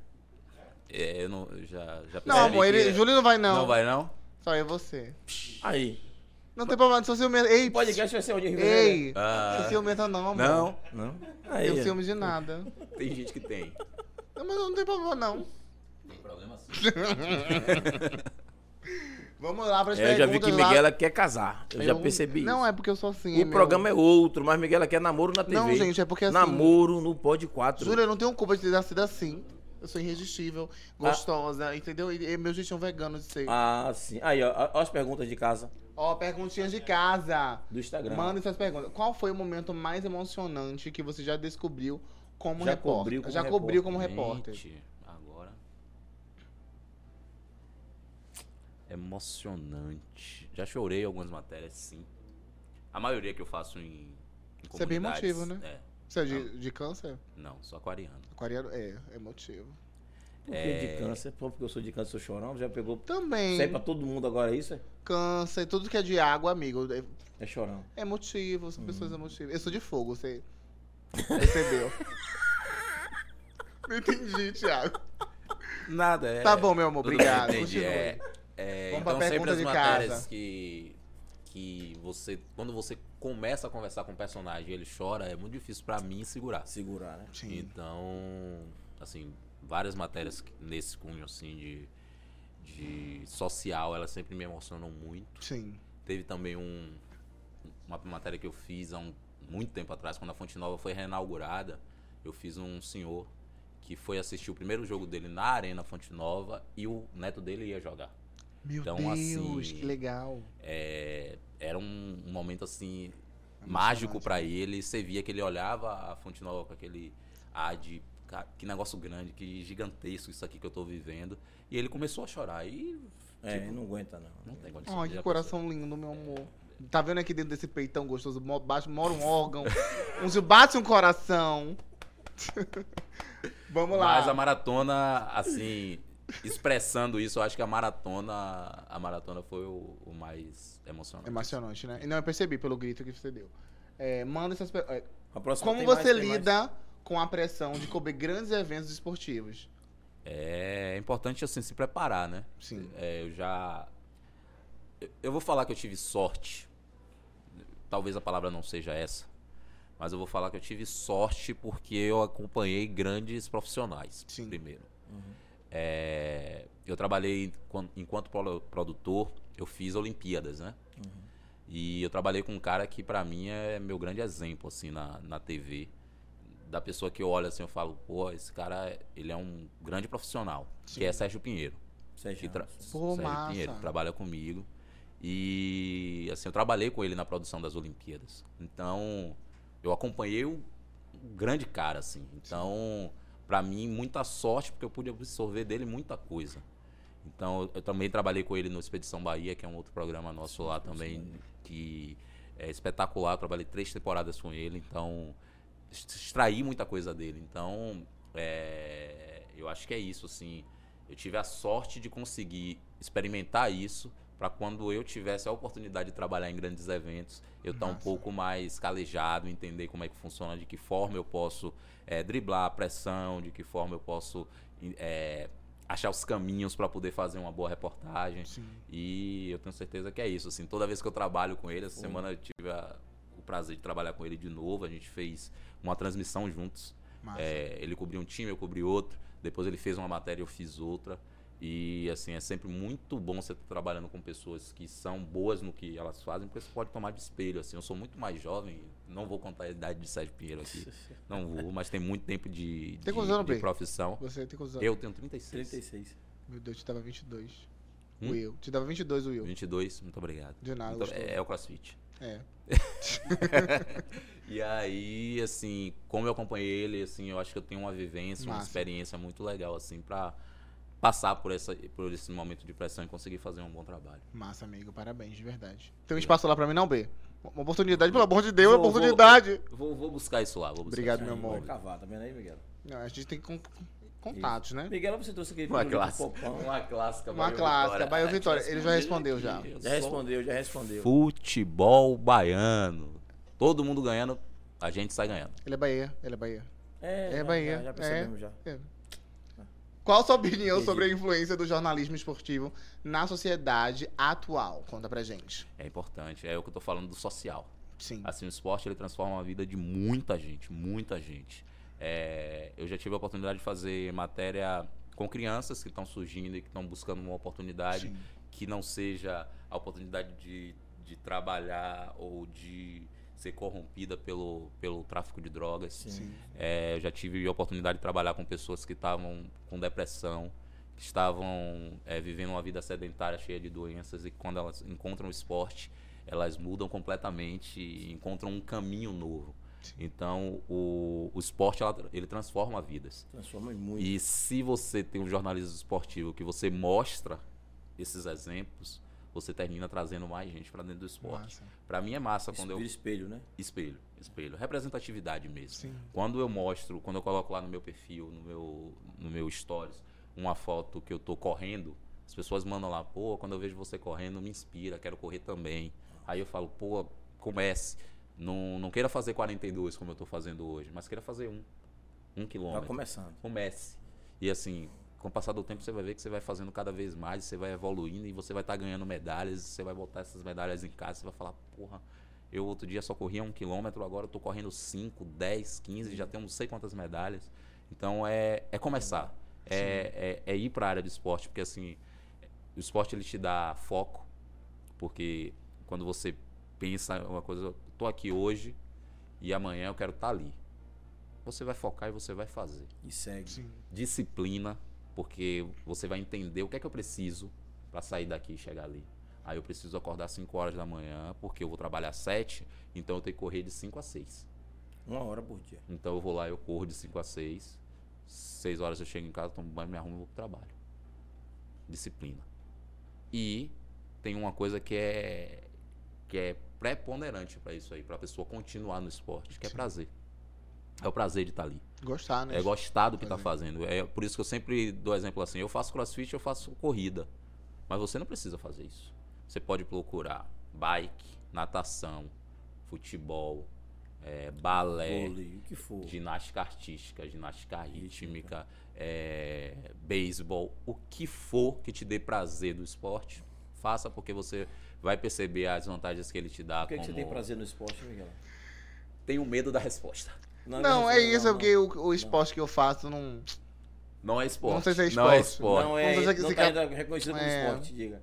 [SPEAKER 3] É, eu não, eu já, já percebi
[SPEAKER 1] Não, amor,
[SPEAKER 3] que- é.
[SPEAKER 1] ele, Júlio não vai não.
[SPEAKER 3] Não vai não?
[SPEAKER 1] Só eu e você.
[SPEAKER 2] Aí.
[SPEAKER 1] Não tem problema, só se eu mesmo. Ei,
[SPEAKER 2] O podcast vai ser onde? Em Rio de Janeiro?
[SPEAKER 1] ei. um
[SPEAKER 3] Ah.
[SPEAKER 1] Não se aumenta não, amor.
[SPEAKER 3] Não,
[SPEAKER 2] né? Não.
[SPEAKER 1] Não
[SPEAKER 2] Aí.
[SPEAKER 1] tenho
[SPEAKER 2] ó.
[SPEAKER 1] ciúme de nada.
[SPEAKER 3] tem gente que tem.
[SPEAKER 1] Não, mas não tem problema não.
[SPEAKER 3] Tem problema sim.
[SPEAKER 1] Vamos lá para as
[SPEAKER 2] É, eu já vi que
[SPEAKER 1] perguntas lá.
[SPEAKER 2] Miguela quer casar. Eu, já percebi.
[SPEAKER 1] Não,
[SPEAKER 2] isso.
[SPEAKER 1] é porque eu sou assim.
[SPEAKER 2] O programa é outro, mas Miguela quer namoro na TV.
[SPEAKER 1] Não, gente, é porque assim-
[SPEAKER 2] Namoro no Pod 4.
[SPEAKER 1] Júlia, eu não tenho culpa de ter sido assim. Eu sou irresistível, gostosa, entendeu? E, e meu jeitinho vegano de ser.
[SPEAKER 2] Ah, sim. Aí, ó, ó, ó as perguntas de casa
[SPEAKER 1] Ó, perguntinhas de casa.
[SPEAKER 2] do Instagram.
[SPEAKER 1] Manda essas perguntas. Qual foi o momento mais emocionante que você já descobriu como
[SPEAKER 2] Já
[SPEAKER 1] repórter?
[SPEAKER 2] cobriu como
[SPEAKER 1] já
[SPEAKER 2] repórter.
[SPEAKER 1] cobriu como
[SPEAKER 3] Gente,
[SPEAKER 1] repórter.
[SPEAKER 3] Agora. Emocionante. Já chorei em algumas matérias, sim. A maioria que eu faço em. em
[SPEAKER 1] Isso é bem
[SPEAKER 3] comunidades,
[SPEAKER 1] emotivo, né? Você é de, de câncer?
[SPEAKER 3] É. Não, sou aquariano.
[SPEAKER 1] Aquariano? É, emotivo.
[SPEAKER 2] Por que
[SPEAKER 1] é.
[SPEAKER 2] de câncer? Pô, porque eu sou de câncer, sou chorão. Já pegou.
[SPEAKER 1] Também.
[SPEAKER 2] Sai pra todo mundo agora, isso? é?
[SPEAKER 1] Câncer, tudo que é de água, amigo. É
[SPEAKER 2] É chorão.
[SPEAKER 1] é emotivo, são pessoas emotivas. Eu sou de fogo, você percebeu. Não entendi, Thiago.
[SPEAKER 2] Nada, é.
[SPEAKER 1] Tá bom, meu amor,
[SPEAKER 3] Tudo bem,
[SPEAKER 1] obrigado.
[SPEAKER 3] entendi,
[SPEAKER 1] Continue.
[SPEAKER 3] é, é,
[SPEAKER 1] Vamos pra
[SPEAKER 3] então sempre
[SPEAKER 1] pergunta
[SPEAKER 3] as
[SPEAKER 1] de
[SPEAKER 3] matérias
[SPEAKER 1] casa.
[SPEAKER 3] que que você quando você começa a conversar com o personagem, e ele chora, é muito difícil pra mim segurar.
[SPEAKER 2] Segurar, né?
[SPEAKER 1] Sim.
[SPEAKER 3] Então, assim, várias matérias que- nesse cunho assim de de social, elas sempre me emocionam muito.
[SPEAKER 1] Sim.
[SPEAKER 3] Teve também um, uma matéria que eu fiz há um, muito tempo atrás, quando a Fonte Nova foi reinaugurada. Eu fiz um senhor que foi assistir o primeiro jogo dele na Arena Fonte Nova e o neto dele ia jogar.
[SPEAKER 1] Meu
[SPEAKER 3] Então,
[SPEAKER 1] Deus,
[SPEAKER 3] assim,
[SPEAKER 1] que legal.
[SPEAKER 3] É, era um, um momento assim
[SPEAKER 1] Emocionante.
[SPEAKER 3] mágico pra ele. Você via que ele olhava a Fonte Nova com aquele ar de "Cara, que negócio grande, que gigantesco isso aqui que eu tô vivendo. E ele começou a chorar e
[SPEAKER 2] É,
[SPEAKER 3] Tipo-
[SPEAKER 2] não aguenta, não.
[SPEAKER 3] não tem condição.
[SPEAKER 1] Ai,
[SPEAKER 3] de
[SPEAKER 1] que
[SPEAKER 3] a
[SPEAKER 1] coração lindo, meu amor. Tá vendo aqui dentro desse peitão gostoso, mo- baixo, mora um órgão. onde bate um coração. Vamos lá.
[SPEAKER 3] Mas a maratona, assim, expressando isso, eu acho que a maratona, a maratona foi o, o mais emocionante.
[SPEAKER 1] Emocionante, né? E não, eu percebi pelo grito que você deu. É, manda essas... pe- é,
[SPEAKER 2] A próxima
[SPEAKER 1] Como
[SPEAKER 2] tem
[SPEAKER 1] você
[SPEAKER 2] mais, tem mais.
[SPEAKER 1] lida com a pressão de cobrir grandes eventos esportivos?
[SPEAKER 3] É importante, assim, se preparar, né?
[SPEAKER 1] Sim.
[SPEAKER 3] É, eu já... eu- Eu vou falar que eu tive sorte. Talvez a palavra não seja essa. Mas eu vou falar que eu tive sorte porque eu acompanhei grandes profissionais,
[SPEAKER 1] Sim.
[SPEAKER 3] primeiro.
[SPEAKER 2] Uhum.
[SPEAKER 3] É, eu trabalhei enquan- enquanto pro- produtor, eu fiz Olimpíadas, né? E eu trabalhei com um cara que pra mim é meu grande exemplo assim na, na TV, da pessoa que eu olho assim eu falo, pô, esse cara ele é um grande profissional, que é Sérgio Pinheiro, que
[SPEAKER 2] Sérgio
[SPEAKER 3] tra-
[SPEAKER 2] Ramos.
[SPEAKER 1] Pô,
[SPEAKER 3] Sérgio
[SPEAKER 1] massa.
[SPEAKER 3] Pinheiro que trabalha comigo e assim eu trabalhei com ele na produção das Olimpíadas, então eu acompanhei o um grande cara assim, então pra mim muita sorte porque eu pude absorver dele muita coisa. Então, eu também trabalhei com ele no Expedição Bahia, que é um outro programa nosso lá também, que é espetacular. Eu trabalhei três temporadas com ele, então es- extraí muita coisa dele. Então, é, eu acho que é isso, assim. Eu tive a sorte de conseguir experimentar isso para quando eu tivesse a oportunidade de trabalhar em grandes eventos, eu estar um
[SPEAKER 1] Massa.
[SPEAKER 3] pouco mais calejado, entender como é que funciona, de que forma eu posso é, driblar a pressão, de que forma eu posso em- é, achar os caminhos para poder fazer uma boa reportagem.
[SPEAKER 1] Sim.
[SPEAKER 3] E eu tenho certeza que é isso. Assim, toda vez que eu trabalho com ele, essa semana eu tive a- o prazer de trabalhar com ele de novo. A gente fez uma transmissão juntos.
[SPEAKER 1] Massa.
[SPEAKER 3] É, ele cobriu um time, eu cobri outro. Depois ele fez uma matéria, eu fiz outra. E assim, é sempre muito bom você estar trabalhando com pessoas que são boas no que elas fazem, porque você pode tomar de espelho. Assim, eu sou muito mais jovem, não vou contar a idade de Sérgio Pinheiro aqui. Não vou, mas tem muito tempo de,
[SPEAKER 1] Tem quantos anos,
[SPEAKER 3] de, de
[SPEAKER 1] Bey?
[SPEAKER 3] profissão.
[SPEAKER 1] Você tem quantos anos?
[SPEAKER 3] Eu tenho 36.
[SPEAKER 2] 36.
[SPEAKER 1] Meu Deus, te dava 22.
[SPEAKER 3] Hum?
[SPEAKER 1] Will. Te dava 22, Will.
[SPEAKER 3] 22, muito obrigado.
[SPEAKER 1] De nada,
[SPEAKER 3] Muito-
[SPEAKER 1] gostoso.
[SPEAKER 3] é, é o CrossFit.
[SPEAKER 1] É.
[SPEAKER 3] E aí, assim, como eu acompanhei ele, assim, eu acho que eu tenho uma vivência, uma
[SPEAKER 1] Massa.
[SPEAKER 3] experiência muito legal, assim, pra passar por, essa, por esse momento de pressão e conseguir fazer um bom trabalho.
[SPEAKER 1] Massa, amigo. Parabéns, de verdade. Tem um espaço lá pra mim, não, B? Uma oportunidade, pelo amor de Deus,
[SPEAKER 3] Vou,
[SPEAKER 1] uma oportunidade.
[SPEAKER 3] Eu Vou, vou buscar isso lá, vou buscar
[SPEAKER 1] Obrigado,
[SPEAKER 3] isso lá.
[SPEAKER 1] meu amor.
[SPEAKER 2] Vai cavar, tá vendo aí, Miguel?
[SPEAKER 1] Não, a gente tem con- con- contatos, né?
[SPEAKER 2] Miguel, você trouxe aquele
[SPEAKER 3] Uma
[SPEAKER 2] pirulito
[SPEAKER 3] clássica.
[SPEAKER 2] popão.
[SPEAKER 3] Uma clássica,
[SPEAKER 1] Uma
[SPEAKER 3] Bahia
[SPEAKER 1] clássica, Bahia
[SPEAKER 3] Ah,
[SPEAKER 1] Vitória.
[SPEAKER 3] tinha
[SPEAKER 1] Ele
[SPEAKER 3] esse
[SPEAKER 1] já
[SPEAKER 3] nome
[SPEAKER 1] respondeu
[SPEAKER 3] aqui,
[SPEAKER 1] já.
[SPEAKER 3] eu
[SPEAKER 2] Já
[SPEAKER 3] sou
[SPEAKER 2] respondeu, já respondeu.
[SPEAKER 3] Futebol baiano. Todo mundo ganhando, a gente sai ganhando.
[SPEAKER 1] Ele é Bahia, ele é Bahia.
[SPEAKER 2] É, já-
[SPEAKER 1] Bahia,
[SPEAKER 2] Já, já
[SPEAKER 1] é.
[SPEAKER 2] percebemos já.
[SPEAKER 1] É. Qual a sua opinião
[SPEAKER 2] Entendi.
[SPEAKER 1] sobre a influência do jornalismo esportivo na sociedade atual? Conta pra gente.
[SPEAKER 3] É importante, é o que eu tô falando do social.
[SPEAKER 1] Sim.
[SPEAKER 3] Assim, o esporte ele transforma a vida de muita gente, muita gente. É, eu já tive a oportunidade de fazer matéria com crianças que estão surgindo e que estão buscando uma oportunidade
[SPEAKER 1] Sim.
[SPEAKER 3] que não seja a oportunidade de, de trabalhar ou de ser corrompida pelo, pelo tráfico de drogas.
[SPEAKER 1] Sim.
[SPEAKER 3] É, eu já tive a oportunidade de trabalhar com pessoas que estavam com depressão, que estavam é, vivendo uma vida sedentária cheia de doenças e que quando elas encontram o esporte, elas mudam completamente e encontram um caminho novo. Então, o, o esporte ela- ele transforma vidas.
[SPEAKER 2] Transforma em muito.
[SPEAKER 3] E se você tem um jornalismo esportivo que você mostra esses exemplos, você termina trazendo mais gente para dentro do esporte.
[SPEAKER 1] Massa.
[SPEAKER 3] Para mim é massa
[SPEAKER 2] Isso
[SPEAKER 3] quando eu
[SPEAKER 2] vira espelho, né?
[SPEAKER 3] Espelho, espelho. Representatividade mesmo.
[SPEAKER 1] Sim.
[SPEAKER 3] Quando eu mostro, quando eu coloco lá no meu perfil, no meu, no meu stories, uma foto que eu tô correndo, as pessoas mandam lá, pô, quando eu vejo você correndo, me inspira, quero correr também. Aí eu falo, pô, comece. Não, não queira fazer 42 como eu tô fazendo hoje, mas queira fazer um. Um
[SPEAKER 2] Tá
[SPEAKER 3] quilômetro.
[SPEAKER 2] começando.
[SPEAKER 3] Comece. E assim, Com o passar do tempo, você vai ver que você vai fazendo cada vez mais, você vai evoluindo e você vai estar ganhando medalhas, você vai botar essas medalhas em casa, você vai falar, porra, eu outro dia só corria um quilômetro, agora eu tô correndo 5, 10, 15, já tenho não sei quantas medalhas. Então é, é começar. É, é, é ir para a área do esporte, porque assim, o esporte ele te dá foco, porque quando você pensa uma coisa, eu tô aqui hoje e amanhã eu quero estar ali. Você vai focar e você vai fazer.
[SPEAKER 2] E segue.
[SPEAKER 1] Sim.
[SPEAKER 3] Disciplina, porque você vai entender o que é que eu preciso para sair daqui e chegar ali. Aí eu preciso acordar 5 horas da manhã, porque eu vou trabalhar 7, então eu tenho que correr de 5 a 6.
[SPEAKER 2] Uma hora por dia.
[SPEAKER 3] Então eu vou lá, eu corro de 5 a 6, 6 horas eu chego em casa, tomo banho, me arrumo e vou pro trabalho. Disciplina. E tem uma coisa que é que é preponderante para isso aí, para a pessoa continuar no esporte, que é
[SPEAKER 1] Sim.
[SPEAKER 3] prazer. É o prazer de estar ali.
[SPEAKER 1] Gostar, né?
[SPEAKER 3] É gostar do que tá fazendo. É por isso que eu sempre dou exemplo assim: eu faço crossfit, eu faço corrida. Mas você não precisa fazer isso. Você pode procurar bike, natação, futebol, eh, balé,
[SPEAKER 2] Vôlei, o que for.
[SPEAKER 3] ginástica artística, ginástica
[SPEAKER 2] Rítmica.
[SPEAKER 3] rítmica, eh, beisebol, o que for que te dê prazer do esporte, faça porque você vai perceber as vantagens que ele te dá.
[SPEAKER 2] Por que, é que
[SPEAKER 3] como...
[SPEAKER 2] você tem prazer no esporte, Miguel?
[SPEAKER 3] Tenho medo da resposta.
[SPEAKER 1] Não, é isso, é
[SPEAKER 2] não.
[SPEAKER 1] porque o, o esporte que eu faço não.
[SPEAKER 3] Não é esporte.
[SPEAKER 1] Não sei se é
[SPEAKER 3] Não é
[SPEAKER 1] esporte.
[SPEAKER 3] esporte.
[SPEAKER 2] Não é,
[SPEAKER 1] Vamos fazer que
[SPEAKER 2] não
[SPEAKER 1] esse
[SPEAKER 2] tá
[SPEAKER 1] cara-
[SPEAKER 2] ainda reconhecido como
[SPEAKER 1] É.
[SPEAKER 2] esporte, diga.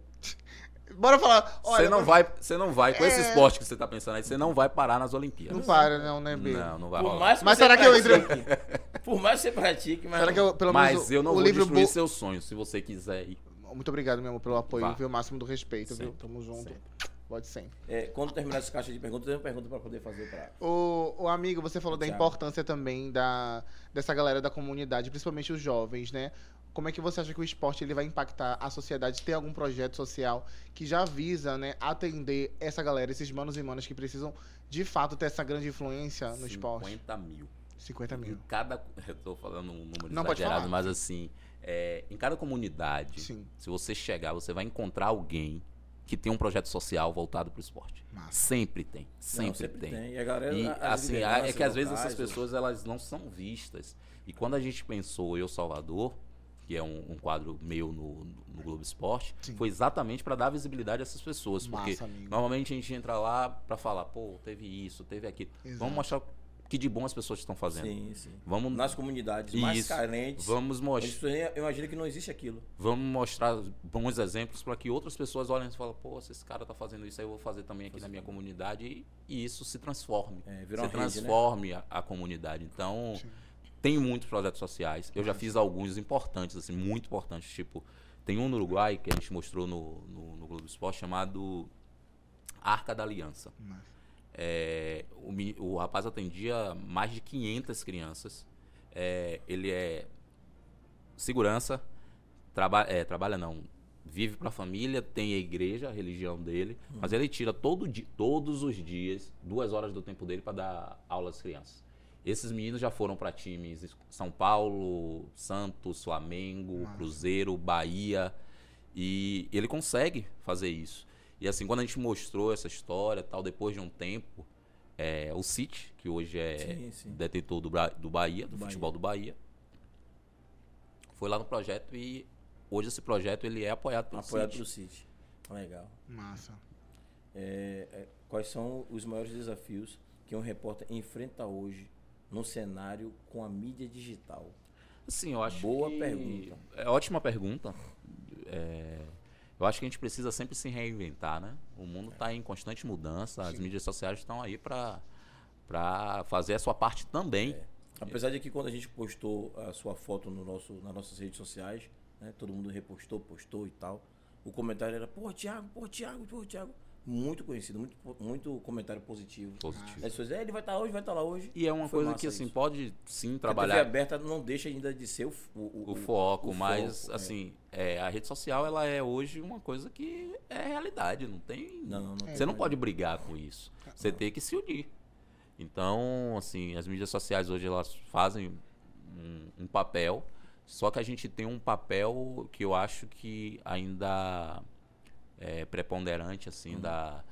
[SPEAKER 1] Bora falar. Olha,
[SPEAKER 3] Você não
[SPEAKER 1] mas-
[SPEAKER 3] vai, você não vai com esse
[SPEAKER 1] É.
[SPEAKER 3] esporte que você tá pensando aí, você não vai parar nas Olimpíadas.
[SPEAKER 1] Não para, não, né, B?
[SPEAKER 3] Não, não vai
[SPEAKER 2] Por
[SPEAKER 3] rolar.
[SPEAKER 2] mais
[SPEAKER 1] Mas
[SPEAKER 2] você
[SPEAKER 1] será que eu entro-
[SPEAKER 2] pratique- Por mais que você pratique, mas
[SPEAKER 1] Será que eu, pelo menos,
[SPEAKER 3] Mas
[SPEAKER 1] o-
[SPEAKER 3] eu não
[SPEAKER 1] o
[SPEAKER 3] vou
[SPEAKER 1] livro
[SPEAKER 3] destruir
[SPEAKER 1] bo-
[SPEAKER 3] seu sonho, se você quiser ir.
[SPEAKER 1] Muito obrigado, meu amor, pelo apoio,
[SPEAKER 3] Vá.
[SPEAKER 1] viu? O máximo do respeito, viu?
[SPEAKER 3] Sempre,
[SPEAKER 1] Tamo junto. Pode sempre.
[SPEAKER 2] É, quando terminar essa caixa de perguntas, eu tenho uma pergunta para poder fazer para
[SPEAKER 1] O, o amigo, você falou da
[SPEAKER 2] Thiago.
[SPEAKER 1] importância também da, dessa galera da comunidade, principalmente os jovens, né? Como é que você acha que o esporte ele vai impactar a sociedade? Tem algum projeto social que já visa, né, atender essa galera, esses manos e manas que precisam, de fato, ter essa grande influência Tá, no esporte?
[SPEAKER 3] 50 mil.
[SPEAKER 1] 50
[SPEAKER 3] Em
[SPEAKER 1] mil.
[SPEAKER 3] cada. Eu tô falando um número
[SPEAKER 1] Não, pode
[SPEAKER 3] exagerado,
[SPEAKER 1] falar.
[SPEAKER 3] mas assim, é, em cada comunidade,
[SPEAKER 1] Sim.
[SPEAKER 3] se você chegar, você vai encontrar alguém que tem um projeto social voltado pro esporte.
[SPEAKER 1] Massa.
[SPEAKER 3] Sempre tem. Sempre,
[SPEAKER 2] sempre
[SPEAKER 3] tem.
[SPEAKER 2] E a galera
[SPEAKER 3] E
[SPEAKER 2] as
[SPEAKER 3] assim,
[SPEAKER 2] lideranças
[SPEAKER 3] é que às vezes
[SPEAKER 2] locais,
[SPEAKER 3] essas pessoas elas não são vistas. E quando a gente pensou Eu Salvador, que é um, um quadro meu no, no Globo Esporte,
[SPEAKER 1] Sim.
[SPEAKER 3] foi exatamente para dar visibilidade a essas pessoas, porque
[SPEAKER 1] Massa, amigo.
[SPEAKER 3] normalmente a gente entra lá para falar, pô, teve isso, teve aquilo.
[SPEAKER 1] Exato.
[SPEAKER 3] Vamos mostrar que de bom as pessoas estão fazendo.
[SPEAKER 2] Sim, sim.
[SPEAKER 3] Vamos
[SPEAKER 2] Nas comunidades mais
[SPEAKER 3] Isso.
[SPEAKER 2] carentes,
[SPEAKER 3] vamos
[SPEAKER 2] onde
[SPEAKER 3] mostrar
[SPEAKER 2] as pessoas nem- eu imagino que não existe aquilo.
[SPEAKER 3] vamos mostrar bons exemplos para que outras pessoas olhem e falem, pô, se esse cara tá fazendo isso, aí eu vou fazer também aqui na minha comunidade e, e isso se transforme.
[SPEAKER 2] É, virou
[SPEAKER 3] se
[SPEAKER 2] uma rede, né?
[SPEAKER 3] transforme a, a comunidade. Então,
[SPEAKER 1] Sim.
[SPEAKER 3] tem muitos projetos sociais. Eu já fiz alguns importantes, assim, muito importantes. Tipo, tem um no Uruguai que a gente mostrou no, no, no Globo Esporte chamado Arca da Aliança.
[SPEAKER 1] Massa.
[SPEAKER 3] É, o, meni- o rapaz atendia mais de 500 crianças. É, ele é segurança, traba, é, trabalha não, vive para a família, tem a igreja, a religião dele, mas ele tira todo di, todos os dias duas horas do tempo dele para dar aula às crianças. Esses meninos já foram para times em São Paulo, Santos, Flamengo,
[SPEAKER 1] Massa.
[SPEAKER 3] Cruzeiro, Bahia, e ele consegue fazer isso. E assim, quando a gente mostrou essa história, tal, depois de um tempo, é, o City, que hoje é
[SPEAKER 2] Sim, sim.
[SPEAKER 3] detentor do, Bra- do Bahia, do
[SPEAKER 2] Bahia.
[SPEAKER 3] futebol do Bahia, foi lá no projeto e hoje esse projeto ele é apoiado pelo
[SPEAKER 2] Apoiado
[SPEAKER 3] apoiado
[SPEAKER 2] pelo City. Legal.
[SPEAKER 1] Massa.
[SPEAKER 2] Quais são os maiores desafios que um repórter enfrenta hoje num cenário com a mídia digital?
[SPEAKER 3] Assim, eu acho
[SPEAKER 2] Boa
[SPEAKER 3] que-
[SPEAKER 2] pergunta.
[SPEAKER 3] É ótima pergunta. É, eu acho que a gente precisa sempre se reinventar, né? O mundo está em constante mudança, as mídias sociais estão aí para para fazer a sua parte também.
[SPEAKER 2] É. Apesar de que quando a gente postou a sua foto no nosso, nas nossas redes sociais, né, todo mundo repostou, postou e tal, o comentário era, pô, Thiago, pô, Thiago, pô, Thiago. Muito conhecido, muito, muito comentário positivo. As
[SPEAKER 3] Positivo.
[SPEAKER 2] pessoas, é, ele vai estar hoje, vai estar lá hoje.
[SPEAKER 3] E é uma
[SPEAKER 2] Foi
[SPEAKER 3] coisa
[SPEAKER 2] massa
[SPEAKER 3] que assim
[SPEAKER 2] isso.
[SPEAKER 3] pode sim
[SPEAKER 2] A
[SPEAKER 3] trabalhar
[SPEAKER 2] TV aberta não deixa ainda de ser o, f- o,
[SPEAKER 3] o foco,
[SPEAKER 2] o
[SPEAKER 3] mas
[SPEAKER 2] foco, é.
[SPEAKER 3] assim, é, a rede social ela é hoje uma coisa que é realidade, não tem.
[SPEAKER 2] Não, não, não
[SPEAKER 3] você
[SPEAKER 2] tem
[SPEAKER 3] não
[SPEAKER 2] mais.
[SPEAKER 3] pode brigar com isso. Você tá, tem que se unir. Então, assim, as mídias sociais hoje elas fazem um, um papel, só que a gente tem um papel que eu acho que ainda é preponderante, assim,
[SPEAKER 2] Uhum.
[SPEAKER 3] da,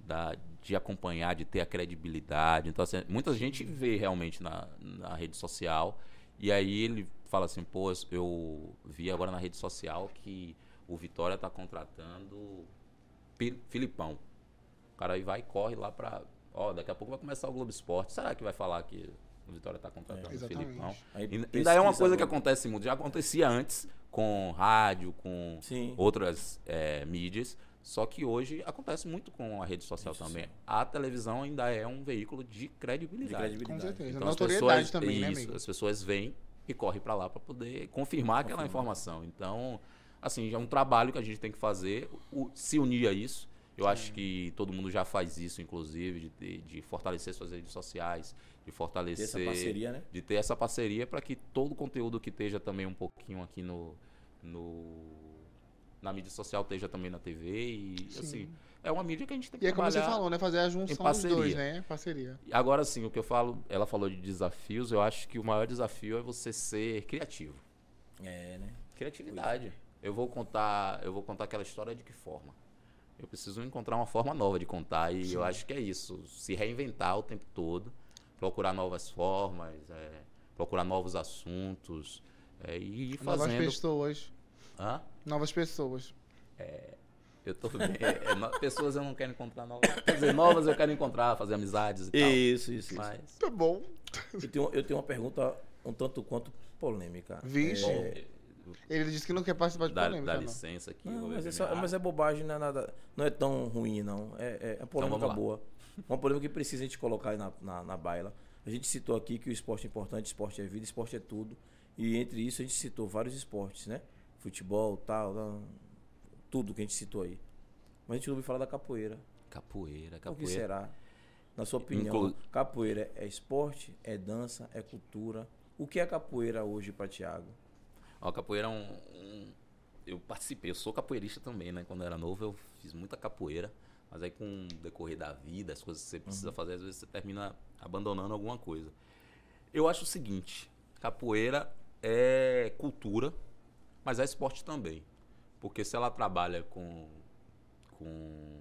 [SPEAKER 3] da- de acompanhar, de ter a credibilidade. Então, assim, muita gente vê realmente na, na rede social e aí ele fala assim, pô, eu vi agora na rede social que o Vitória tá contratando Pi- Filipão. O cara aí vai e corre lá pra. Ó, daqui a pouco vai começar o Globo Esporte. Será que vai falar que o Vitória tá contratando
[SPEAKER 1] É.
[SPEAKER 3] o Filipão?
[SPEAKER 1] Exatamente.
[SPEAKER 2] Aí
[SPEAKER 3] Ainda- Ainda
[SPEAKER 2] pesquisa
[SPEAKER 3] é uma coisa que
[SPEAKER 2] agora.
[SPEAKER 3] acontece muito. Já acontecia antes com rádio, com
[SPEAKER 2] Sim.
[SPEAKER 3] outras eh, mídias. Só que hoje acontece muito com a rede social
[SPEAKER 2] Rede
[SPEAKER 3] também.
[SPEAKER 2] social.
[SPEAKER 3] A televisão ainda é um veículo de
[SPEAKER 2] De
[SPEAKER 3] credibilidade.
[SPEAKER 1] Com
[SPEAKER 2] credibilidade.
[SPEAKER 1] certeza.
[SPEAKER 3] Então, as
[SPEAKER 1] Notoriedade
[SPEAKER 3] pessoas-
[SPEAKER 1] também, né,
[SPEAKER 3] isso,
[SPEAKER 1] amigo?
[SPEAKER 3] As pessoas vêm e correm para lá para poder confirmar aquela
[SPEAKER 2] Confirmar.
[SPEAKER 3] informação. Então, assim, já é um trabalho que a gente tem que fazer, o- se unir a isso. Eu acho que todo mundo já faz isso, inclusive, de, ter- de fortalecer suas redes sociais, de
[SPEAKER 2] Ter essa
[SPEAKER 3] fortalecer
[SPEAKER 2] parceria, né?
[SPEAKER 3] de ter essa parceria para que todo o conteúdo que esteja também um pouquinho aqui no, no na mídia social esteja também na TV e
[SPEAKER 1] Sim.
[SPEAKER 3] assim é uma mídia que a gente tem que
[SPEAKER 1] E é como você
[SPEAKER 3] trabalhar.
[SPEAKER 1] falou, né? Fazer a junção dos
[SPEAKER 3] parceria.
[SPEAKER 1] dois, né? Parceria.
[SPEAKER 3] E Agora sim, o que eu falo, ela falou de desafios, eu acho que o maior desafio é você ser criativo.
[SPEAKER 2] É, né?
[SPEAKER 3] Criatividade. Eu vou contar, eu vou contar aquela história de que forma? Eu preciso encontrar uma forma nova de contar e eu acho que é isso, se reinventar o tempo todo, procurar novas formas, é, procurar novos assuntos é, e ir
[SPEAKER 1] Novas
[SPEAKER 3] fazendo.
[SPEAKER 1] pessoas.
[SPEAKER 3] Hã?
[SPEAKER 1] Novas pessoas.
[SPEAKER 3] Eu tô vendo. é, no- pessoas eu não quero encontrar novas. Quer dizer, novas eu quero encontrar, fazer amizades e tal.
[SPEAKER 2] Isso, isso, isso.
[SPEAKER 3] Mas.
[SPEAKER 1] Tá bom.
[SPEAKER 2] Eu tenho, eu tenho uma pergunta um tanto quanto polêmica.
[SPEAKER 1] Vixe.
[SPEAKER 2] É,
[SPEAKER 1] Ele disse que não quer participar de
[SPEAKER 3] Dá,
[SPEAKER 1] polêmica,
[SPEAKER 3] dá
[SPEAKER 1] não.
[SPEAKER 3] licença aqui. eu
[SPEAKER 2] Não,
[SPEAKER 3] vou
[SPEAKER 2] mas, é
[SPEAKER 3] beber
[SPEAKER 2] só-
[SPEAKER 3] minha água.
[SPEAKER 2] mas é bobagem, não é nada. Não é tão ruim, não. É, é, é uma polêmica
[SPEAKER 3] Então vamos lá.
[SPEAKER 2] boa. Uma polêmica que precisa a gente colocar aí na, na, na baila. A gente citou aqui que o esporte é importante, esporte é vida, esporte é tudo. E entre isso a gente citou vários esportes, né? Futebol, tal, tal, tudo que a gente citou aí. Mas a gente não ouviu falar da capoeira.
[SPEAKER 3] Capoeira,
[SPEAKER 2] O que
[SPEAKER 3] capoeira.
[SPEAKER 2] será? Na sua opinião,
[SPEAKER 3] Inclu-
[SPEAKER 2] capoeira é esporte, é dança, é cultura. O que é capoeira hoje para Tiago?
[SPEAKER 3] Ó, capoeira é um, um- Eu participei, eu sou capoeirista também, né? Quando eu era novo eu fiz muita capoeira. Mas aí com o decorrer da vida, as coisas que você
[SPEAKER 1] Uhum.
[SPEAKER 3] precisa fazer, às vezes você termina abandonando alguma coisa. Eu acho o seguinte, capoeira é cultura, mas é esporte também. Porque se ela trabalha com, com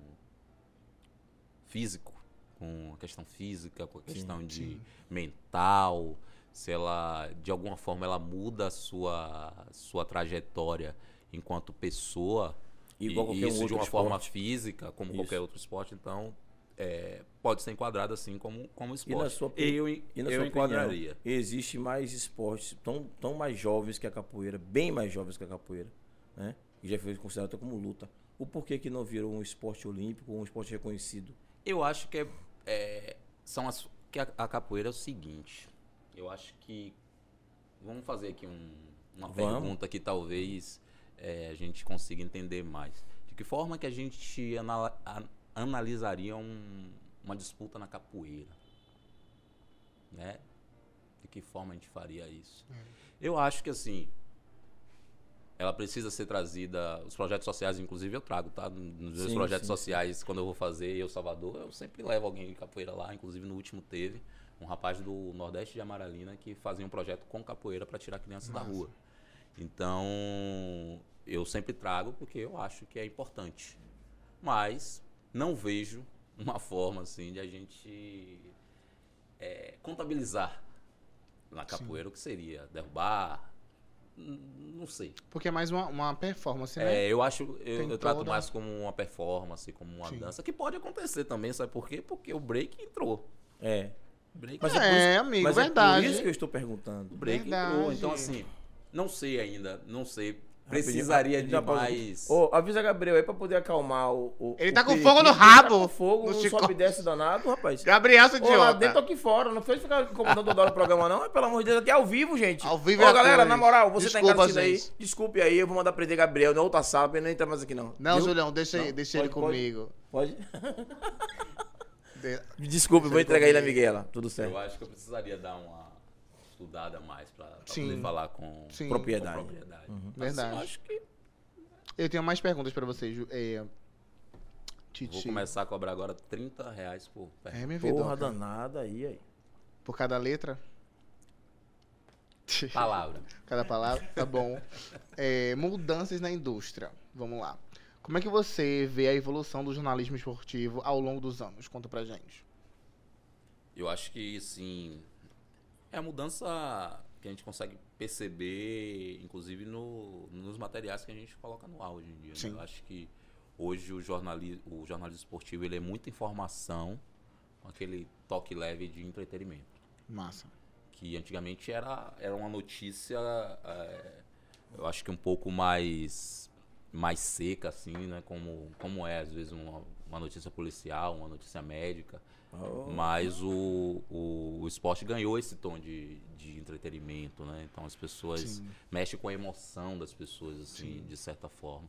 [SPEAKER 3] físico, com a questão física, com a questão de
[SPEAKER 1] sim.
[SPEAKER 3] mental, se ela de alguma forma ela muda a sua sua trajetória enquanto pessoa e,
[SPEAKER 2] Igual qualquer um
[SPEAKER 3] isso de
[SPEAKER 2] outro
[SPEAKER 3] uma
[SPEAKER 2] esporte.
[SPEAKER 3] forma física, como
[SPEAKER 2] Isso.
[SPEAKER 3] qualquer outro esporte, então é, pode ser enquadrado assim como como
[SPEAKER 2] E
[SPEAKER 3] esporte.
[SPEAKER 2] na sua opini-
[SPEAKER 3] eu en-
[SPEAKER 2] E na
[SPEAKER 3] eu
[SPEAKER 2] sua
[SPEAKER 3] enquadraria.
[SPEAKER 2] opinião, existe mais esportes tão, tão mais jovens que a capoeira, bem mais jovens que a capoeira, né? E já foi considerado até como luta. O porquê que não virou um esporte olímpico, um esporte reconhecido?
[SPEAKER 3] Eu acho que é, é, são as que a, a capoeira é o seguinte. Eu acho que vamos fazer aqui um- uma
[SPEAKER 2] Vamos.
[SPEAKER 3] pergunta que talvez é, a gente consiga entender mais. De que forma que a gente anala- a- analisaria um- uma disputa na capoeira, né? De que forma a gente faria isso? Eu acho que assim ela precisa ser trazida. Os projetos sociais, inclusive, eu trago, tá? Nos meus
[SPEAKER 2] Sim,
[SPEAKER 3] projetos
[SPEAKER 2] sim,
[SPEAKER 3] sociais, quando eu vou fazer eu Salvador, eu sempre levo alguém de capoeira lá. Inclusive, no último teve um rapaz do Nordeste de Amaralina que fazia um projeto com capoeira para tirar crianças da rua. Então, eu sempre trago porque eu acho que é importante. Mas não vejo uma forma assim de a gente é, contabilizar na capoeira o que seria derrubar, N- não sei.
[SPEAKER 1] Porque é mais uma, uma performance, né?
[SPEAKER 3] É, eu acho, eu,
[SPEAKER 1] Tem
[SPEAKER 3] eu trato
[SPEAKER 1] toda-
[SPEAKER 3] mais como uma performance, como uma
[SPEAKER 1] Sim.
[SPEAKER 3] dança, que pode acontecer também, sabe por quê? Porque o break entrou.
[SPEAKER 2] É.
[SPEAKER 3] Break,
[SPEAKER 2] Mas
[SPEAKER 1] é,
[SPEAKER 2] por isso-
[SPEAKER 1] amigo,
[SPEAKER 2] mas
[SPEAKER 1] verdade.
[SPEAKER 2] é por isso que eu estou perguntando.
[SPEAKER 3] break entrou.
[SPEAKER 1] verdade.
[SPEAKER 3] Então, assim, não sei ainda, não sei.
[SPEAKER 2] Rapidinho, ah,
[SPEAKER 3] Precisaria
[SPEAKER 2] rapidinho,
[SPEAKER 3] de
[SPEAKER 2] rapidinho.
[SPEAKER 3] mais.
[SPEAKER 2] Ô, avisa Gabriel aí pra poder acalmar o. o-
[SPEAKER 1] Ele
[SPEAKER 2] o
[SPEAKER 1] tá com
[SPEAKER 2] periquito.
[SPEAKER 1] fogo no
[SPEAKER 2] Ele tá
[SPEAKER 1] rabo,
[SPEAKER 2] com fogo,
[SPEAKER 1] no
[SPEAKER 2] não
[SPEAKER 1] chicote.
[SPEAKER 2] sobe e desce danado, rapaz.
[SPEAKER 1] Gabriel, seu
[SPEAKER 2] Ô, lá
[SPEAKER 1] idiota.
[SPEAKER 2] dentro ou aqui fora, não fez ficar incomodando toda hora o programa, não. É, Pelo amor de Deus, aqui é ao vivo, gente.
[SPEAKER 1] Ao vivo
[SPEAKER 2] Ô,
[SPEAKER 1] é a
[SPEAKER 2] galera,
[SPEAKER 1] coisa.
[SPEAKER 2] na moral, você tá
[SPEAKER 1] Desculpa,
[SPEAKER 2] encarecido aí.
[SPEAKER 1] gente.
[SPEAKER 2] Desculpe aí, eu vou mandar prender Gabriel na outra sala, ele não entra mais aqui, não.
[SPEAKER 1] Não,
[SPEAKER 2] Viu?
[SPEAKER 1] Julião, deixa,
[SPEAKER 2] Não,
[SPEAKER 1] deixa ele
[SPEAKER 2] pode- pode.
[SPEAKER 1] comigo.
[SPEAKER 2] Pode?
[SPEAKER 1] De-
[SPEAKER 2] Desculpe, vou entregar ele a Miguela. Tudo certo.
[SPEAKER 3] Eu acho que eu precisaria dar uma estudada mais pra, pra
[SPEAKER 1] Sim.
[SPEAKER 3] poder falar com,
[SPEAKER 1] Sim. Uhum.
[SPEAKER 3] com
[SPEAKER 2] Propriedade.
[SPEAKER 3] é propriedade. Mas, assim,
[SPEAKER 1] Verdade.
[SPEAKER 3] eu acho que
[SPEAKER 1] Eu tenho mais perguntas pra vocês, Ju- é, Titi.
[SPEAKER 3] vou começar a cobrar agora 30 reais por
[SPEAKER 1] É, minha vida.
[SPEAKER 2] Porra danada aí, aí.
[SPEAKER 1] Por cada letra?
[SPEAKER 2] Tá
[SPEAKER 3] palavra.
[SPEAKER 1] Cada palavra? Tá bom. É, mudanças na indústria. Vamos lá. Como é que você vê a evolução do jornalismo esportivo ao longo dos anos? Conta pra gente.
[SPEAKER 3] Eu acho que, sim, é a assim, mudança que a gente consegue perceber, inclusive no, nos materiais que a gente coloca no ar hoje em dia. né?
[SPEAKER 1] Sim.
[SPEAKER 3] Eu acho que hoje o, jornali, o jornalismo esportivo ele é muita informação com aquele toque leve de entretenimento.
[SPEAKER 1] Massa.
[SPEAKER 3] Que antigamente era, era uma notícia, eh, eu acho que um pouco mais, mais seca, assim, né? Como, como é às vezes uma, uma notícia policial, uma notícia médica.
[SPEAKER 2] Oh,
[SPEAKER 3] Mas o, o, o esporte ganhou esse tom de, de entretenimento, né? Então as pessoas
[SPEAKER 1] Sim.
[SPEAKER 3] mexe com a emoção das pessoas, assim, de certa forma.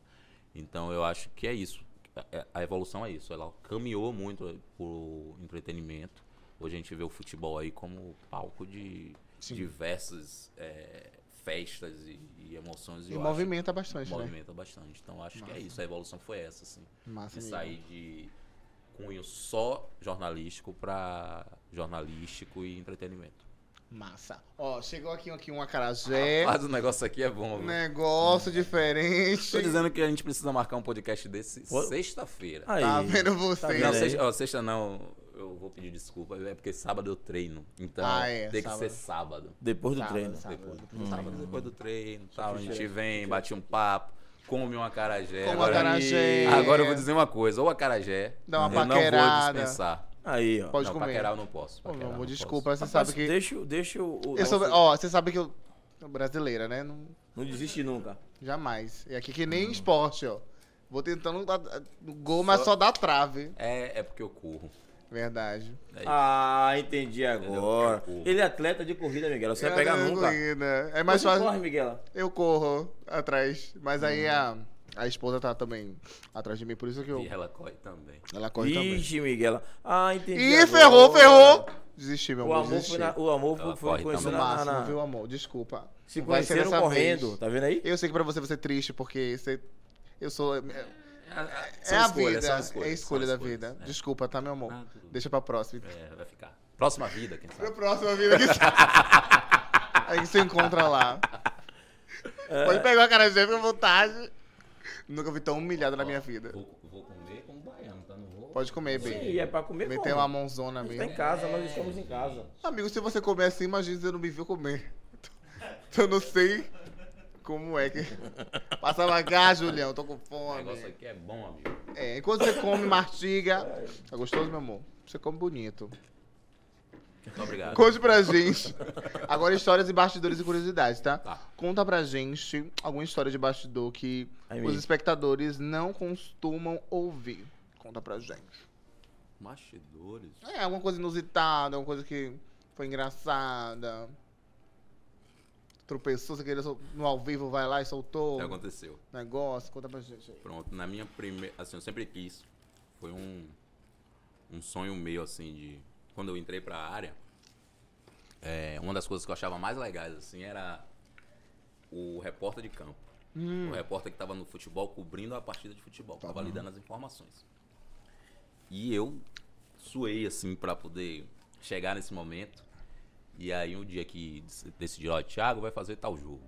[SPEAKER 3] Então eu acho que é isso. A- A evolução é isso. Ela caminhou muito pro entretenimento. Hoje a gente vê o futebol aí como palco de
[SPEAKER 1] Sim.
[SPEAKER 3] diversas eh, festas e, e emoções.
[SPEAKER 1] E
[SPEAKER 3] eu acho
[SPEAKER 1] movimenta
[SPEAKER 3] que
[SPEAKER 1] bastante, né?
[SPEAKER 3] movimenta bastante. Então eu acho que é
[SPEAKER 1] Massa.
[SPEAKER 3] isso. A evolução foi essa, assim
[SPEAKER 1] Massa.
[SPEAKER 3] de
[SPEAKER 1] mesmo.
[SPEAKER 3] sair de cunho só jornalístico para jornalístico e entretenimento.
[SPEAKER 1] Massa. Ó, chegou aqui, aqui um acarajé.
[SPEAKER 3] Mas o negócio aqui é bom.
[SPEAKER 1] Um
[SPEAKER 3] Né?
[SPEAKER 1] negócio diferente.
[SPEAKER 3] Tô dizendo que a gente precisa marcar um podcast desse
[SPEAKER 2] Pô.
[SPEAKER 3] sexta-feira.
[SPEAKER 2] Aí.
[SPEAKER 1] Tá vendo você?
[SPEAKER 3] não,
[SPEAKER 2] vendo aí?
[SPEAKER 3] sexta, ó, sexta não, eu vou pedir desculpa, é porque sábado eu treino. Então
[SPEAKER 1] Ah, é,
[SPEAKER 3] tem
[SPEAKER 1] sábado.
[SPEAKER 3] que ser sábado.
[SPEAKER 2] Depois do
[SPEAKER 1] Sábado,
[SPEAKER 2] treino.
[SPEAKER 1] sábado.
[SPEAKER 3] Depois,
[SPEAKER 1] Hum.
[SPEAKER 3] Sábado depois do treino,
[SPEAKER 2] Só
[SPEAKER 3] tal, a
[SPEAKER 2] que
[SPEAKER 3] gente
[SPEAKER 2] diferente,
[SPEAKER 3] vem, bate um papo, come um acarajé.
[SPEAKER 1] Como
[SPEAKER 3] agora,
[SPEAKER 1] acarajé.
[SPEAKER 3] agora eu vou dizer uma coisa, ou acarajé,
[SPEAKER 1] Dá uma
[SPEAKER 3] eu não vou
[SPEAKER 1] paquerada.
[SPEAKER 3] dispensar.
[SPEAKER 2] Aí, ó.
[SPEAKER 1] Pode
[SPEAKER 3] não,
[SPEAKER 1] comer.
[SPEAKER 3] paquerar eu não posso.
[SPEAKER 1] Ô,
[SPEAKER 3] paquerar
[SPEAKER 1] meu
[SPEAKER 3] eu não
[SPEAKER 1] amor,
[SPEAKER 3] posso.
[SPEAKER 1] desculpa, você
[SPEAKER 2] Rapaz,
[SPEAKER 1] sabe que. é
[SPEAKER 2] Deixa, deixa o. o
[SPEAKER 1] Eu sou...
[SPEAKER 2] nosso-
[SPEAKER 1] Ó, você sabe que eu. sou Brasileira, né? Não...
[SPEAKER 2] Não desiste nunca.
[SPEAKER 3] É
[SPEAKER 1] Jamais. E aqui que nem esporte, ó. Vou tentando dar- no gol, mas só dá trave.
[SPEAKER 3] É, é porque eu corro.
[SPEAKER 1] Verdade.
[SPEAKER 3] É isso.
[SPEAKER 2] Ah, entendi agora.
[SPEAKER 3] Entendeu?
[SPEAKER 2] Ele é atleta de corrida, Miguel. Você
[SPEAKER 1] É
[SPEAKER 2] vai pegar nunca.
[SPEAKER 1] tranquilo, né? É mais
[SPEAKER 2] Você
[SPEAKER 1] fácil.
[SPEAKER 2] corre, Miguel.
[SPEAKER 1] Eu corro atrás. Mas aí a,
[SPEAKER 2] Hum.
[SPEAKER 1] a esposa tá também atrás de mim, por isso que eu.
[SPEAKER 3] E ela corre também.
[SPEAKER 1] Ela corre também.
[SPEAKER 2] Ixi, Miguel. Ah, entendi.
[SPEAKER 1] Ih,
[SPEAKER 2] agora.
[SPEAKER 1] ferrou, ferrou! Desisti, meu
[SPEAKER 2] O
[SPEAKER 1] amor.
[SPEAKER 2] amor
[SPEAKER 1] Desisti.
[SPEAKER 2] foi, na, o amor
[SPEAKER 3] Ela
[SPEAKER 2] foi
[SPEAKER 3] corre
[SPEAKER 2] conhecido
[SPEAKER 1] No
[SPEAKER 3] também.
[SPEAKER 2] na,
[SPEAKER 1] máximo,
[SPEAKER 2] na,
[SPEAKER 1] viu, amor? Desculpa.
[SPEAKER 2] Se
[SPEAKER 1] Não vai ser
[SPEAKER 2] conheceram
[SPEAKER 1] dessa
[SPEAKER 2] correndo,
[SPEAKER 1] vez.
[SPEAKER 2] tá vendo aí?
[SPEAKER 1] Eu sei que pra você você é triste, porque você. Eu sou. É,
[SPEAKER 3] É,
[SPEAKER 1] é a vida. é a escolha da vida.
[SPEAKER 2] né?
[SPEAKER 1] Desculpa, tá, meu amor?
[SPEAKER 3] Ah, tudo bem.
[SPEAKER 1] Deixa pra próxima.
[SPEAKER 3] É, vai ficar. Próxima vida, quem
[SPEAKER 1] Pra
[SPEAKER 3] sabe?
[SPEAKER 1] próxima vida que Aí você encontra lá. Pode pegar a cara de fica à vontade. tá. Nunca fui tão humilhado na minha vida.
[SPEAKER 3] Vou, vou comer como baiano, tá? Não vou.
[SPEAKER 1] Pode comer,
[SPEAKER 2] Sim,
[SPEAKER 1] bem.
[SPEAKER 2] e é pra comer
[SPEAKER 1] Meter
[SPEAKER 2] como?
[SPEAKER 1] uma mãozona
[SPEAKER 2] A gente tá em
[SPEAKER 1] mesmo.
[SPEAKER 2] casa, nós estamos em casa.
[SPEAKER 1] Amigo, se você comer assim, imagina se você não me viu comer. Eu não sei como é que. Passa vagar, Julião, tô com
[SPEAKER 3] O
[SPEAKER 1] fome.
[SPEAKER 3] negócio aqui é bom, amigo.
[SPEAKER 1] É, enquanto você come, mastiga. Tá gostoso, meu amor? Você come bonito.
[SPEAKER 3] Muito obrigado.
[SPEAKER 1] Conte pra gente. Agora, histórias e bastidores e curiosidades, tá?
[SPEAKER 3] Tá.
[SPEAKER 1] Conta pra gente alguma história de bastidor que
[SPEAKER 2] Aí,
[SPEAKER 1] os
[SPEAKER 2] amigo.
[SPEAKER 1] espectadores não costumam ouvir. Conta pra gente.
[SPEAKER 3] Mastidores.
[SPEAKER 1] É, alguma coisa inusitada, alguma coisa que foi engraçada. Tropeçou, você queria sol- no ao vivo, vai lá e
[SPEAKER 3] O
[SPEAKER 1] soltou.
[SPEAKER 3] que aconteceu?
[SPEAKER 1] Negócio, conta pra gente aí.
[SPEAKER 3] Pronto, na minha primeira. Assim, eu sempre quis. Foi um. Um sonho meu, assim, de. Quando eu entrei pra área. é, uma das coisas que eu achava mais legais, assim, era. O repórter de campo. O repórter que tava no futebol cobrindo a partida de futebol. Tava lidando as informações. E eu suei, assim, pra poder chegar nesse momento. E aí, um dia que dec- decidiram, ó, Thiago vai fazer tal jogo.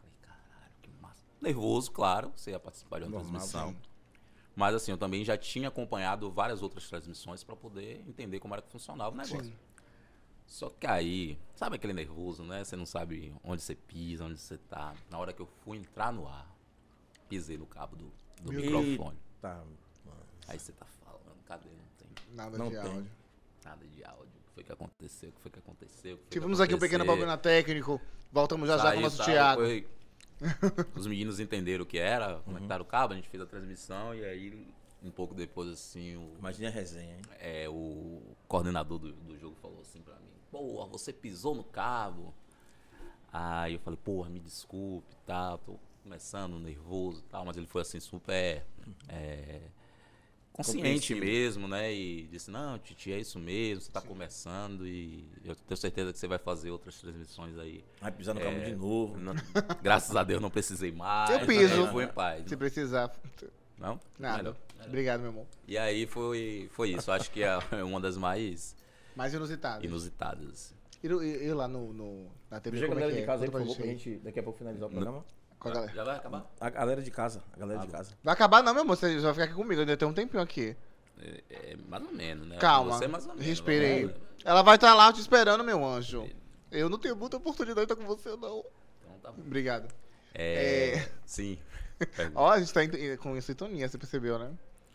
[SPEAKER 3] Falei, caralho, que massa. Nervoso, claro, você ia participar de uma
[SPEAKER 2] Normal,
[SPEAKER 3] transmissão.
[SPEAKER 2] sim.
[SPEAKER 3] Mas assim, eu também já tinha acompanhado várias outras transmissões pra poder entender como era que funcionava o negócio. Só que aí, sabe aquele nervoso, né? Você não sabe onde você pisa, onde você tá. Na hora que eu fui entrar no ar, pisei no cabo do, do microfone.
[SPEAKER 2] Tá, mano.
[SPEAKER 3] Aí você tá falando, cadê? Não tem
[SPEAKER 1] Nada
[SPEAKER 2] Não
[SPEAKER 1] de
[SPEAKER 2] tem.
[SPEAKER 1] áudio.
[SPEAKER 3] nada de áudio. O que foi que aconteceu? O que foi que aconteceu? O que foi que
[SPEAKER 1] Tivemos aqui um pequeno
[SPEAKER 3] aconteceu?
[SPEAKER 1] problema técnico. Voltamos já já com
[SPEAKER 3] Saiu,
[SPEAKER 1] o nosso
[SPEAKER 3] saiu,
[SPEAKER 1] Thiago. Uhum.
[SPEAKER 3] foi- Os meninos entenderam o que era, conectaram o cabo, a gente fez a transmissão e aí um pouco depois assim o,
[SPEAKER 2] Imagina a resenha, hein?
[SPEAKER 3] é, o coordenador do, do jogo falou assim pra mim, porra, você pisou no cabo. Aí eu falei, porra, me desculpe e tal, tô começando nervoso e tal, mas ele foi assim super é, consciente
[SPEAKER 2] Compreensivo.
[SPEAKER 3] mesmo, né? E disse, não, Titi, é isso mesmo, você tá começando e eu tenho certeza que você vai fazer outras transmissões aí.
[SPEAKER 2] Vai pisar no cabo de novo.
[SPEAKER 3] Não- graças a Deus não precisei mais.
[SPEAKER 1] Eu piso.
[SPEAKER 3] né? Fui em paz.
[SPEAKER 1] Se precisar.
[SPEAKER 3] Não?
[SPEAKER 1] Nada.
[SPEAKER 3] Melhor.
[SPEAKER 1] Obrigado, meu amor.
[SPEAKER 3] E aí foi, foi isso. Acho que é uma das mais
[SPEAKER 1] Mais inusitado.
[SPEAKER 3] inusitadas. assim.
[SPEAKER 1] E, no- e- e lá no, no- na TV,
[SPEAKER 2] Veja a
[SPEAKER 1] como é
[SPEAKER 2] galera
[SPEAKER 1] que é?
[SPEAKER 2] de casa aí,
[SPEAKER 1] Conta
[SPEAKER 2] por favor, pra
[SPEAKER 1] aí.
[SPEAKER 2] gente daqui a pouco finalizar o programa.
[SPEAKER 1] Com a galera.
[SPEAKER 3] Já vai acabar?
[SPEAKER 2] A galera de casa, a galera de casa.
[SPEAKER 1] Vai acabar não, meu amor. Você vai ficar aqui comigo. Ainda tem um tempinho aqui.
[SPEAKER 3] É, é mais ou menos, né?
[SPEAKER 1] Calma.
[SPEAKER 3] Você é mais ou menos.
[SPEAKER 1] Respira
[SPEAKER 2] né?
[SPEAKER 1] aí. tá
[SPEAKER 3] vamos lá.
[SPEAKER 1] Ela vai estar lá te esperando, meu anjo. Eu não tenho muita oportunidade de estar com você, não.
[SPEAKER 3] tá bom.
[SPEAKER 1] Obrigado.
[SPEAKER 3] É, Sim. Pergunta.
[SPEAKER 1] Ó, a gente tá em- com sintonia, você percebeu, né?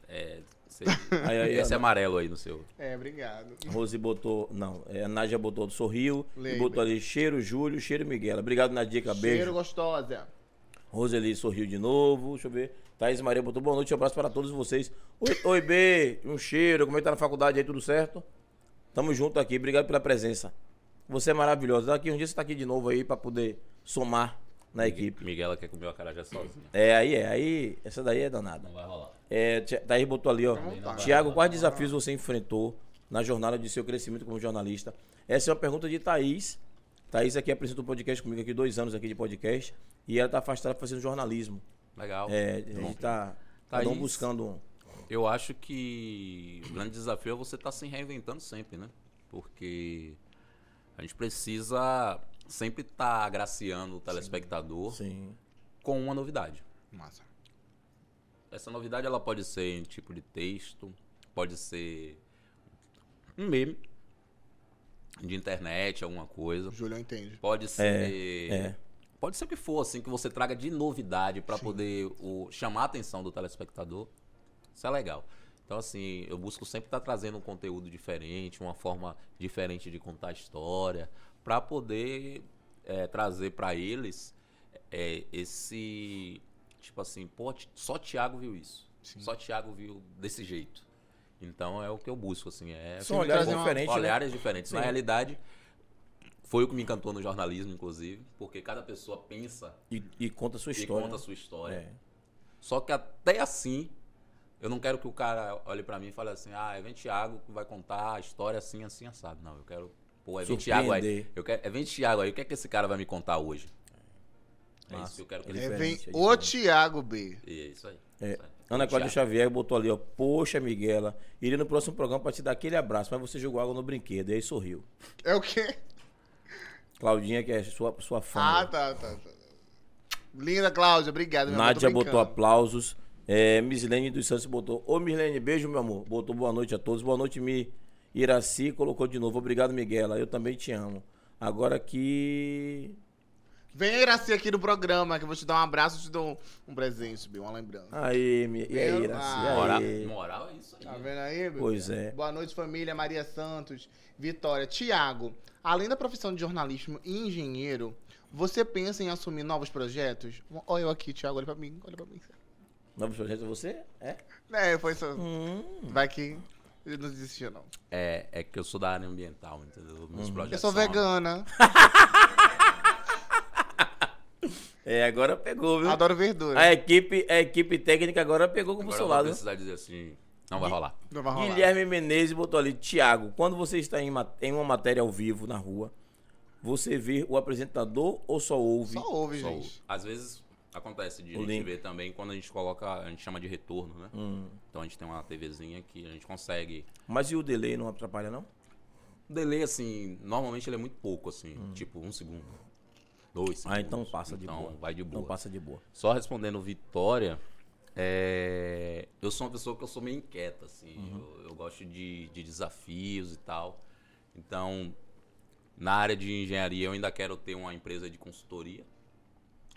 [SPEAKER 3] É, você-
[SPEAKER 2] Aí, aí,
[SPEAKER 3] esse
[SPEAKER 2] Ana.
[SPEAKER 3] amarelo aí né? no seu.
[SPEAKER 1] É, obrigado.
[SPEAKER 2] Rose botou. Não, é, a Nádia botou do sorriu. E
[SPEAKER 1] Lembra.
[SPEAKER 2] botou ali cheiro, Júlio, cheiro, Miguel. Obrigado, Nadia, que
[SPEAKER 1] Cheiro
[SPEAKER 2] beijo.
[SPEAKER 1] gostosa.
[SPEAKER 2] Roseli sorriu de novo. Deixa eu ver. Thaís Maria botou boa noite, abraço para todos vocês. Oi, oi, B. Um cheiro. Como é que tá na faculdade aí? Tudo certo? Tamo junto aqui. Obrigado pela presença. Você é maravilhosa. Daqui um dia você tá aqui de novo aí para poder somar na equipe.
[SPEAKER 3] Miguela quer comer o acarajé sozinha.
[SPEAKER 2] É, aí é. Aí, essa daí é danada.
[SPEAKER 3] Não vai rolar.
[SPEAKER 2] É, Thi- Thaís botou ali, ó.
[SPEAKER 1] Também não
[SPEAKER 2] Tiago,
[SPEAKER 3] vai.
[SPEAKER 2] quais desafios você enfrentou na jornada de seu crescimento como jornalista? Essa é uma pergunta de Thaís. Thaís aqui apresentou o podcast comigo aqui, dois anos aqui de podcast. E ela tá afastada fazendo jornalismo.
[SPEAKER 3] Legal.
[SPEAKER 2] É, a gente tá cada um
[SPEAKER 3] Então, Thaís.
[SPEAKER 2] buscando um.
[SPEAKER 3] Eu acho que o grande desafio é você estar se reinventando sempre, né? Porque a gente precisa sempre estar agraciando o telespectador
[SPEAKER 2] Sim.
[SPEAKER 3] com uma novidade.
[SPEAKER 1] Massa.
[SPEAKER 3] Essa novidade ela pode ser em tipo de texto, pode ser um meme de internet, alguma coisa.
[SPEAKER 1] O Júlio entende.
[SPEAKER 3] Pode ser.
[SPEAKER 2] é.
[SPEAKER 3] Pode ser o que for, assim, que você traga de novidade para poder o, chamar a atenção do telespectador. Isso é legal. Então, assim, eu busco sempre estar trazendo um conteúdo diferente, uma forma diferente de contar a história, para poder é, trazer para eles é, esse. Tipo assim, pô, Ti- só Thiago viu isso.
[SPEAKER 1] Sim.
[SPEAKER 3] Só Thiago viu desse jeito. Então é o que eu busco, assim. É
[SPEAKER 2] São
[SPEAKER 1] sempre
[SPEAKER 2] olhares
[SPEAKER 1] trazer uma-
[SPEAKER 2] diferentes, né?
[SPEAKER 3] olhares diferentes. Na
[SPEAKER 2] Sim.
[SPEAKER 3] realidade, foi o que me encantou no jornalismo, inclusive, porque cada pessoa pensa
[SPEAKER 2] E, e conta a sua
[SPEAKER 3] e
[SPEAKER 2] história.
[SPEAKER 3] conta a sua história.
[SPEAKER 2] É.
[SPEAKER 3] Só que até assim, eu não quero que o cara olhe pra mim e fale assim, ah, é vem Thiago que vai contar a história assim, assim, assado. Não, eu quero, pô, é vem Thiago aí.
[SPEAKER 2] Surpreender.
[SPEAKER 3] Eu quero, é vem Thiago aí, o que é que esse cara vai me contar hoje? É
[SPEAKER 2] Massa.
[SPEAKER 3] isso que eu quero que ele...
[SPEAKER 1] É,
[SPEAKER 2] Diferente,
[SPEAKER 1] vem
[SPEAKER 2] é diferente.
[SPEAKER 1] o Tiago B.
[SPEAKER 3] É isso aí.
[SPEAKER 2] É.
[SPEAKER 3] Isso aí.
[SPEAKER 2] Ana
[SPEAKER 3] Vem
[SPEAKER 2] Cláudia
[SPEAKER 3] Thiago.
[SPEAKER 2] Xavier botou ali, ó. Poxa, Miguela, iria no próximo programa pra te dar aquele abraço, mas você jogou água no brinquedo. E aí sorriu.
[SPEAKER 1] É o quê?
[SPEAKER 2] Claudinha, que é sua, sua fã.
[SPEAKER 1] Ah, tá, tá, tá. Linda, Cláudia, obrigado. meu amor, tô
[SPEAKER 2] Nádia botou
[SPEAKER 1] brincando.
[SPEAKER 2] aplausos. É, Mislene dos Santos botou. Ô, Mislene, beijo, meu amor. Botou boa noite a todos. Boa noite, Mi. Iraci colocou de novo. Obrigado, Miguela. Eu também te amo. Agora que.
[SPEAKER 1] Vem a Iraci aqui no programa, que eu vou te dar um abraço e te dou um, um presente, B, uma lembrança.
[SPEAKER 2] Aí, Mi. E aí,
[SPEAKER 1] Ah.
[SPEAKER 3] Moral,
[SPEAKER 2] Iraci? E aí?
[SPEAKER 3] moral é isso aí.
[SPEAKER 1] Tá vendo aí, meu?
[SPEAKER 2] Pois é.
[SPEAKER 1] Boa noite, família. Maria Santos, Vitória. Tiago, além da profissão de jornalismo e engenheiro, você pensa em assumir novos projetos? Olha eu aqui, Tiago, olha pra mim, olha pra mim.
[SPEAKER 2] Novos projetos é você? É?
[SPEAKER 1] É, foi só.
[SPEAKER 2] Hum.
[SPEAKER 1] Vai que ele não desistiu, não.
[SPEAKER 3] É, é que eu sou da área ambiental, entendeu? Meus
[SPEAKER 2] Uhum.
[SPEAKER 1] Eu
[SPEAKER 3] projetos
[SPEAKER 1] sou
[SPEAKER 3] são-
[SPEAKER 1] vegana,
[SPEAKER 2] É, agora pegou, viu?
[SPEAKER 1] adoro verdura.
[SPEAKER 2] A equipe, a equipe técnica agora pegou com o
[SPEAKER 3] Agora
[SPEAKER 2] seu
[SPEAKER 3] eu vou
[SPEAKER 2] lado. né?
[SPEAKER 3] precisar dizer assim, não vai rolar.
[SPEAKER 1] Não vai rolar.
[SPEAKER 2] Guilherme Menezes botou ali, Tiago, quando você está em, ma- em uma matéria ao vivo na rua, você vê o apresentador ou só ouve?
[SPEAKER 1] Só ouve,
[SPEAKER 3] Só
[SPEAKER 1] gente.
[SPEAKER 3] o- Às vezes acontece de
[SPEAKER 2] é O
[SPEAKER 3] gente
[SPEAKER 2] link.
[SPEAKER 3] ver também quando a gente coloca, a gente chama de retorno, né?
[SPEAKER 2] Hum.
[SPEAKER 3] Então a gente tem uma TVzinha que a gente consegue.
[SPEAKER 2] Mas e o delay não atrapalha, não?
[SPEAKER 3] O delay, assim, normalmente ele é muito pouco, assim, tipo um segundo, dois segundos.
[SPEAKER 2] Hum. Ah, então passa de
[SPEAKER 3] Então
[SPEAKER 2] boa.
[SPEAKER 3] vai de boa.
[SPEAKER 2] Então passa de boa.
[SPEAKER 3] Só respondendo Vitória, é, eu sou uma pessoa que eu sou meio inquieta, assim. Eu, eu gosto de, de desafios e tal. Então, na área de engenharia, eu ainda quero ter uma empresa de consultoria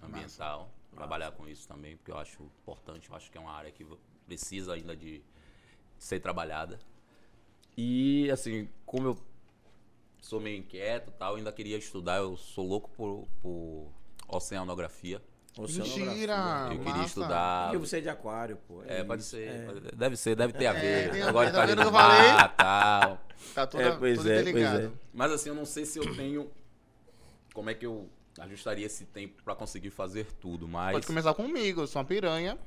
[SPEAKER 3] ambiental. Trabalhar com isso também, porque eu acho importante. Eu acho que é uma área que v- precisa ainda de ser trabalhada. E, assim, como eu sou meio inquieto e tal, ainda queria estudar. Eu sou louco por, por oceanografia.
[SPEAKER 2] Oceanografia.
[SPEAKER 1] Mentira!
[SPEAKER 3] Eu
[SPEAKER 1] Ah, massa.
[SPEAKER 3] queria estudar.
[SPEAKER 2] Porque você é de aquário, pô. tá
[SPEAKER 3] É, pode
[SPEAKER 2] isso.
[SPEAKER 3] ser. pode- Deve ser, deve ter a ver.
[SPEAKER 1] tem-
[SPEAKER 3] Agora
[SPEAKER 1] tá
[SPEAKER 3] tá
[SPEAKER 1] vendo
[SPEAKER 3] vendo
[SPEAKER 1] que eu falei?
[SPEAKER 3] tal.
[SPEAKER 1] Tá tudo,
[SPEAKER 2] É, pois
[SPEAKER 1] tudo
[SPEAKER 2] é,
[SPEAKER 1] interligado.
[SPEAKER 2] pois
[SPEAKER 3] Mas assim, eu não sei se eu tenho. Como é que eu ajustaria esse tempo pra conseguir fazer tudo, mas.
[SPEAKER 1] Pode começar comigo, eu sou uma piranha.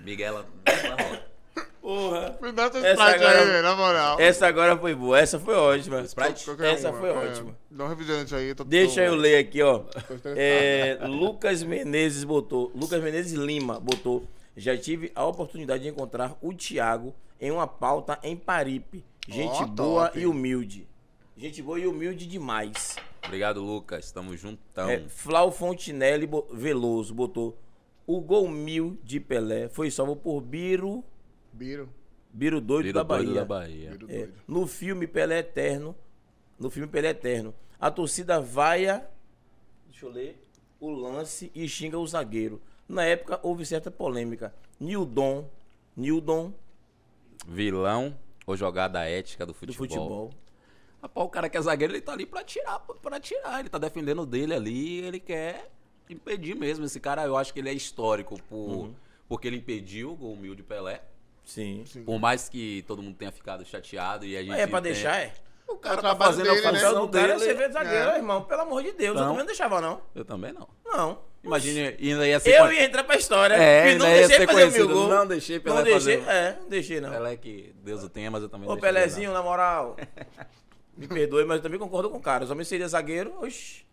[SPEAKER 3] Miguela. não vai rolar.
[SPEAKER 2] Porra.
[SPEAKER 1] Me dá essa
[SPEAKER 2] Essa
[SPEAKER 1] Sprite
[SPEAKER 2] agora- é um
[SPEAKER 1] aí, velho, na moral.
[SPEAKER 2] Essa agora foi boa. Essa foi ótima.
[SPEAKER 3] Sprite?
[SPEAKER 1] Qualquer
[SPEAKER 2] Tá Essa
[SPEAKER 1] uma,
[SPEAKER 2] foi
[SPEAKER 1] é.
[SPEAKER 2] ótima.
[SPEAKER 1] Dá um refrigerante aí. tô-
[SPEAKER 2] Deixa
[SPEAKER 1] tô-
[SPEAKER 2] eu ler aqui, ó.
[SPEAKER 1] tô estressado.
[SPEAKER 2] É, Lucas Menezes botou. Lucas Menezes Lima botou. Já tive a oportunidade de encontrar o Thiago em uma pauta em Paripe. Gente
[SPEAKER 1] Ó,
[SPEAKER 2] boa
[SPEAKER 1] top.
[SPEAKER 2] e humilde. Gente boa e humilde demais.
[SPEAKER 3] Obrigado, Lucas. Tamo juntão.
[SPEAKER 2] É, Flau Fontinelli Bo- Veloso botou. O gol mil de Pelé foi salvo por Biro,
[SPEAKER 1] Biro.
[SPEAKER 2] Biro Doido da
[SPEAKER 3] Vira doido
[SPEAKER 2] Bahia.
[SPEAKER 3] da Bahia.
[SPEAKER 1] Biro
[SPEAKER 2] É,
[SPEAKER 1] doido.
[SPEAKER 2] no filme Pelé Eterno, no filme Pelé Eterno. A torcida vaia, deixa eu ler, o lance e xinga o zagueiro. Na época houve certa polêmica. Nildon, Nildon
[SPEAKER 3] Vilão ou jogada ética do
[SPEAKER 2] do
[SPEAKER 3] futebol.
[SPEAKER 2] futebol.
[SPEAKER 3] Rapaz, o cara que é zagueiro, ele tá ali pra tirar, pra tirar. Ele tá defendendo o dele ali, ele quer impedir mesmo. Esse cara, eu acho que ele é histórico por, porque ele impediu o gol humilde Pelé.
[SPEAKER 2] Sim.
[SPEAKER 3] Por mais que todo mundo tenha ficado chateado e a gente.
[SPEAKER 2] Mas é pra
[SPEAKER 3] tem-
[SPEAKER 2] deixar, é.
[SPEAKER 3] O cara
[SPEAKER 1] É o
[SPEAKER 3] tá
[SPEAKER 1] trabalho
[SPEAKER 3] fazendo
[SPEAKER 1] dele,
[SPEAKER 3] a
[SPEAKER 2] O
[SPEAKER 1] né?
[SPEAKER 2] papel
[SPEAKER 3] função
[SPEAKER 2] do cara é
[SPEAKER 3] dele.
[SPEAKER 2] ser ver zagueiro,
[SPEAKER 1] É.
[SPEAKER 2] irmão. Pelo amor de Deus, eu
[SPEAKER 3] Não.
[SPEAKER 2] também não deixava, não.
[SPEAKER 3] Eu também não.
[SPEAKER 2] Não.
[SPEAKER 3] Imagine, ainda ia ser.
[SPEAKER 2] Eu ia entrar pra história. um
[SPEAKER 3] É,
[SPEAKER 2] e não
[SPEAKER 3] ainda ia
[SPEAKER 2] deixei
[SPEAKER 3] ser
[SPEAKER 2] fazer o meu
[SPEAKER 3] conhecido.
[SPEAKER 2] gol.
[SPEAKER 3] Não deixei Pelé
[SPEAKER 2] Não deixei,
[SPEAKER 3] fazer. um-
[SPEAKER 2] é, não deixei não.
[SPEAKER 3] Pelé que Deus o tenha, mas eu também
[SPEAKER 2] Ô
[SPEAKER 3] não deixei,
[SPEAKER 2] Pelézinho, na moral, me perdoe, mas eu também concordo com o cara. Eu também seria zagueiro. Oxi.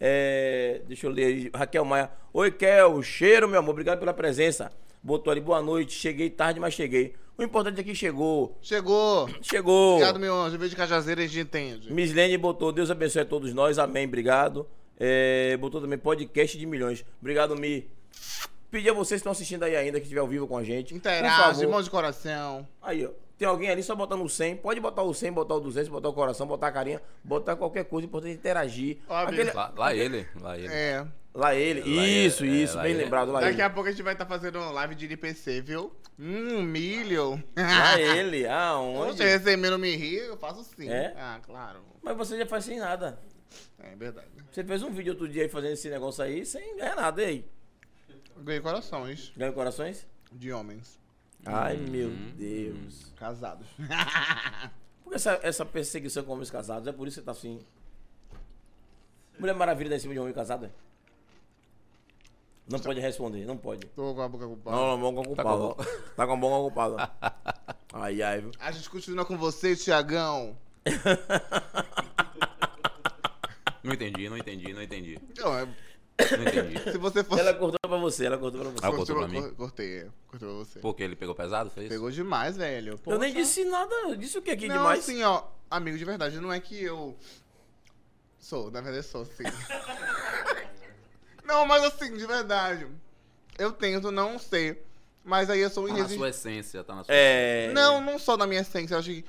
[SPEAKER 2] É, deixa eu ler aí. Raquel Maia. Oi, Kel. Cheiro, meu amor. Obrigado pela presença. Botou ali, boa noite. Cheguei tarde, mas cheguei. O importante é que chegou.
[SPEAKER 1] Chegou.
[SPEAKER 2] Chegou.
[SPEAKER 1] Obrigado, meu anjo. Veio de Cajazeira, a gente entende.
[SPEAKER 2] Miss Lene botou, Deus abençoe a todos nós, amém, obrigado. É, botou também podcast de milhões. Obrigado, Mi. Pedi a vocês que estão assistindo aí ainda, que estiver ao vivo com a gente. por
[SPEAKER 1] Interage,
[SPEAKER 2] favor.
[SPEAKER 1] mão de coração.
[SPEAKER 2] Aí, ó. Tem alguém ali só botando o 100. Pode botar o 100, botar o 200, botar o coração, botar a carinha, botar qualquer coisa, o importante é interagir.
[SPEAKER 1] Ó, amigo.
[SPEAKER 2] Aquele-
[SPEAKER 3] Lá, lá ele, lá ele.
[SPEAKER 1] É.
[SPEAKER 2] Lá ele.
[SPEAKER 3] Lá ele,
[SPEAKER 2] isso,
[SPEAKER 3] é,
[SPEAKER 2] isso,
[SPEAKER 3] lá
[SPEAKER 2] bem
[SPEAKER 3] ele.
[SPEAKER 2] lembrado, lá
[SPEAKER 1] Daqui
[SPEAKER 2] ele.
[SPEAKER 1] a pouco a gente vai estar fazendo um live de IPC, viu? Hum, milho.
[SPEAKER 2] Lá ele,
[SPEAKER 1] Você
[SPEAKER 2] aonde?
[SPEAKER 1] recebendo me rir, eu faço sim.
[SPEAKER 2] É?
[SPEAKER 1] Ah, claro.
[SPEAKER 2] Mas você já faz sem nada.
[SPEAKER 1] É verdade.
[SPEAKER 2] Você fez um vídeo outro dia aí fazendo esse negócio aí sem ganhar nada, e aí?
[SPEAKER 1] Ganhei corações
[SPEAKER 2] Ganhou corações?
[SPEAKER 1] de homens
[SPEAKER 2] Ai,
[SPEAKER 3] Uhum.
[SPEAKER 2] meu Deus.
[SPEAKER 1] casados.
[SPEAKER 2] Por que essa, essa perseguição com homens casados? É por isso que você tá assim. Mulher Maravilha dá em cima de homem casado? é? Não pode responder, não pode.
[SPEAKER 1] Tô com um a boca ocupada.
[SPEAKER 2] Não, não, mão
[SPEAKER 3] Tá com
[SPEAKER 2] ocupada. Tá
[SPEAKER 1] um
[SPEAKER 2] com a mão ocupada. Ai, ai, viu?
[SPEAKER 1] A gente continua com você, Tiagão.
[SPEAKER 3] Não entendi, não entendi, não entendi.
[SPEAKER 1] Então, é-
[SPEAKER 3] Não entendi.
[SPEAKER 1] se você fosse.
[SPEAKER 2] Ela cortou pra você, ela cortou pra
[SPEAKER 3] Ah,
[SPEAKER 2] você.
[SPEAKER 3] cortou
[SPEAKER 1] Continua-
[SPEAKER 3] pra mim?
[SPEAKER 1] cor- Cortei, é. cortou pra você.
[SPEAKER 3] Porque ele pegou pesado, fez?
[SPEAKER 1] Pegou demais, velho.
[SPEAKER 2] Eu nem
[SPEAKER 1] Poxa.
[SPEAKER 2] disse nada, eu disse o que aqui
[SPEAKER 1] Não,
[SPEAKER 2] demais?
[SPEAKER 1] assim, ó, amigo de verdade, não é que eu sou, na verdade eu sou, sim. não, mas assim, de verdade, eu tento não ser, mas aí eu sou
[SPEAKER 3] Tá na
[SPEAKER 1] irresistível.
[SPEAKER 3] sua essência, tá na sua
[SPEAKER 2] É.
[SPEAKER 1] Não, não só na minha essência, eu acho que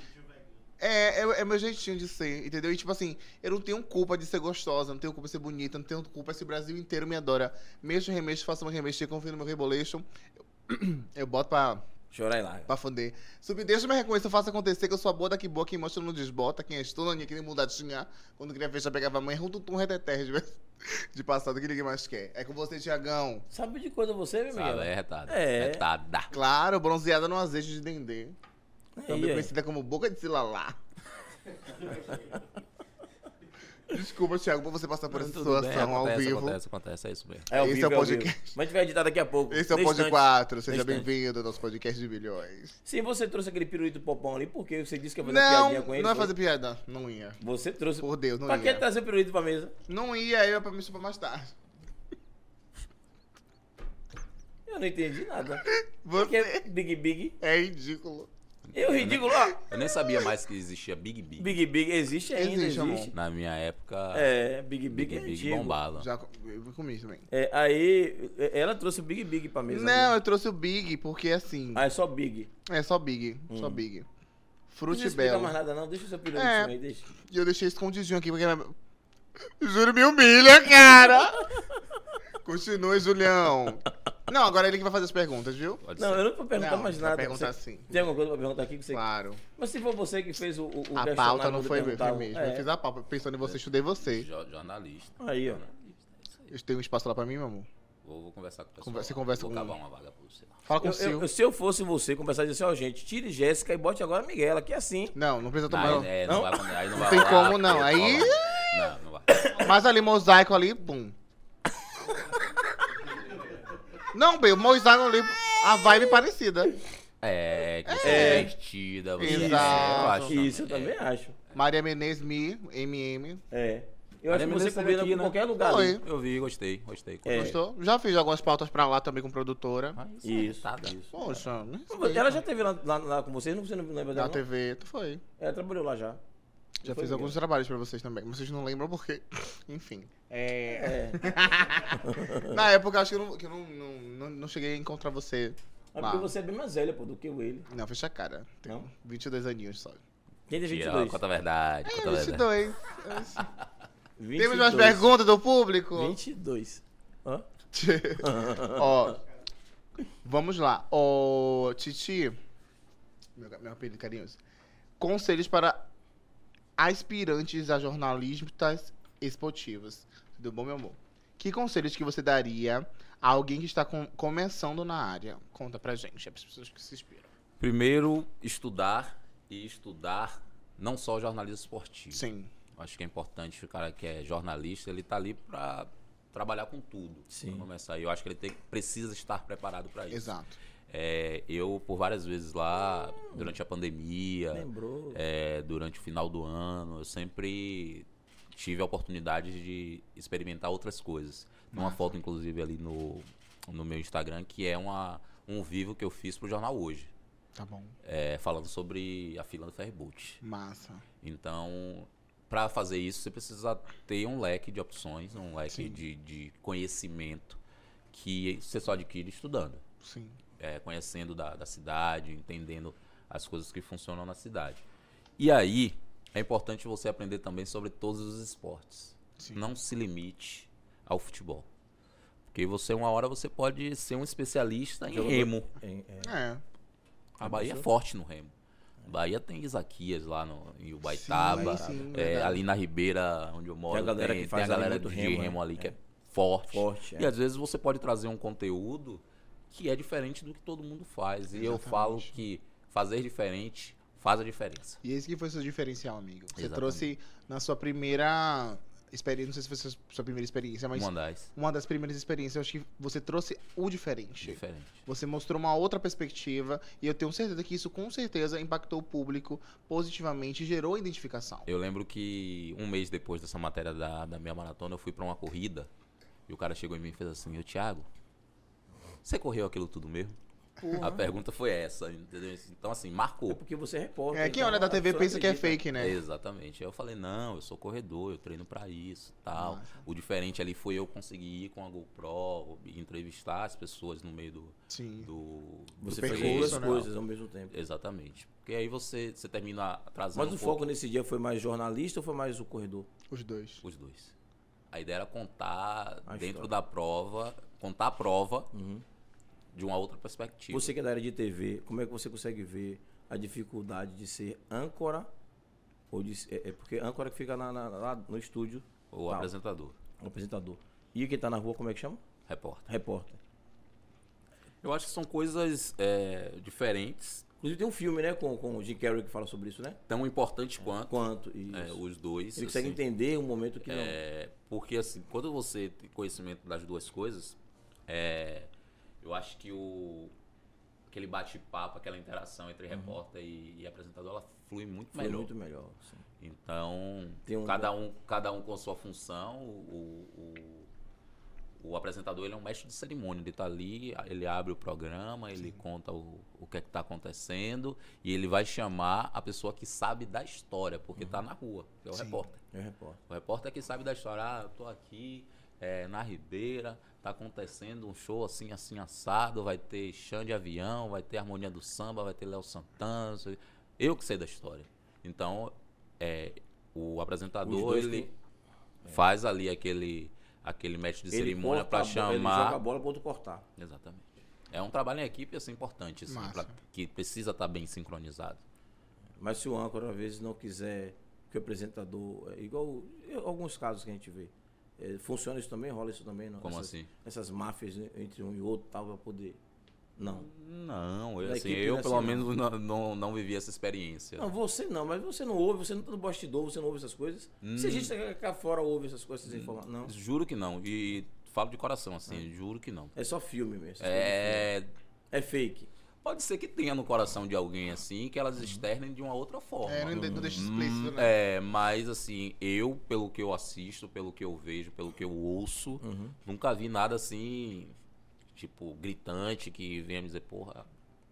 [SPEAKER 1] é, é, é meu jeitinho de ser, entendeu? E tipo assim, eu não tenho culpa de ser gostosa, não tenho culpa de ser bonita, não tenho culpa se o Brasil inteiro me adora. Mexo, remexo, faço uma remexer, confio no meu rebolation. Eu, eu boto pra
[SPEAKER 2] Chorar e larga.
[SPEAKER 1] pra fuder. Subdeixo me reconheça, eu faço acontecer que eu sou a boa daqui boa, quem mostra não desbota, quem é estona, que nem mudadinha. Quando queria fechar, pegava a mãe, rum-tum-tum, um reteté, de, de passado, que ninguém mais quer. É com você, Tiagão.
[SPEAKER 2] Sabe de coisa você, meu
[SPEAKER 3] Sabe,
[SPEAKER 2] Miguel?
[SPEAKER 3] é retada.
[SPEAKER 2] É.
[SPEAKER 3] Retada.
[SPEAKER 1] Claro, bronzeada no azeite de dendê. Também
[SPEAKER 2] Aí, aí.
[SPEAKER 1] conhecida como boca de silalá. Desculpa, Thiago, por você passar por essa
[SPEAKER 3] Tudo
[SPEAKER 1] situação
[SPEAKER 3] bem,
[SPEAKER 1] ao
[SPEAKER 3] acontece,
[SPEAKER 1] vivo.
[SPEAKER 3] Acontece, acontece, é isso mesmo.
[SPEAKER 2] É ao
[SPEAKER 1] Esse
[SPEAKER 2] vivo,
[SPEAKER 1] é o
[SPEAKER 2] ao vivo.
[SPEAKER 1] podcast.
[SPEAKER 2] Mas a gente vai editar daqui a pouco.
[SPEAKER 1] Esse é o
[SPEAKER 2] Dê
[SPEAKER 1] Pod
[SPEAKER 2] instante.
[SPEAKER 1] 4, seja
[SPEAKER 2] Distante.
[SPEAKER 1] bem-vindo ao nosso podcast de milhões.
[SPEAKER 2] Sim, você trouxe aquele pirulito popão ali, porque você disse que ia fazer
[SPEAKER 1] Não,
[SPEAKER 2] piadinha com ele.
[SPEAKER 1] não é
[SPEAKER 2] foi?
[SPEAKER 1] fazer piada, não ia.
[SPEAKER 2] Você trouxe.
[SPEAKER 1] Por Deus, não
[SPEAKER 2] pra que tá-
[SPEAKER 1] ia.
[SPEAKER 2] trazer pirulito pra mesa?
[SPEAKER 1] Não ia, eu ia pra me chupar mais tarde.
[SPEAKER 2] Eu não entendi nada. Porque
[SPEAKER 1] Você
[SPEAKER 2] é Big Big.
[SPEAKER 1] é ridículo.
[SPEAKER 2] Eu ridículo, ó.
[SPEAKER 3] Eu nem sabia mais que existia Big Big.
[SPEAKER 2] Big Big existe ainda,
[SPEAKER 1] Existe,
[SPEAKER 2] existe.
[SPEAKER 1] amor.
[SPEAKER 3] Na minha época,
[SPEAKER 2] É, Big Big,
[SPEAKER 3] Big
[SPEAKER 2] é
[SPEAKER 3] Big
[SPEAKER 2] antigo.
[SPEAKER 3] bombava.
[SPEAKER 1] Já co- eu comi também.
[SPEAKER 2] É, aí é, ela trouxe o Big Big pra mesa.
[SPEAKER 1] Não,
[SPEAKER 2] né?
[SPEAKER 1] eu trouxe o Big, porque assim.
[SPEAKER 2] Ah, é só Big.
[SPEAKER 1] É só Big. Só Big.
[SPEAKER 2] Hum. Não precisa
[SPEAKER 1] Frute
[SPEAKER 2] explicar
[SPEAKER 1] Belo.
[SPEAKER 2] mais nada, não. Deixa o seu pirulito
[SPEAKER 1] É.
[SPEAKER 2] aí, deixa.
[SPEAKER 1] E eu deixei escondidinho aqui, porque. é- Júlio me humilha, cara! Continue, Julião. Não, agora é ele que vai fazer as perguntas, viu?
[SPEAKER 3] Pode
[SPEAKER 2] Não,
[SPEAKER 3] ser.
[SPEAKER 2] eu não vou perguntar
[SPEAKER 1] Não,
[SPEAKER 2] mais
[SPEAKER 1] vai
[SPEAKER 2] nada.
[SPEAKER 1] perguntar
[SPEAKER 2] Você-
[SPEAKER 1] sim.
[SPEAKER 2] Tem alguma coisa pra perguntar aqui que você.
[SPEAKER 1] Claro.
[SPEAKER 2] Mas se for você que fez o, o, o
[SPEAKER 1] A
[SPEAKER 2] questionário
[SPEAKER 1] pauta não
[SPEAKER 2] do
[SPEAKER 1] foi, foi
[SPEAKER 2] perguntar-
[SPEAKER 1] mesmo.
[SPEAKER 2] É.
[SPEAKER 1] Eu fiz a pauta pensando em você, estudei você.
[SPEAKER 3] Jo- jornalista.
[SPEAKER 2] Aí, ó.
[SPEAKER 1] Eu tenho um espaço lá pra mim, meu amor?
[SPEAKER 3] Vou, vou conversar com o pessoal.
[SPEAKER 1] Conver-
[SPEAKER 3] lá.
[SPEAKER 1] você conversa
[SPEAKER 3] vou
[SPEAKER 1] com- um-
[SPEAKER 3] cavar uma vaga pra você. lá.
[SPEAKER 1] Fala com
[SPEAKER 2] Eu-
[SPEAKER 1] o Sil.
[SPEAKER 2] eu- se eu fosse você, conversar e dizer assim, ó, gente, tire Jéssica e bote agora a Miguela, que é assim.
[SPEAKER 1] Não, não precisa tomar.
[SPEAKER 3] Não, é, não,
[SPEAKER 2] Não?
[SPEAKER 3] vai acontecer, aí não vai
[SPEAKER 1] tem
[SPEAKER 3] rolar,
[SPEAKER 1] como, não.
[SPEAKER 3] porque
[SPEAKER 1] Aí-
[SPEAKER 3] rola. Não, não vai.
[SPEAKER 1] Mas ali, mosaico ali, pum. Não, bem, o mosaico ali, a vibe parecida.
[SPEAKER 3] É, que você
[SPEAKER 2] É.
[SPEAKER 3] é divertida. Você
[SPEAKER 1] Exato.
[SPEAKER 3] É, eu acho.
[SPEAKER 2] Isso eu também acho.
[SPEAKER 1] Maria Menezes, Mi, MM.
[SPEAKER 2] É. Eu acho
[SPEAKER 3] Olha,
[SPEAKER 2] que
[SPEAKER 3] mas
[SPEAKER 2] você
[SPEAKER 3] esse
[SPEAKER 2] combina
[SPEAKER 3] daqui,
[SPEAKER 2] com
[SPEAKER 3] né?
[SPEAKER 2] qualquer lugar
[SPEAKER 1] Oi.
[SPEAKER 2] ali.
[SPEAKER 3] Eu vi, gostei, gostei.
[SPEAKER 2] É.
[SPEAKER 1] Gostou? Já fiz algumas pautas pra lá também com produtora.
[SPEAKER 3] Ah, isso. é
[SPEAKER 2] Isso.
[SPEAKER 3] retada.
[SPEAKER 2] isso.
[SPEAKER 1] Poxa, né?
[SPEAKER 2] Ela já teve lá, lá- lá com vocês, não, você não lembra
[SPEAKER 1] Na
[SPEAKER 2] dela? não?
[SPEAKER 1] TV, tu foi.
[SPEAKER 2] Ela trabalhou lá já.
[SPEAKER 1] Já
[SPEAKER 2] Foi
[SPEAKER 1] fiz
[SPEAKER 2] mesmo.
[SPEAKER 1] alguns trabalhos pra vocês também. mas Vocês não lembram porque. Enfim. É.
[SPEAKER 2] É.
[SPEAKER 1] Na época, eu acho que eu, não, que eu não, não, não, não cheguei a encontrar você
[SPEAKER 2] É
[SPEAKER 1] lá.
[SPEAKER 2] porque você é bem mais velha, pô, do que o ele.
[SPEAKER 1] Não, fecha a cara.
[SPEAKER 2] Não? Tá,
[SPEAKER 1] 22 aninhos só.
[SPEAKER 2] Quem tem
[SPEAKER 3] Tira,
[SPEAKER 2] 22?
[SPEAKER 3] conta a verdade.
[SPEAKER 1] É
[SPEAKER 2] tá,
[SPEAKER 3] Conta a verdade.
[SPEAKER 1] 22. Temos
[SPEAKER 2] 22.
[SPEAKER 1] mais perguntas do público?
[SPEAKER 2] 22. Hã?
[SPEAKER 1] Ó, vamos lá. Ó, Titi, meu, meu apelido carinhoso. Conselhos para aspirantes a jornalistas esportivos. Tudo bom, meu amor? Que conselhos que você daria a alguém que está com- começando na área? Conta pra gente, é para as pessoas que se inspiram.
[SPEAKER 3] Primeiro, estudar e estudar não só o jornalismo esportivo.
[SPEAKER 1] Sim.
[SPEAKER 3] Acho que é importante o cara que é jornalista, ele tá ali pra trabalhar com tudo.
[SPEAKER 2] Sim.
[SPEAKER 3] pra Começar aí. Eu acho que ele tem- precisa estar preparado para isso.
[SPEAKER 1] Exato.
[SPEAKER 3] É, eu, por várias vezes lá, durante a pandemia,
[SPEAKER 2] Lembrou.
[SPEAKER 3] é, durante o final do ano, eu sempre tive a oportunidade de experimentar outras coisas. Tem uma foto, inclusive, ali no, no meu Instagram, que é uma, um vivo que eu fiz pro jornal hoje,
[SPEAKER 1] Tá bom.
[SPEAKER 3] é, falando sobre a fila do Ferryboat.
[SPEAKER 1] Massa.
[SPEAKER 3] Então, para fazer isso, você precisa ter um leque de opções, um leque
[SPEAKER 1] Sim.
[SPEAKER 3] de, de conhecimento que você só adquire estudando,
[SPEAKER 1] Sim.
[SPEAKER 3] é, conhecendo da, da cidade, entendendo as coisas que funcionam na cidade. E aí, é importante você aprender também sobre todos os esportes.
[SPEAKER 1] Sim.
[SPEAKER 3] Não se limite ao futebol. Porque você, uma hora, você pode ser um especialista em
[SPEAKER 2] Jogador-
[SPEAKER 3] remo.
[SPEAKER 2] Em- é.
[SPEAKER 1] É.
[SPEAKER 3] A Bahia é
[SPEAKER 2] Professor?
[SPEAKER 3] forte no remo. Bahia tem Isaquias lá no, em Ubaitaba.
[SPEAKER 1] Sim, sim,
[SPEAKER 3] É,
[SPEAKER 1] verdade.
[SPEAKER 3] ali na Ribeira, onde eu moro,
[SPEAKER 2] Tem a galera que faz
[SPEAKER 3] tem a
[SPEAKER 2] ali
[SPEAKER 3] galera
[SPEAKER 2] muito
[SPEAKER 3] de
[SPEAKER 2] remo,
[SPEAKER 3] remo,
[SPEAKER 2] né?
[SPEAKER 3] ali que
[SPEAKER 2] É.
[SPEAKER 3] é forte.
[SPEAKER 2] Forte, é.
[SPEAKER 3] E às vezes você pode trazer um conteúdo que é diferente do que todo mundo faz. E eu
[SPEAKER 1] Exatamente.
[SPEAKER 3] falo que fazer diferente faz a diferença.
[SPEAKER 1] E esse que foi seu diferencial, amigo. Você
[SPEAKER 3] Exatamente.
[SPEAKER 1] trouxe na sua primeira experiência, não sei se foi sua- sua primeira experiência, mas
[SPEAKER 3] Uma das
[SPEAKER 1] uma das primeiras experiências, eu acho que você trouxe o diferente.
[SPEAKER 3] diferente.
[SPEAKER 1] Você mostrou uma outra perspectiva e eu tenho certeza que isso com certeza impactou o público positivamente e gerou identificação.
[SPEAKER 3] Eu lembro que um mês depois dessa matéria da, da minha maratona, eu fui pra uma corrida e o cara chegou em mim e fez assim: Eu, Thiago, você correu aquilo tudo mesmo?
[SPEAKER 1] Uhum.
[SPEAKER 3] A pergunta foi essa, entendeu? Então, assim, marcou.
[SPEAKER 2] É porque você é repórter.
[SPEAKER 1] É, quem
[SPEAKER 2] então
[SPEAKER 1] olha da
[SPEAKER 2] a
[SPEAKER 1] TV
[SPEAKER 2] pessoa
[SPEAKER 1] pensa que é
[SPEAKER 2] acredita.
[SPEAKER 1] fake, né?
[SPEAKER 3] Exatamente. Aí eu falei, não, eu sou corredor, eu treino pra isso tal.
[SPEAKER 1] Massa.
[SPEAKER 3] O diferente ali foi eu conseguir ir com a GoPro e entrevistar as pessoas no meio do.
[SPEAKER 1] Sim.
[SPEAKER 3] do,
[SPEAKER 2] Você
[SPEAKER 3] do
[SPEAKER 2] fez
[SPEAKER 1] percurso,
[SPEAKER 2] duas
[SPEAKER 3] trecho,
[SPEAKER 1] né?
[SPEAKER 2] coisas ao mesmo tempo.
[SPEAKER 3] Exatamente. Porque aí você, você termina atrasando.
[SPEAKER 2] Mas o
[SPEAKER 3] um
[SPEAKER 2] foco
[SPEAKER 3] pouco
[SPEAKER 2] nesse dia foi mais jornalista ou foi mais o corredor?
[SPEAKER 1] Os dois.
[SPEAKER 3] os dois. A ideia era contar
[SPEAKER 2] A
[SPEAKER 3] dentro
[SPEAKER 2] história. Uhum.
[SPEAKER 3] da prova, contar a prova de uma outra perspectiva.
[SPEAKER 2] Você que é da área de TV, como é que você consegue ver a dificuldade de ser âncora? Ou de, é, é porque âncora que fica na- na- lá no estúdio,
[SPEAKER 3] O
[SPEAKER 2] Não.
[SPEAKER 3] apresentador,
[SPEAKER 2] o apresentador. E quem tá na rua, como é que chama?
[SPEAKER 3] repórter.
[SPEAKER 2] Repórter.
[SPEAKER 3] Eu acho que são coisas é,
[SPEAKER 2] eh,
[SPEAKER 3] diferentes,
[SPEAKER 2] Inclusive tem um filme, né, com, com o Jim Carrey que fala sobre isso, né?
[SPEAKER 3] tão importantes quanto
[SPEAKER 2] Quanto. E
[SPEAKER 3] é, os dois.
[SPEAKER 2] Você consegue
[SPEAKER 3] assim.
[SPEAKER 2] entender o momento que não.
[SPEAKER 3] É, porque assim, quando você tem conhecimento das duas coisas, é, eu acho que o aquele bate-papo, aquela interação entre repórter e, e apresentador, ela flui muito
[SPEAKER 2] Foi
[SPEAKER 3] melhor.
[SPEAKER 2] muito melhor. assim.
[SPEAKER 3] Então,
[SPEAKER 2] Tem um-
[SPEAKER 3] cada um cada um com a sua função, o, o, o apresentador ele é um mestre de cerimônia, ele tá ali, ele abre o programa, ele conta o, o que é que tá acontecendo e ele vai chamar a pessoa que sabe da história, porque
[SPEAKER 2] Uhum.
[SPEAKER 3] tá na rua, que é o
[SPEAKER 1] Sim.
[SPEAKER 3] repórter.
[SPEAKER 2] É repórter.
[SPEAKER 3] O repórter é que sabe da história. Ah, eu tô aqui é, na Ribeira, tá acontecendo um show assim, assim, assado. Vai ter chão de avião, vai ter harmonia do samba, vai ter Léo Santana. não sei- Eu que sei da história. Então, é, o
[SPEAKER 2] Os
[SPEAKER 3] apresentador,
[SPEAKER 2] dois
[SPEAKER 3] ele
[SPEAKER 2] têm-
[SPEAKER 3] faz ali aquele, aquele mestre de cerimônia
[SPEAKER 2] corta
[SPEAKER 3] para
[SPEAKER 2] a bola, Ele joga a
[SPEAKER 3] chamar.
[SPEAKER 2] bola para outro cortar.
[SPEAKER 3] Exatamente. É um trabalho em equipe assim, importante, assim,
[SPEAKER 1] Massa.
[SPEAKER 3] pra- que precisa estar bem sincronizado.
[SPEAKER 2] Mas se o âncora, às vezes, não quiser que o apresentador. é Igual é, alguns casos que a gente vê. É, funciona isso também? Rola isso também? Não?
[SPEAKER 3] Como
[SPEAKER 2] essas,
[SPEAKER 3] assim?
[SPEAKER 2] Essas máfias né, entre um e outro, tal, para poder. Não.
[SPEAKER 3] Não, eu,
[SPEAKER 2] Da
[SPEAKER 3] assim,
[SPEAKER 2] equipe é
[SPEAKER 3] eu pelo
[SPEAKER 2] nacional.
[SPEAKER 3] menos não, não, não vivi essa experiência.
[SPEAKER 2] Não, você não, mas você não ouve, você não tá no bastidor, você não ouve essas coisas.
[SPEAKER 3] Hum.
[SPEAKER 2] Se a gente tá cá fora ouve essas coisas, essas informações. Não.
[SPEAKER 3] Juro que não. E falo de coração, assim, juro que não.
[SPEAKER 2] É só filme mesmo. essas
[SPEAKER 3] É.
[SPEAKER 2] coisas. É fake.
[SPEAKER 3] Pode ser que tenha no coração de alguém, assim, que
[SPEAKER 2] Uhum.
[SPEAKER 3] elas externem de uma outra forma.
[SPEAKER 1] É, não, não deixa explícito,
[SPEAKER 3] Hum,
[SPEAKER 1] né?
[SPEAKER 3] é, mas assim, eu, pelo que eu assisto, pelo que eu vejo, pelo que eu ouço,
[SPEAKER 2] Uhum.
[SPEAKER 3] nunca vi nada assim, tipo, gritante que venha me dizer, porra,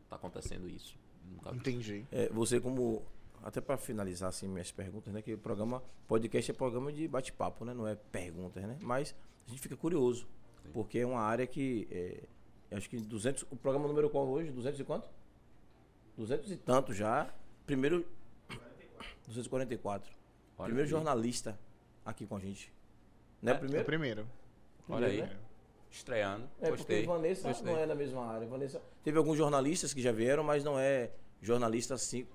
[SPEAKER 3] tá acontecendo isso. Nunca vi.
[SPEAKER 1] Entendi.
[SPEAKER 2] É, você como até para finalizar assim minhas perguntas, né, que o programa podcast é programa de bate-papo, né, não é perguntas, né? Mas a gente fica curioso, porque é uma área que é, acho que 200, o programa número qual hoje? 200 e quanto? 200 e tanto já. Primeiro 244.
[SPEAKER 3] Olha
[SPEAKER 2] primeiro
[SPEAKER 3] aí.
[SPEAKER 2] jornalista aqui com a gente. Né?
[SPEAKER 1] É o
[SPEAKER 2] Primeiro?
[SPEAKER 1] primeiro.
[SPEAKER 3] Olha aí.
[SPEAKER 2] primeiro, né?
[SPEAKER 3] Estreando.
[SPEAKER 2] É,
[SPEAKER 3] Gostei.
[SPEAKER 2] porque Vanessa
[SPEAKER 3] Gostei.
[SPEAKER 2] não é da mesma área. Vanessa... Teve alguns jornalistas que já vieram, mas não é jornalista assim.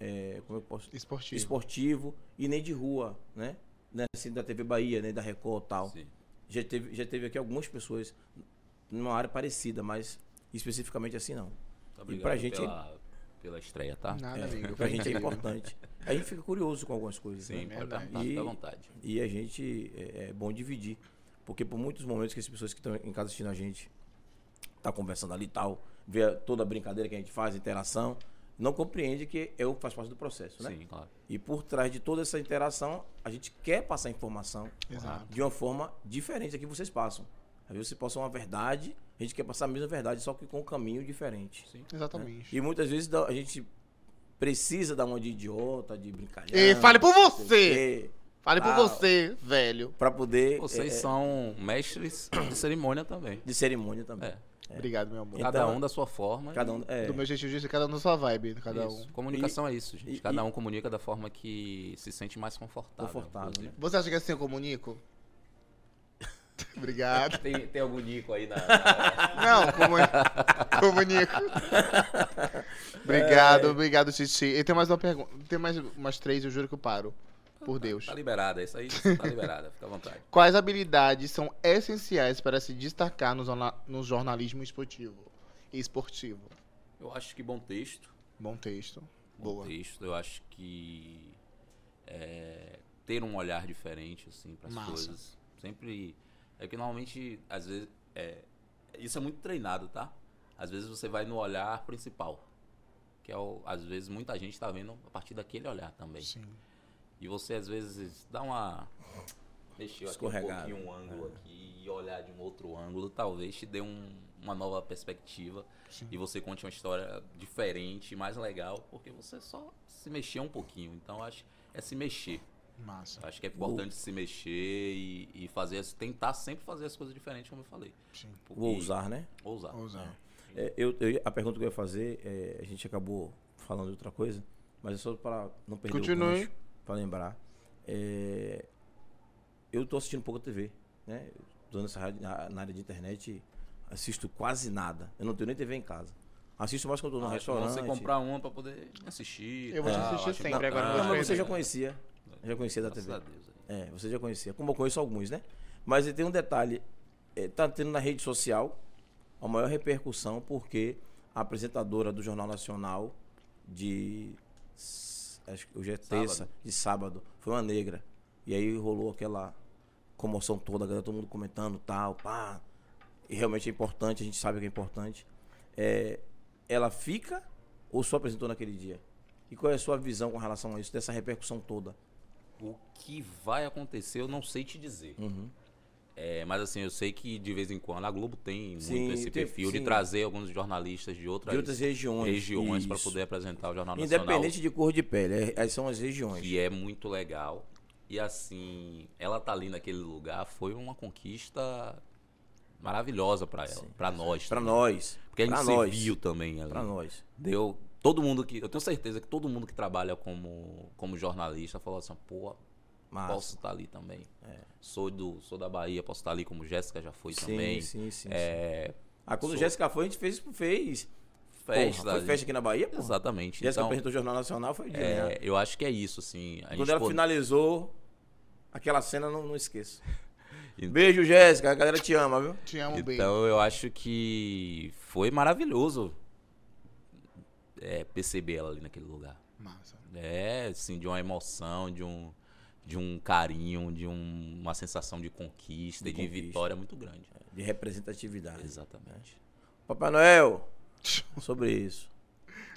[SPEAKER 2] é, como eu posso
[SPEAKER 1] Esportivo.
[SPEAKER 2] esportivo e nem de rua, né? Né, Assim, da TV Bahia, nem da Record e tal.
[SPEAKER 3] Sim. tá
[SPEAKER 2] Já teve, já teve aqui algumas pessoas numa área parecida, mas especificamente assim não.
[SPEAKER 3] Muito
[SPEAKER 2] E
[SPEAKER 3] obrigado
[SPEAKER 2] pra gente-
[SPEAKER 3] pela, pela estreia, tá?
[SPEAKER 1] Nada, amigo.
[SPEAKER 2] Pra
[SPEAKER 1] foi
[SPEAKER 2] gente é
[SPEAKER 1] incrível.
[SPEAKER 2] importante. A gente fica curioso com algumas coisas,
[SPEAKER 3] Sim, Tá
[SPEAKER 2] né?
[SPEAKER 3] pode
[SPEAKER 1] verdade.
[SPEAKER 3] perguntar, fica
[SPEAKER 2] E-
[SPEAKER 3] à vontade.
[SPEAKER 2] E a gente é, é bom dividir. Porque por muitos momentos que as pessoas que estão em casa assistindo a gente tá conversando ali e tal, vê toda a brincadeira que a gente faz, a interação, não compreende que é o que faz parte do processo, né?
[SPEAKER 3] Sim, claro.
[SPEAKER 2] E por trás de toda essa interação, a gente quer passar informação
[SPEAKER 1] Exato.
[SPEAKER 2] de uma forma diferente da que vocês passam. Às vezes vocês passam uma verdade, a gente quer passar a mesma verdade, só que com um caminho diferente.
[SPEAKER 3] Sim.
[SPEAKER 1] Exatamente.
[SPEAKER 2] E muitas vezes dá- a gente precisa dar uma de idiota, de brincadeira.
[SPEAKER 1] Ei, fale por
[SPEAKER 2] não
[SPEAKER 1] você!
[SPEAKER 2] sei o quê,
[SPEAKER 1] Fale por
[SPEAKER 2] Ah.
[SPEAKER 1] você, velho.
[SPEAKER 2] Pra poder.
[SPEAKER 3] Vocês
[SPEAKER 2] é,
[SPEAKER 3] são mestres de cerimônia também.
[SPEAKER 2] De cerimônia também.
[SPEAKER 3] É.
[SPEAKER 1] Obrigado, meu amor.
[SPEAKER 2] Então,
[SPEAKER 3] Cada um da sua forma.
[SPEAKER 2] Cada um. É,
[SPEAKER 1] Do meu jeito de dizer, cada um na sua vibe. Cada
[SPEAKER 3] Isso.
[SPEAKER 1] um.
[SPEAKER 3] Comunicação é isso, gente.
[SPEAKER 2] e- e-
[SPEAKER 3] Cada um comunica da forma que se sente mais confortável.
[SPEAKER 2] Confortável, né?
[SPEAKER 3] inclusive.
[SPEAKER 1] Você acha que assim eu comunico? Obrigado.
[SPEAKER 2] né?
[SPEAKER 3] Tem, tem algum Nico aí na. Tá na-
[SPEAKER 1] Não, comuni... comunico. obrigado,
[SPEAKER 3] É.
[SPEAKER 1] obrigado, Titi. E tem mais uma pergunta. Tem mais umas três, eu juro que eu paro. Por Deus.
[SPEAKER 3] Tá liberada, isso aí tá liberada, fica à vontade.
[SPEAKER 1] Quais habilidades são essenciais para se destacar no, jorna- no jornalismo esportivo? Esportivo.
[SPEAKER 3] Eu acho que bom texto.
[SPEAKER 1] Bom texto.
[SPEAKER 3] Bom
[SPEAKER 1] Boa.
[SPEAKER 3] texto, eu acho que. é, ter um olhar diferente, assim, para as
[SPEAKER 1] Massa.
[SPEAKER 3] coisas. Sempre. É que normalmente, às vezes. é, isso é muito treinado, tá? Às vezes você vai no olhar principal. Que é o. Às vezes muita gente tá vendo a partir daquele olhar também.
[SPEAKER 1] Sim.
[SPEAKER 3] E você às vezes dá uma. Mexeu aqui um
[SPEAKER 2] Escorregada.
[SPEAKER 3] pouquinho um ângulo
[SPEAKER 1] É.
[SPEAKER 3] aqui e olhar de um outro ângulo, talvez te dê um- uma nova perspectiva
[SPEAKER 1] Sim.
[SPEAKER 3] e você conte uma história diferente, mais legal, porque você só se mexeu um pouquinho. Então acho é se mexer.
[SPEAKER 1] Massa.
[SPEAKER 3] Acho que é importante se mexer e, e fazer as- tentar sempre fazer as coisas diferentes, como eu falei.
[SPEAKER 1] Sim.
[SPEAKER 3] Porque-
[SPEAKER 2] o ousar, né?
[SPEAKER 3] Ousar.
[SPEAKER 1] Ousar.
[SPEAKER 2] É, eu, eu- a pergunta que eu ia fazer, é, a gente acabou falando de outra coisa, mas é só para não perder o
[SPEAKER 1] Continue.
[SPEAKER 2] gancho, para lembrar. É, eu tô assistindo pouca TV, né? Eu tô nessa rádio- na, na área de internet, assisto quase nada. Eu não tenho nem TV em casa. Assisto mais quando eu tô no
[SPEAKER 3] Ah, é bom
[SPEAKER 2] restaurante.
[SPEAKER 3] Você comprar um uma pra poder assistir.
[SPEAKER 1] Eu vou te
[SPEAKER 3] tal,
[SPEAKER 1] assistir
[SPEAKER 3] acho
[SPEAKER 1] sempre, agora
[SPEAKER 3] importante.
[SPEAKER 1] eu
[SPEAKER 2] Não,
[SPEAKER 1] vou te
[SPEAKER 2] mas você já
[SPEAKER 1] Verdade.
[SPEAKER 2] conhecia. Já conhecia da
[SPEAKER 3] Graças
[SPEAKER 2] TV.
[SPEAKER 3] a Deus, aí.
[SPEAKER 2] É, você já conhecia. Como eu conheço alguns, né? Mas tem um detalhe. É, tá tendo na rede social a maior repercussão porque a apresentadora do Jornal Nacional de... s- Acho que hoje é
[SPEAKER 3] Sábado.
[SPEAKER 2] terça, de sábado. Foi uma negra. E aí rolou aquela comoção toda, a galera, todo mundo comentando tal, pá. E realmente é importante, a gente sabe que é importante. É, ela fica ou só apresentou naquele dia? E qual é a sua visão com relação a isso, dessa repercussão toda?
[SPEAKER 3] O que vai acontecer eu não sei te dizer.
[SPEAKER 2] Uhum.
[SPEAKER 3] É, mas assim, eu sei que de vez em quando a Globo tem muito
[SPEAKER 2] Sim,
[SPEAKER 3] esse
[SPEAKER 2] tem-
[SPEAKER 3] perfil de
[SPEAKER 2] sim.
[SPEAKER 3] trazer alguns jornalistas de outras,
[SPEAKER 2] De outras regiões.
[SPEAKER 3] regiões para
[SPEAKER 2] Isso.
[SPEAKER 3] poder apresentar o Jornal Nacional.
[SPEAKER 2] Independente de cor de pele, é- aí são as regiões.
[SPEAKER 3] Que é muito legal. E assim, ela tá ali naquele lugar foi uma conquista maravilhosa para ela, para nós.
[SPEAKER 2] Pra
[SPEAKER 3] também.
[SPEAKER 2] nós.
[SPEAKER 3] Porque a gente
[SPEAKER 2] pra
[SPEAKER 3] se
[SPEAKER 2] nós.
[SPEAKER 3] viu também ali.
[SPEAKER 2] Pra nós.
[SPEAKER 3] Deu. Todo mundo que. Eu tenho certeza que todo mundo que trabalha como, como jornalista falou assim, pô,
[SPEAKER 2] Massa. É.
[SPEAKER 3] posso estar ali também. Sou, do, sou da Bahia, posso estar ali como Jéssica já foi
[SPEAKER 2] Sim,
[SPEAKER 3] também.
[SPEAKER 2] sim, sim.
[SPEAKER 3] É,
[SPEAKER 2] Ah, quando
[SPEAKER 3] sou-
[SPEAKER 2] Jéssica foi, a gente fez. fez.
[SPEAKER 3] festa.
[SPEAKER 2] Porra, foi festa aqui na Bahia, pô.
[SPEAKER 3] Exatamente.
[SPEAKER 2] Jéssica
[SPEAKER 3] Então,
[SPEAKER 2] apresentou o Jornal Nacional, foi de
[SPEAKER 3] é,
[SPEAKER 2] né?
[SPEAKER 3] eu acho que é isso, assim. A
[SPEAKER 2] Quando
[SPEAKER 3] gente
[SPEAKER 2] ela
[SPEAKER 3] pô-
[SPEAKER 2] finalizou, aquela cena eu não, não esqueço.
[SPEAKER 3] E-
[SPEAKER 2] Beijo, Jéssica. A galera te ama, viu?
[SPEAKER 1] Te amo, bem.
[SPEAKER 3] Então eu acho que foi maravilhoso é, perceber ela ali naquele lugar.
[SPEAKER 1] Massa.
[SPEAKER 3] É, assim, de uma emoção, de um, de um carinho, de um- uma sensação de conquista
[SPEAKER 2] De
[SPEAKER 3] e de
[SPEAKER 2] conquista.
[SPEAKER 3] vitória muito grande.
[SPEAKER 2] De representatividade.
[SPEAKER 3] Exatamente.
[SPEAKER 2] Papai Noel, sobre isso.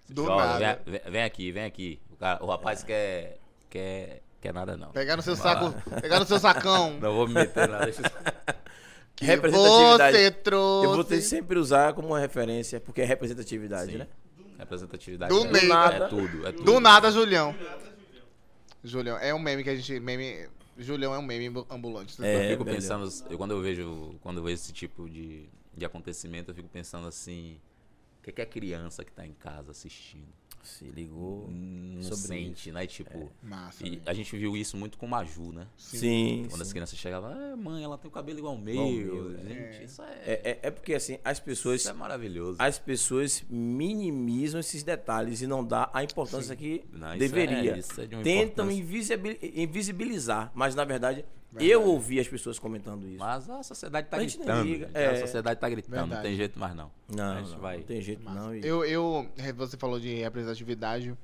[SPEAKER 1] Do
[SPEAKER 3] Jovem,
[SPEAKER 1] nada.
[SPEAKER 3] Tipo,
[SPEAKER 1] É.
[SPEAKER 3] Vem, vem- vem aqui, vem aqui. O, cara- o rapaz quer, quer, quer nada, não.
[SPEAKER 1] Pegar no seu saco. Pegar no seu sacão.
[SPEAKER 3] Não vou me meter nada.
[SPEAKER 1] Que
[SPEAKER 2] representatividade.
[SPEAKER 1] Você
[SPEAKER 2] Eu vou ter
[SPEAKER 1] trouxe.
[SPEAKER 2] sempre usar como uma referência, porque é representatividade, né?
[SPEAKER 3] Representatividade
[SPEAKER 1] Do
[SPEAKER 3] é,
[SPEAKER 1] meio.
[SPEAKER 3] é tudo, é tudo.
[SPEAKER 1] Do nada, Julião. Julião. É um meme que a gente. Meme... Julião é um meme ambulante. tá
[SPEAKER 3] Eu
[SPEAKER 2] É,
[SPEAKER 3] fico
[SPEAKER 2] melhor.
[SPEAKER 3] pensando, eu, quando eu vejo quando eu vejo esse tipo de, de acontecimento, eu fico pensando assim, o que, que a criança que tá em casa assistindo?
[SPEAKER 2] Se ligou.
[SPEAKER 1] Hum.
[SPEAKER 3] Não
[SPEAKER 2] Sobre É.
[SPEAKER 3] sente, né? Tipo.
[SPEAKER 1] Massa.
[SPEAKER 3] E
[SPEAKER 1] né?
[SPEAKER 3] a gente viu isso muito com o Maju, né?
[SPEAKER 2] Sim. sim.
[SPEAKER 3] Quando as crianças chegavam, é, mãe, ela tem o cabelo igual ao meu.
[SPEAKER 2] Igual ao meu,
[SPEAKER 3] gente, isso é,
[SPEAKER 2] É, é, é porque assim, as pessoas,
[SPEAKER 3] isso é maravilhoso.
[SPEAKER 2] as pessoas minimizam esses detalhes e não dá a importância que
[SPEAKER 3] Não, isso
[SPEAKER 2] deveria.
[SPEAKER 3] é- isso é de uma
[SPEAKER 2] Tentam
[SPEAKER 3] importância.
[SPEAKER 2] invisibil- invisibilizar, mas na verdade,
[SPEAKER 1] Verdade.
[SPEAKER 2] eu ouvi as pessoas comentando isso.
[SPEAKER 3] Mas a sociedade tá
[SPEAKER 2] A gente não
[SPEAKER 3] gritando.
[SPEAKER 2] liga,
[SPEAKER 3] gente.
[SPEAKER 2] é.
[SPEAKER 3] A sociedade tá gritando, não
[SPEAKER 1] Verdade.
[SPEAKER 3] tem jeito mais não.
[SPEAKER 2] Não,
[SPEAKER 3] a gente
[SPEAKER 2] não,
[SPEAKER 3] vai.
[SPEAKER 2] não tem jeito
[SPEAKER 1] Massa.
[SPEAKER 2] não. e-
[SPEAKER 1] Eu, eu, eh, você falou de representatividade.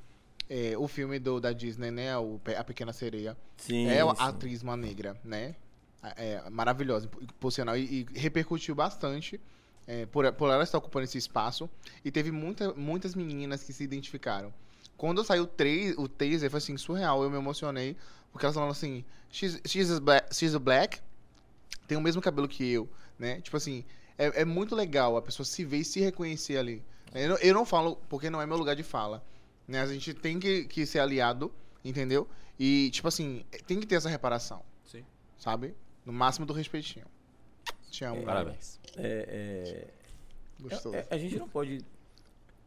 [SPEAKER 1] eh, o filme do, da Disney, né? o Pe- a Pequena Sereia.
[SPEAKER 2] Sim,
[SPEAKER 1] é a
[SPEAKER 2] sim.
[SPEAKER 1] atriz uma negra, né? A- É, maravilhosa, por- por sinal, e, e repercutiu bastante é, por, por ela estar ocupando esse espaço. E teve muita, muitas meninas que se identificaram. Quando saiu o três- o teaser, foi assim, surreal, eu me emocionei, porque elas falaram assim, she's, she's, a black, she's a black, tem o mesmo cabelo que eu, né? Tipo assim, é, é muito legal a pessoa se ver e se reconhecer ali. Eu não, eu não falo porque não é meu lugar de fala. Né? A gente tem que, que ser aliado, entendeu? E, tipo assim, tem que ter essa reparação,
[SPEAKER 3] Sim.
[SPEAKER 1] sabe? No máximo do respeitinho. Te amo. Gabi.
[SPEAKER 3] É. Parabéns.
[SPEAKER 2] É, é,
[SPEAKER 1] Gostoso.
[SPEAKER 2] é- a gente não pode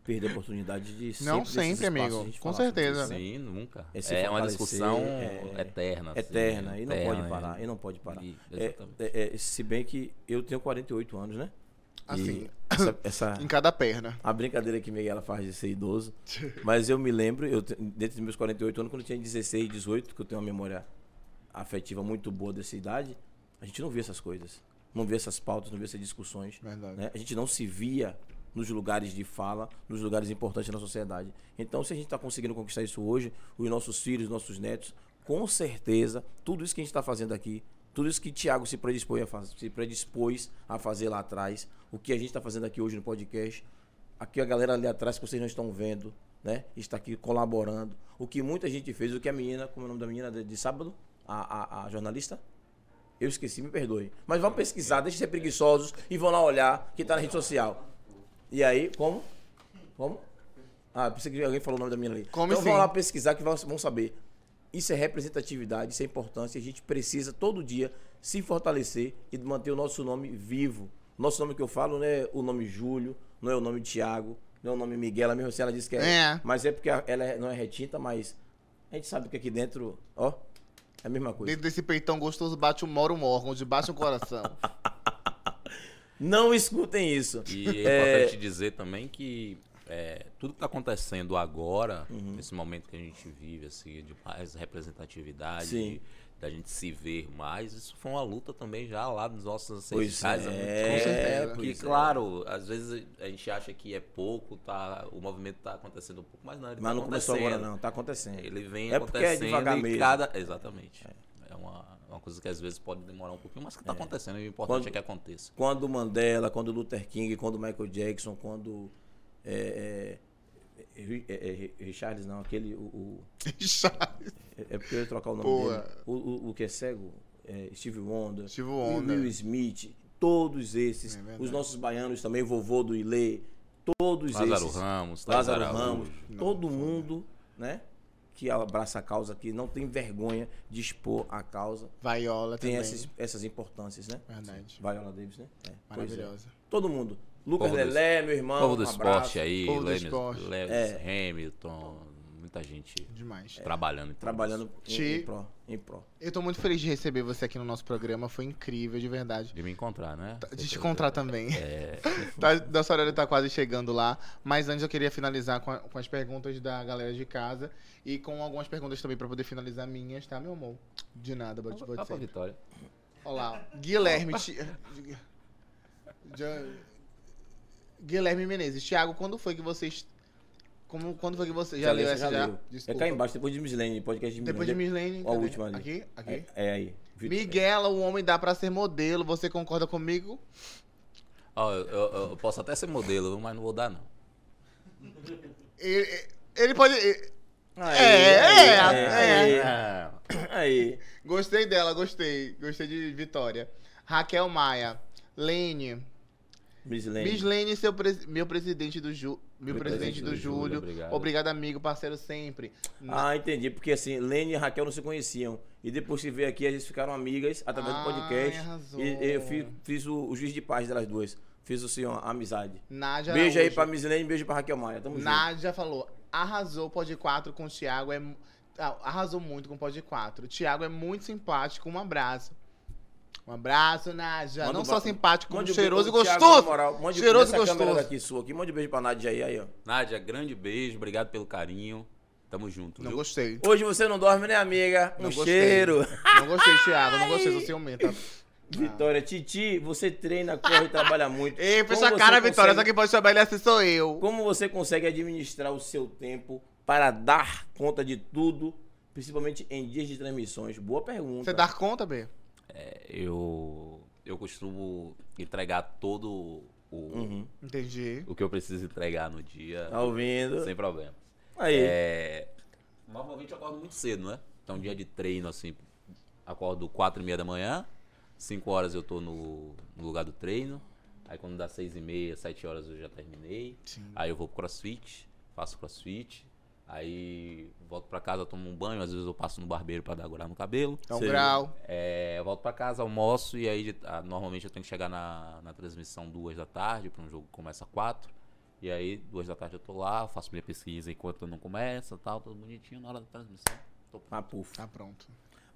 [SPEAKER 2] perder a oportunidade de sempre
[SPEAKER 1] Não
[SPEAKER 2] desses
[SPEAKER 1] sempre,
[SPEAKER 2] espaços,
[SPEAKER 1] amigo.
[SPEAKER 2] a gente
[SPEAKER 1] Com
[SPEAKER 2] falar sobre
[SPEAKER 1] certeza.
[SPEAKER 2] isso, né?
[SPEAKER 3] Sim, nunca.
[SPEAKER 2] É se
[SPEAKER 3] É, uma
[SPEAKER 2] fortalecer,
[SPEAKER 3] discussão
[SPEAKER 2] é-
[SPEAKER 3] eterna. assim,
[SPEAKER 2] Eterna, e não
[SPEAKER 3] eterna,
[SPEAKER 2] pode parar,
[SPEAKER 3] é.
[SPEAKER 2] e não pode parar.
[SPEAKER 3] E-
[SPEAKER 2] É,
[SPEAKER 3] exatamente.
[SPEAKER 2] é, é, se bem que eu tenho 48 anos, né?
[SPEAKER 1] Assim,
[SPEAKER 2] E essa, essa-
[SPEAKER 1] em cada perna.
[SPEAKER 2] a brincadeira que Miguel faz de ser idoso. Mas eu me lembro, eu, te- dentro dos meus 48 anos, quando eu tinha 16, 18, que eu tenho uma memória afetiva muito boa dessa idade, a gente não via essas coisas. Não via essas pautas, não via essas discussões.
[SPEAKER 1] Verdade.
[SPEAKER 2] né? A gente não se via nos lugares de fala, nos lugares importantes na sociedade. Então, se a gente está conseguindo conquistar isso hoje, os nossos filhos, nossos netos, com certeza, tudo isso que a gente está fazendo aqui, tudo isso que Tiago se, predispõe a faz- se predispôs a fazer lá atrás, o que a gente está fazendo aqui hoje no podcast, aqui a galera ali atrás que vocês não estão vendo, né? Está aqui colaborando. O que muita gente fez, o que a menina, como é o nome da menina de, de sábado? A- a- a jornalista? Eu esqueci, me perdoe. Mas vão pesquisar, deixem de ser preguiçosos e vão lá olhar que tá na rede social. E aí, como? Como? Ah, pensei que alguém falou o nome da menina ali.
[SPEAKER 1] Como assim?
[SPEAKER 2] então vão
[SPEAKER 1] sim.
[SPEAKER 2] lá pesquisar que vão vão saber. Isso é representatividade, isso é importância. A gente precisa todo dia se fortalecer e manter o nosso nome vivo. Nosso nome que eu falo não é o nome Júlio, não é o nome Tiago, não é o nome Miguel, mesmo assim ela disse que é.
[SPEAKER 1] É.
[SPEAKER 2] Mas é porque a- ela é- não é retinta, mas a gente sabe que aqui dentro, ó, é a mesma coisa.
[SPEAKER 1] Dentro desse peitão gostoso bate o moro um órgão, de baixo um coração.
[SPEAKER 2] Não escutem isso.
[SPEAKER 3] E é importante dizer também que é, tudo que está acontecendo agora,
[SPEAKER 2] Uhum.
[SPEAKER 3] nesse momento que a gente vive, assim, de mais representatividade,
[SPEAKER 2] Sim.
[SPEAKER 3] de- da gente se ver mais, isso foi uma luta também já lá nos nossos
[SPEAKER 2] Pois
[SPEAKER 3] ancestrais. há muito
[SPEAKER 2] é,
[SPEAKER 3] tempo.
[SPEAKER 1] com certeza.
[SPEAKER 3] porque,
[SPEAKER 2] pois é.
[SPEAKER 3] claro, às vezes a gente acha que é pouco, tá, o movimento está acontecendo um pouco, mas não, ele
[SPEAKER 2] Mas
[SPEAKER 3] tá
[SPEAKER 2] não começou agora,
[SPEAKER 3] acontecendo.
[SPEAKER 2] não. Tá acontecendo.
[SPEAKER 3] Ele vem
[SPEAKER 2] É porque é
[SPEAKER 3] acontecendo
[SPEAKER 2] devagar
[SPEAKER 3] e
[SPEAKER 2] mesmo.
[SPEAKER 3] cada... Exatamente. É, uma, uma coisa que às vezes pode demorar um pouquinho, mas que está acontecendo e o importante
[SPEAKER 2] Quando-
[SPEAKER 3] é que aconteça.
[SPEAKER 2] Quando Mandela, quando Luther King, quando Michael Jackson, quando. É, é, Ri- é, é, Ri- Richards, não, aquele. O, o-
[SPEAKER 1] Charles.
[SPEAKER 2] é é porque eu ia trocar o nome
[SPEAKER 1] Pô,
[SPEAKER 2] dele. O, o, o que é cego? É, Steve Wonder.
[SPEAKER 1] Steve Wonder.
[SPEAKER 2] Will Smith. Todos esses.
[SPEAKER 1] É verdade.
[SPEAKER 2] os nossos baianos também, vovô do Ilê. Todos
[SPEAKER 3] Lázaro
[SPEAKER 2] esses.
[SPEAKER 3] Ramos, Thais
[SPEAKER 2] Lázaro
[SPEAKER 3] Araújo.
[SPEAKER 2] Ramos, todo mundo, né? Que abraça a causa aqui, não tem vergonha de expor a causa.
[SPEAKER 1] Vaiola
[SPEAKER 2] Tem
[SPEAKER 1] também.
[SPEAKER 2] essas, essas importâncias, né?
[SPEAKER 1] Verdade.
[SPEAKER 2] Viola Davis, né? É, pois é.
[SPEAKER 1] Maravilhosa.
[SPEAKER 2] Todo mundo. Lucas
[SPEAKER 3] Povo do-
[SPEAKER 2] Lelé, meu irmão.
[SPEAKER 3] Povo do
[SPEAKER 2] um abraço.
[SPEAKER 3] esporte aí,
[SPEAKER 1] Então, Povo do
[SPEAKER 3] Lewis,
[SPEAKER 1] esporte.
[SPEAKER 3] Lewis
[SPEAKER 2] É.
[SPEAKER 3] Hamilton, muita gente
[SPEAKER 1] Demais.
[SPEAKER 3] trabalhando. em tudo
[SPEAKER 2] Trabalhando em,
[SPEAKER 1] Ti-
[SPEAKER 2] em pró. Em pró.
[SPEAKER 1] Eu tô muito feliz de receber você aqui no nosso programa. Foi incrível, de verdade.
[SPEAKER 3] isso. De me encontrar, né?
[SPEAKER 1] De Tá, te encontrar também.
[SPEAKER 3] É,
[SPEAKER 1] Tá, nossa horário tá quase chegando lá, mas antes eu queria finalizar com, a- com as perguntas da galera de casa e com algumas perguntas também pra poder finalizar minhas, tá, meu amor? De nada, Bud
[SPEAKER 3] tá pra
[SPEAKER 1] Bud
[SPEAKER 3] vitória.
[SPEAKER 1] Olá, Guilherme. Ti- Jan- Guilherme Menezes. Tiago, quando foi que vocês. Como, quando foi que você. Já, leu
[SPEAKER 2] essa,
[SPEAKER 1] essa já?
[SPEAKER 2] leu. É
[SPEAKER 1] Desculpa.
[SPEAKER 2] cá embaixo, depois de Mislane, podcast de Mislane.
[SPEAKER 1] Depois de Mislane.
[SPEAKER 2] Ó, a
[SPEAKER 1] cadê?
[SPEAKER 2] última ali.
[SPEAKER 1] Aqui? Aqui?
[SPEAKER 2] É, é aí. Vitor.
[SPEAKER 1] Miguela, o homem dá pra ser modelo. Você concorda comigo?
[SPEAKER 3] Ó, eu, eu- eu posso até ser modelo, mas não vou dar, não.
[SPEAKER 1] Ele, ele pode. ele-
[SPEAKER 2] Aí,
[SPEAKER 1] É,
[SPEAKER 2] aí,
[SPEAKER 1] é,
[SPEAKER 2] aí,
[SPEAKER 3] É.
[SPEAKER 2] Aí.
[SPEAKER 1] Gostei dela, gostei. Gostei de Vitória. Raquel Maia. Lene.
[SPEAKER 2] Mislane.
[SPEAKER 1] Miss Lene, seu pres- meu presidente do Ju... meu presidente do Júlio.
[SPEAKER 3] obrigado.
[SPEAKER 1] Obrigado, amigo, parceiro sempre.
[SPEAKER 2] Ah, entendi. Porque assim, Lene e Raquel não se conheciam. E depois que veio aqui, elas ficaram amigas através
[SPEAKER 1] Ah,
[SPEAKER 2] do podcast.
[SPEAKER 1] arrasou.
[SPEAKER 2] E, e eu fi- fiz, o, o juiz de paz delas duas. Fiz assim, uma amizade.
[SPEAKER 1] Nádia
[SPEAKER 2] beijo aí pra
[SPEAKER 1] Araújo.
[SPEAKER 2] Mislane, beijo pra Raquel Maia. Tamo junto.
[SPEAKER 1] Nádia falou. arrasou o Pod 4 com o Thiago. É, mu- ah, arrasou muito com o Pod 4. O Thiago é muito simpático. Um abraço. Um abraço, Naja.
[SPEAKER 2] Manda
[SPEAKER 1] Não
[SPEAKER 2] um
[SPEAKER 1] só
[SPEAKER 2] ba-
[SPEAKER 1] simpático, como
[SPEAKER 2] Mande um
[SPEAKER 1] cheiroso e
[SPEAKER 2] beijo- Thiago, na
[SPEAKER 1] gostoso.
[SPEAKER 2] moral, mande- um
[SPEAKER 1] Cheiroso e
[SPEAKER 2] nessa câmera
[SPEAKER 1] gostoso.
[SPEAKER 2] daqui sua aqui. Mande um beijo pra Nádia aí, aí, ó.
[SPEAKER 3] Nádia, grande beijo, obrigado pelo carinho. Tamo junto,
[SPEAKER 1] Não
[SPEAKER 3] viu?
[SPEAKER 1] gostei.
[SPEAKER 2] Hoje você não dorme, né, amiga? Um
[SPEAKER 1] Não gostei. Ah.
[SPEAKER 2] cheiro.
[SPEAKER 1] Não gostei, Thiago. Não gostei, sou ciumenta.
[SPEAKER 2] Vitória, Titi, você treina, corre e trabalha muito.
[SPEAKER 1] Ei, fecha
[SPEAKER 2] Como
[SPEAKER 1] a cara,
[SPEAKER 2] você
[SPEAKER 1] Vitória. Só
[SPEAKER 2] consegue-
[SPEAKER 1] quem pode chamar ele assim sou eu.
[SPEAKER 2] Como você consegue administrar o seu tempo para dar conta de tudo, principalmente em dias de transmissões? Boa pergunta.
[SPEAKER 1] Você dá conta, B?
[SPEAKER 3] É, Eu, eu costumo entregar todo o,
[SPEAKER 2] Uhum.
[SPEAKER 1] Entendi.
[SPEAKER 3] o que eu preciso entregar no dia,
[SPEAKER 2] Tá ouvindo?
[SPEAKER 3] sem problema.
[SPEAKER 2] Aí.
[SPEAKER 3] É, normalmente eu acordo muito cedo, né? Então, dia de treino, assim, acordo 4 e meia da manhã, 5 horas eu tô no, no lugar do treino. Aí quando dá 6 e meia, 7 horas eu já terminei.
[SPEAKER 1] Sim.
[SPEAKER 3] Aí eu vou pro crossfit, faço crossfit. Aí volto pra casa, tomo um banho, às vezes eu passo no barbeiro pra dar gorar no cabelo.
[SPEAKER 1] Dá um
[SPEAKER 2] Sei.
[SPEAKER 1] grau.
[SPEAKER 3] É, eu volto pra casa, almoço e aí de- ah, normalmente eu tenho que chegar na, na transmissão duas da tarde, pra um jogo que começa quatro. E aí, duas da tarde eu tô lá, faço minha pesquisa enquanto não começa tal, tudo bonitinho na hora da transmissão. Tô pronto.
[SPEAKER 2] Ah, puf.
[SPEAKER 1] Tá pronto.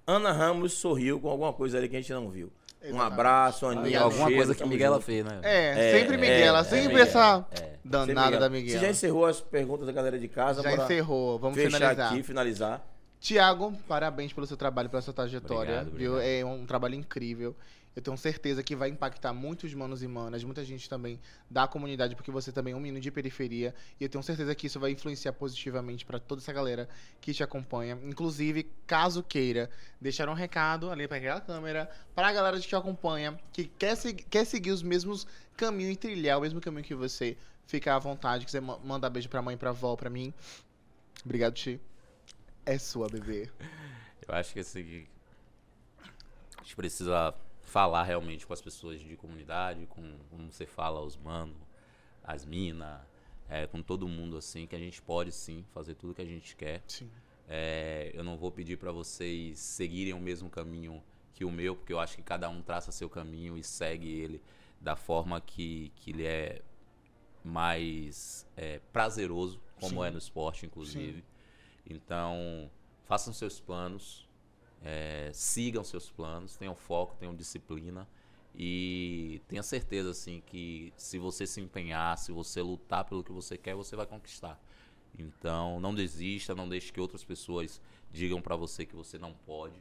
[SPEAKER 2] Ana Ramos sorriu com alguma coisa ali que a gente não viu. Um
[SPEAKER 1] Exatamente.
[SPEAKER 2] abraço, Aninha. um
[SPEAKER 3] alguma
[SPEAKER 2] cheiro,
[SPEAKER 3] coisa que
[SPEAKER 2] tamo
[SPEAKER 3] Miguela
[SPEAKER 2] junto.
[SPEAKER 3] fez, né?
[SPEAKER 1] É, sempre
[SPEAKER 2] é,
[SPEAKER 1] Miguela.
[SPEAKER 2] é,
[SPEAKER 1] sempre
[SPEAKER 2] Miguela,
[SPEAKER 1] essa
[SPEAKER 2] Sempre
[SPEAKER 1] danada da
[SPEAKER 2] Você já
[SPEAKER 1] Miguela.
[SPEAKER 2] encerrou as perguntas da galera de casa?
[SPEAKER 1] Já
[SPEAKER 2] Bora
[SPEAKER 1] encerrou. Vamos
[SPEAKER 2] fechar
[SPEAKER 1] finalizar.
[SPEAKER 2] aqui, finalizar.
[SPEAKER 1] Tiago, parabéns pelo seu trabalho, pela sua trajetória.
[SPEAKER 3] Obrigado,
[SPEAKER 1] viu? É um trabalho incrível. Eu tenho certeza que vai impactar muitos manos e manas, muita gente também da comunidade, porque você também é um menino de periferia. E eu tenho certeza que isso vai influenciar positivamente pra toda essa galera que te acompanha. Inclusive, caso queira, deixar um recado ali pra aquela câmera, pra galera que te acompanha, que quer, se- quer seguir os mesmos caminhos e trilhar o mesmo caminho que você. Fica à vontade, quiser ma- mandar beijo pra mãe, pra avó, pra mim. Obrigado, Ti. É sua, bebê.
[SPEAKER 3] Eu acho que esse, a gente precisa falar realmente com as pessoas de comunidade, com como você fala, os mano, as mina, é, com todo mundo assim, que a gente pode sim fazer tudo que a gente quer.
[SPEAKER 1] Sim.
[SPEAKER 3] É, eu não vou pedir para vocês seguirem o mesmo caminho que o meu, porque eu acho que cada um traça seu caminho e segue ele da forma que, que ele é mais é, prazeroso, como
[SPEAKER 1] Sim.
[SPEAKER 3] é no esporte, inclusive. Então, façam seus planos, é, sigam seus planos, tenham foco, tenham disciplina e tenha certeza assim que se você se empenhar, se você lutar pelo que você quer, você vai conquistar. Então, não desista, não deixe que outras pessoas digam para você que você não pode,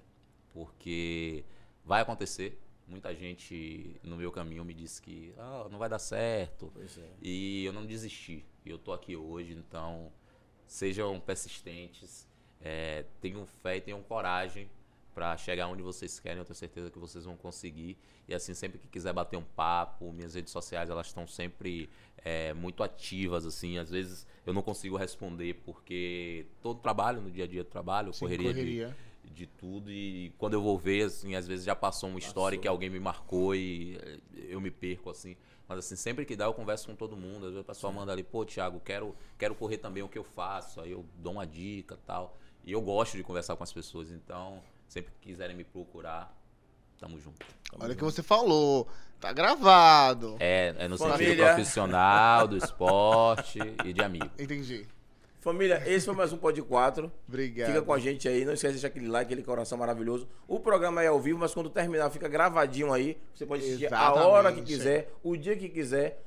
[SPEAKER 3] porque vai acontecer. Muita gente no meu caminho me disse que "Ah, não vai dar certo,
[SPEAKER 2] Pois é.
[SPEAKER 3] e eu não desisti. E eu tô aqui hoje, então sejam persistentes, é, tenham fé e tenham coragem para chegar onde vocês querem. Eu tenho certeza que vocês vão conseguir. E assim, sempre que quiser bater um papo, minhas redes sociais elas estão sempre é, muito ativas. assim Às vezes eu não consigo responder porque todo trabalho, no dia a dia do trabalho,
[SPEAKER 1] Sim,
[SPEAKER 3] correria, de- de tudo e quando eu vou ver, assim, às vezes já passou uma história que alguém me marcou e eh, eu me perco, assim. Mas, assim, sempre que dá eu converso com todo mundo. Às vezes o pessoal manda ali, pô, Thiago, quero, quero correr também o que eu faço. Aí eu dou uma dica e tal. E eu gosto de conversar com as pessoas, então, sempre que quiserem me procurar, tamo junto.
[SPEAKER 1] Olha o que você falou. Tá gravado.
[SPEAKER 3] É, é no sentido
[SPEAKER 2] Família.
[SPEAKER 3] profissional, do esporte e de amigo.
[SPEAKER 2] É.
[SPEAKER 1] Entendi.
[SPEAKER 2] Família, esse foi mais um Pod 4.
[SPEAKER 1] Obrigado.
[SPEAKER 2] Fica com a gente aí. Não esquece de deixar aquele like, aquele coração maravilhoso. O programa é ao vivo, mas quando terminar, fica gravadinho aí. Você pode assistir a
[SPEAKER 1] Exatamente.
[SPEAKER 2] hora que quiser, o dia que quiser.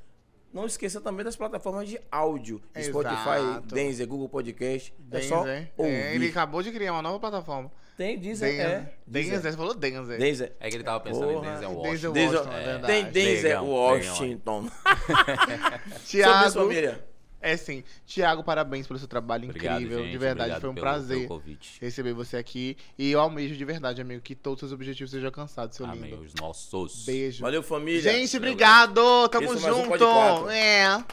[SPEAKER 2] Não esqueça também das plataformas de áudio.
[SPEAKER 1] Exato.
[SPEAKER 2] Spotify, Deezer, Google Podcast. é
[SPEAKER 1] Denzel.
[SPEAKER 2] só
[SPEAKER 1] É,
[SPEAKER 2] ouvir.
[SPEAKER 1] ele acabou de criar uma nova plataforma.
[SPEAKER 2] Tem Deezer,
[SPEAKER 1] Denzel.
[SPEAKER 2] é.
[SPEAKER 1] Denzel, você falou Denzel.
[SPEAKER 2] Denzer.
[SPEAKER 3] É que ele tava pensando
[SPEAKER 2] Porra,
[SPEAKER 3] em Denzel
[SPEAKER 1] Denzel Washington,
[SPEAKER 3] Washington.
[SPEAKER 2] Denzel-
[SPEAKER 1] é
[SPEAKER 3] é.
[SPEAKER 1] verdade.
[SPEAKER 2] Tem Denzel
[SPEAKER 3] Negão,
[SPEAKER 2] Washington. Sobre isso,
[SPEAKER 1] Tiago,
[SPEAKER 2] família.
[SPEAKER 1] é sim. Tiago, parabéns pelo seu trabalho
[SPEAKER 3] Obrigado,
[SPEAKER 1] incrível.
[SPEAKER 3] gente,
[SPEAKER 1] de verdade,
[SPEAKER 3] obrigado
[SPEAKER 1] foi um
[SPEAKER 3] pelo-
[SPEAKER 1] prazer
[SPEAKER 3] Pelo convite.
[SPEAKER 1] receber você aqui. E eu almejo de verdade, amigo, que todos os seus objetivos sejam alcançados, seu
[SPEAKER 3] Amém.
[SPEAKER 1] é lindo.
[SPEAKER 3] Os nossos.
[SPEAKER 1] Beijo.
[SPEAKER 2] Valeu, família.
[SPEAKER 1] Gente, obrigado. Tamo
[SPEAKER 2] Esse foi mais um Pode
[SPEAKER 1] junto.
[SPEAKER 2] Quatro.
[SPEAKER 1] é.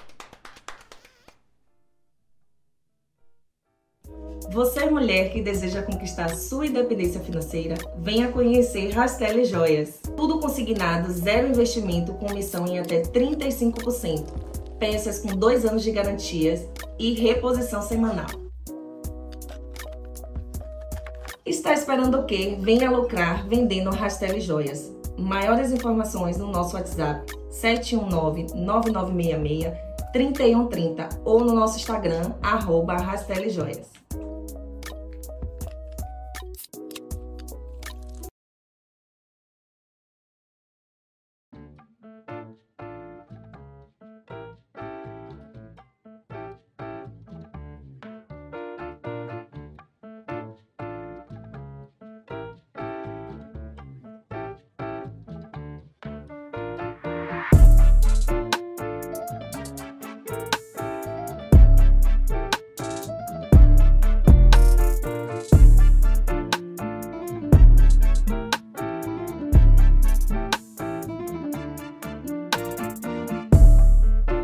[SPEAKER 4] Você é mulher que deseja conquistar sua independência financeira? Venha conhecer Rastelli Joias. Tudo consignado, zero investimento, com comissão em até 35%. Peças com dois anos de garantias e reposição semanal. Está esperando o quê? Venha lucrar vendendo Rastelli Joias. um Maiores informações no nosso WhatsApp 719 9966 3130 ou no nosso Instagram, arroba Rastelli Joias.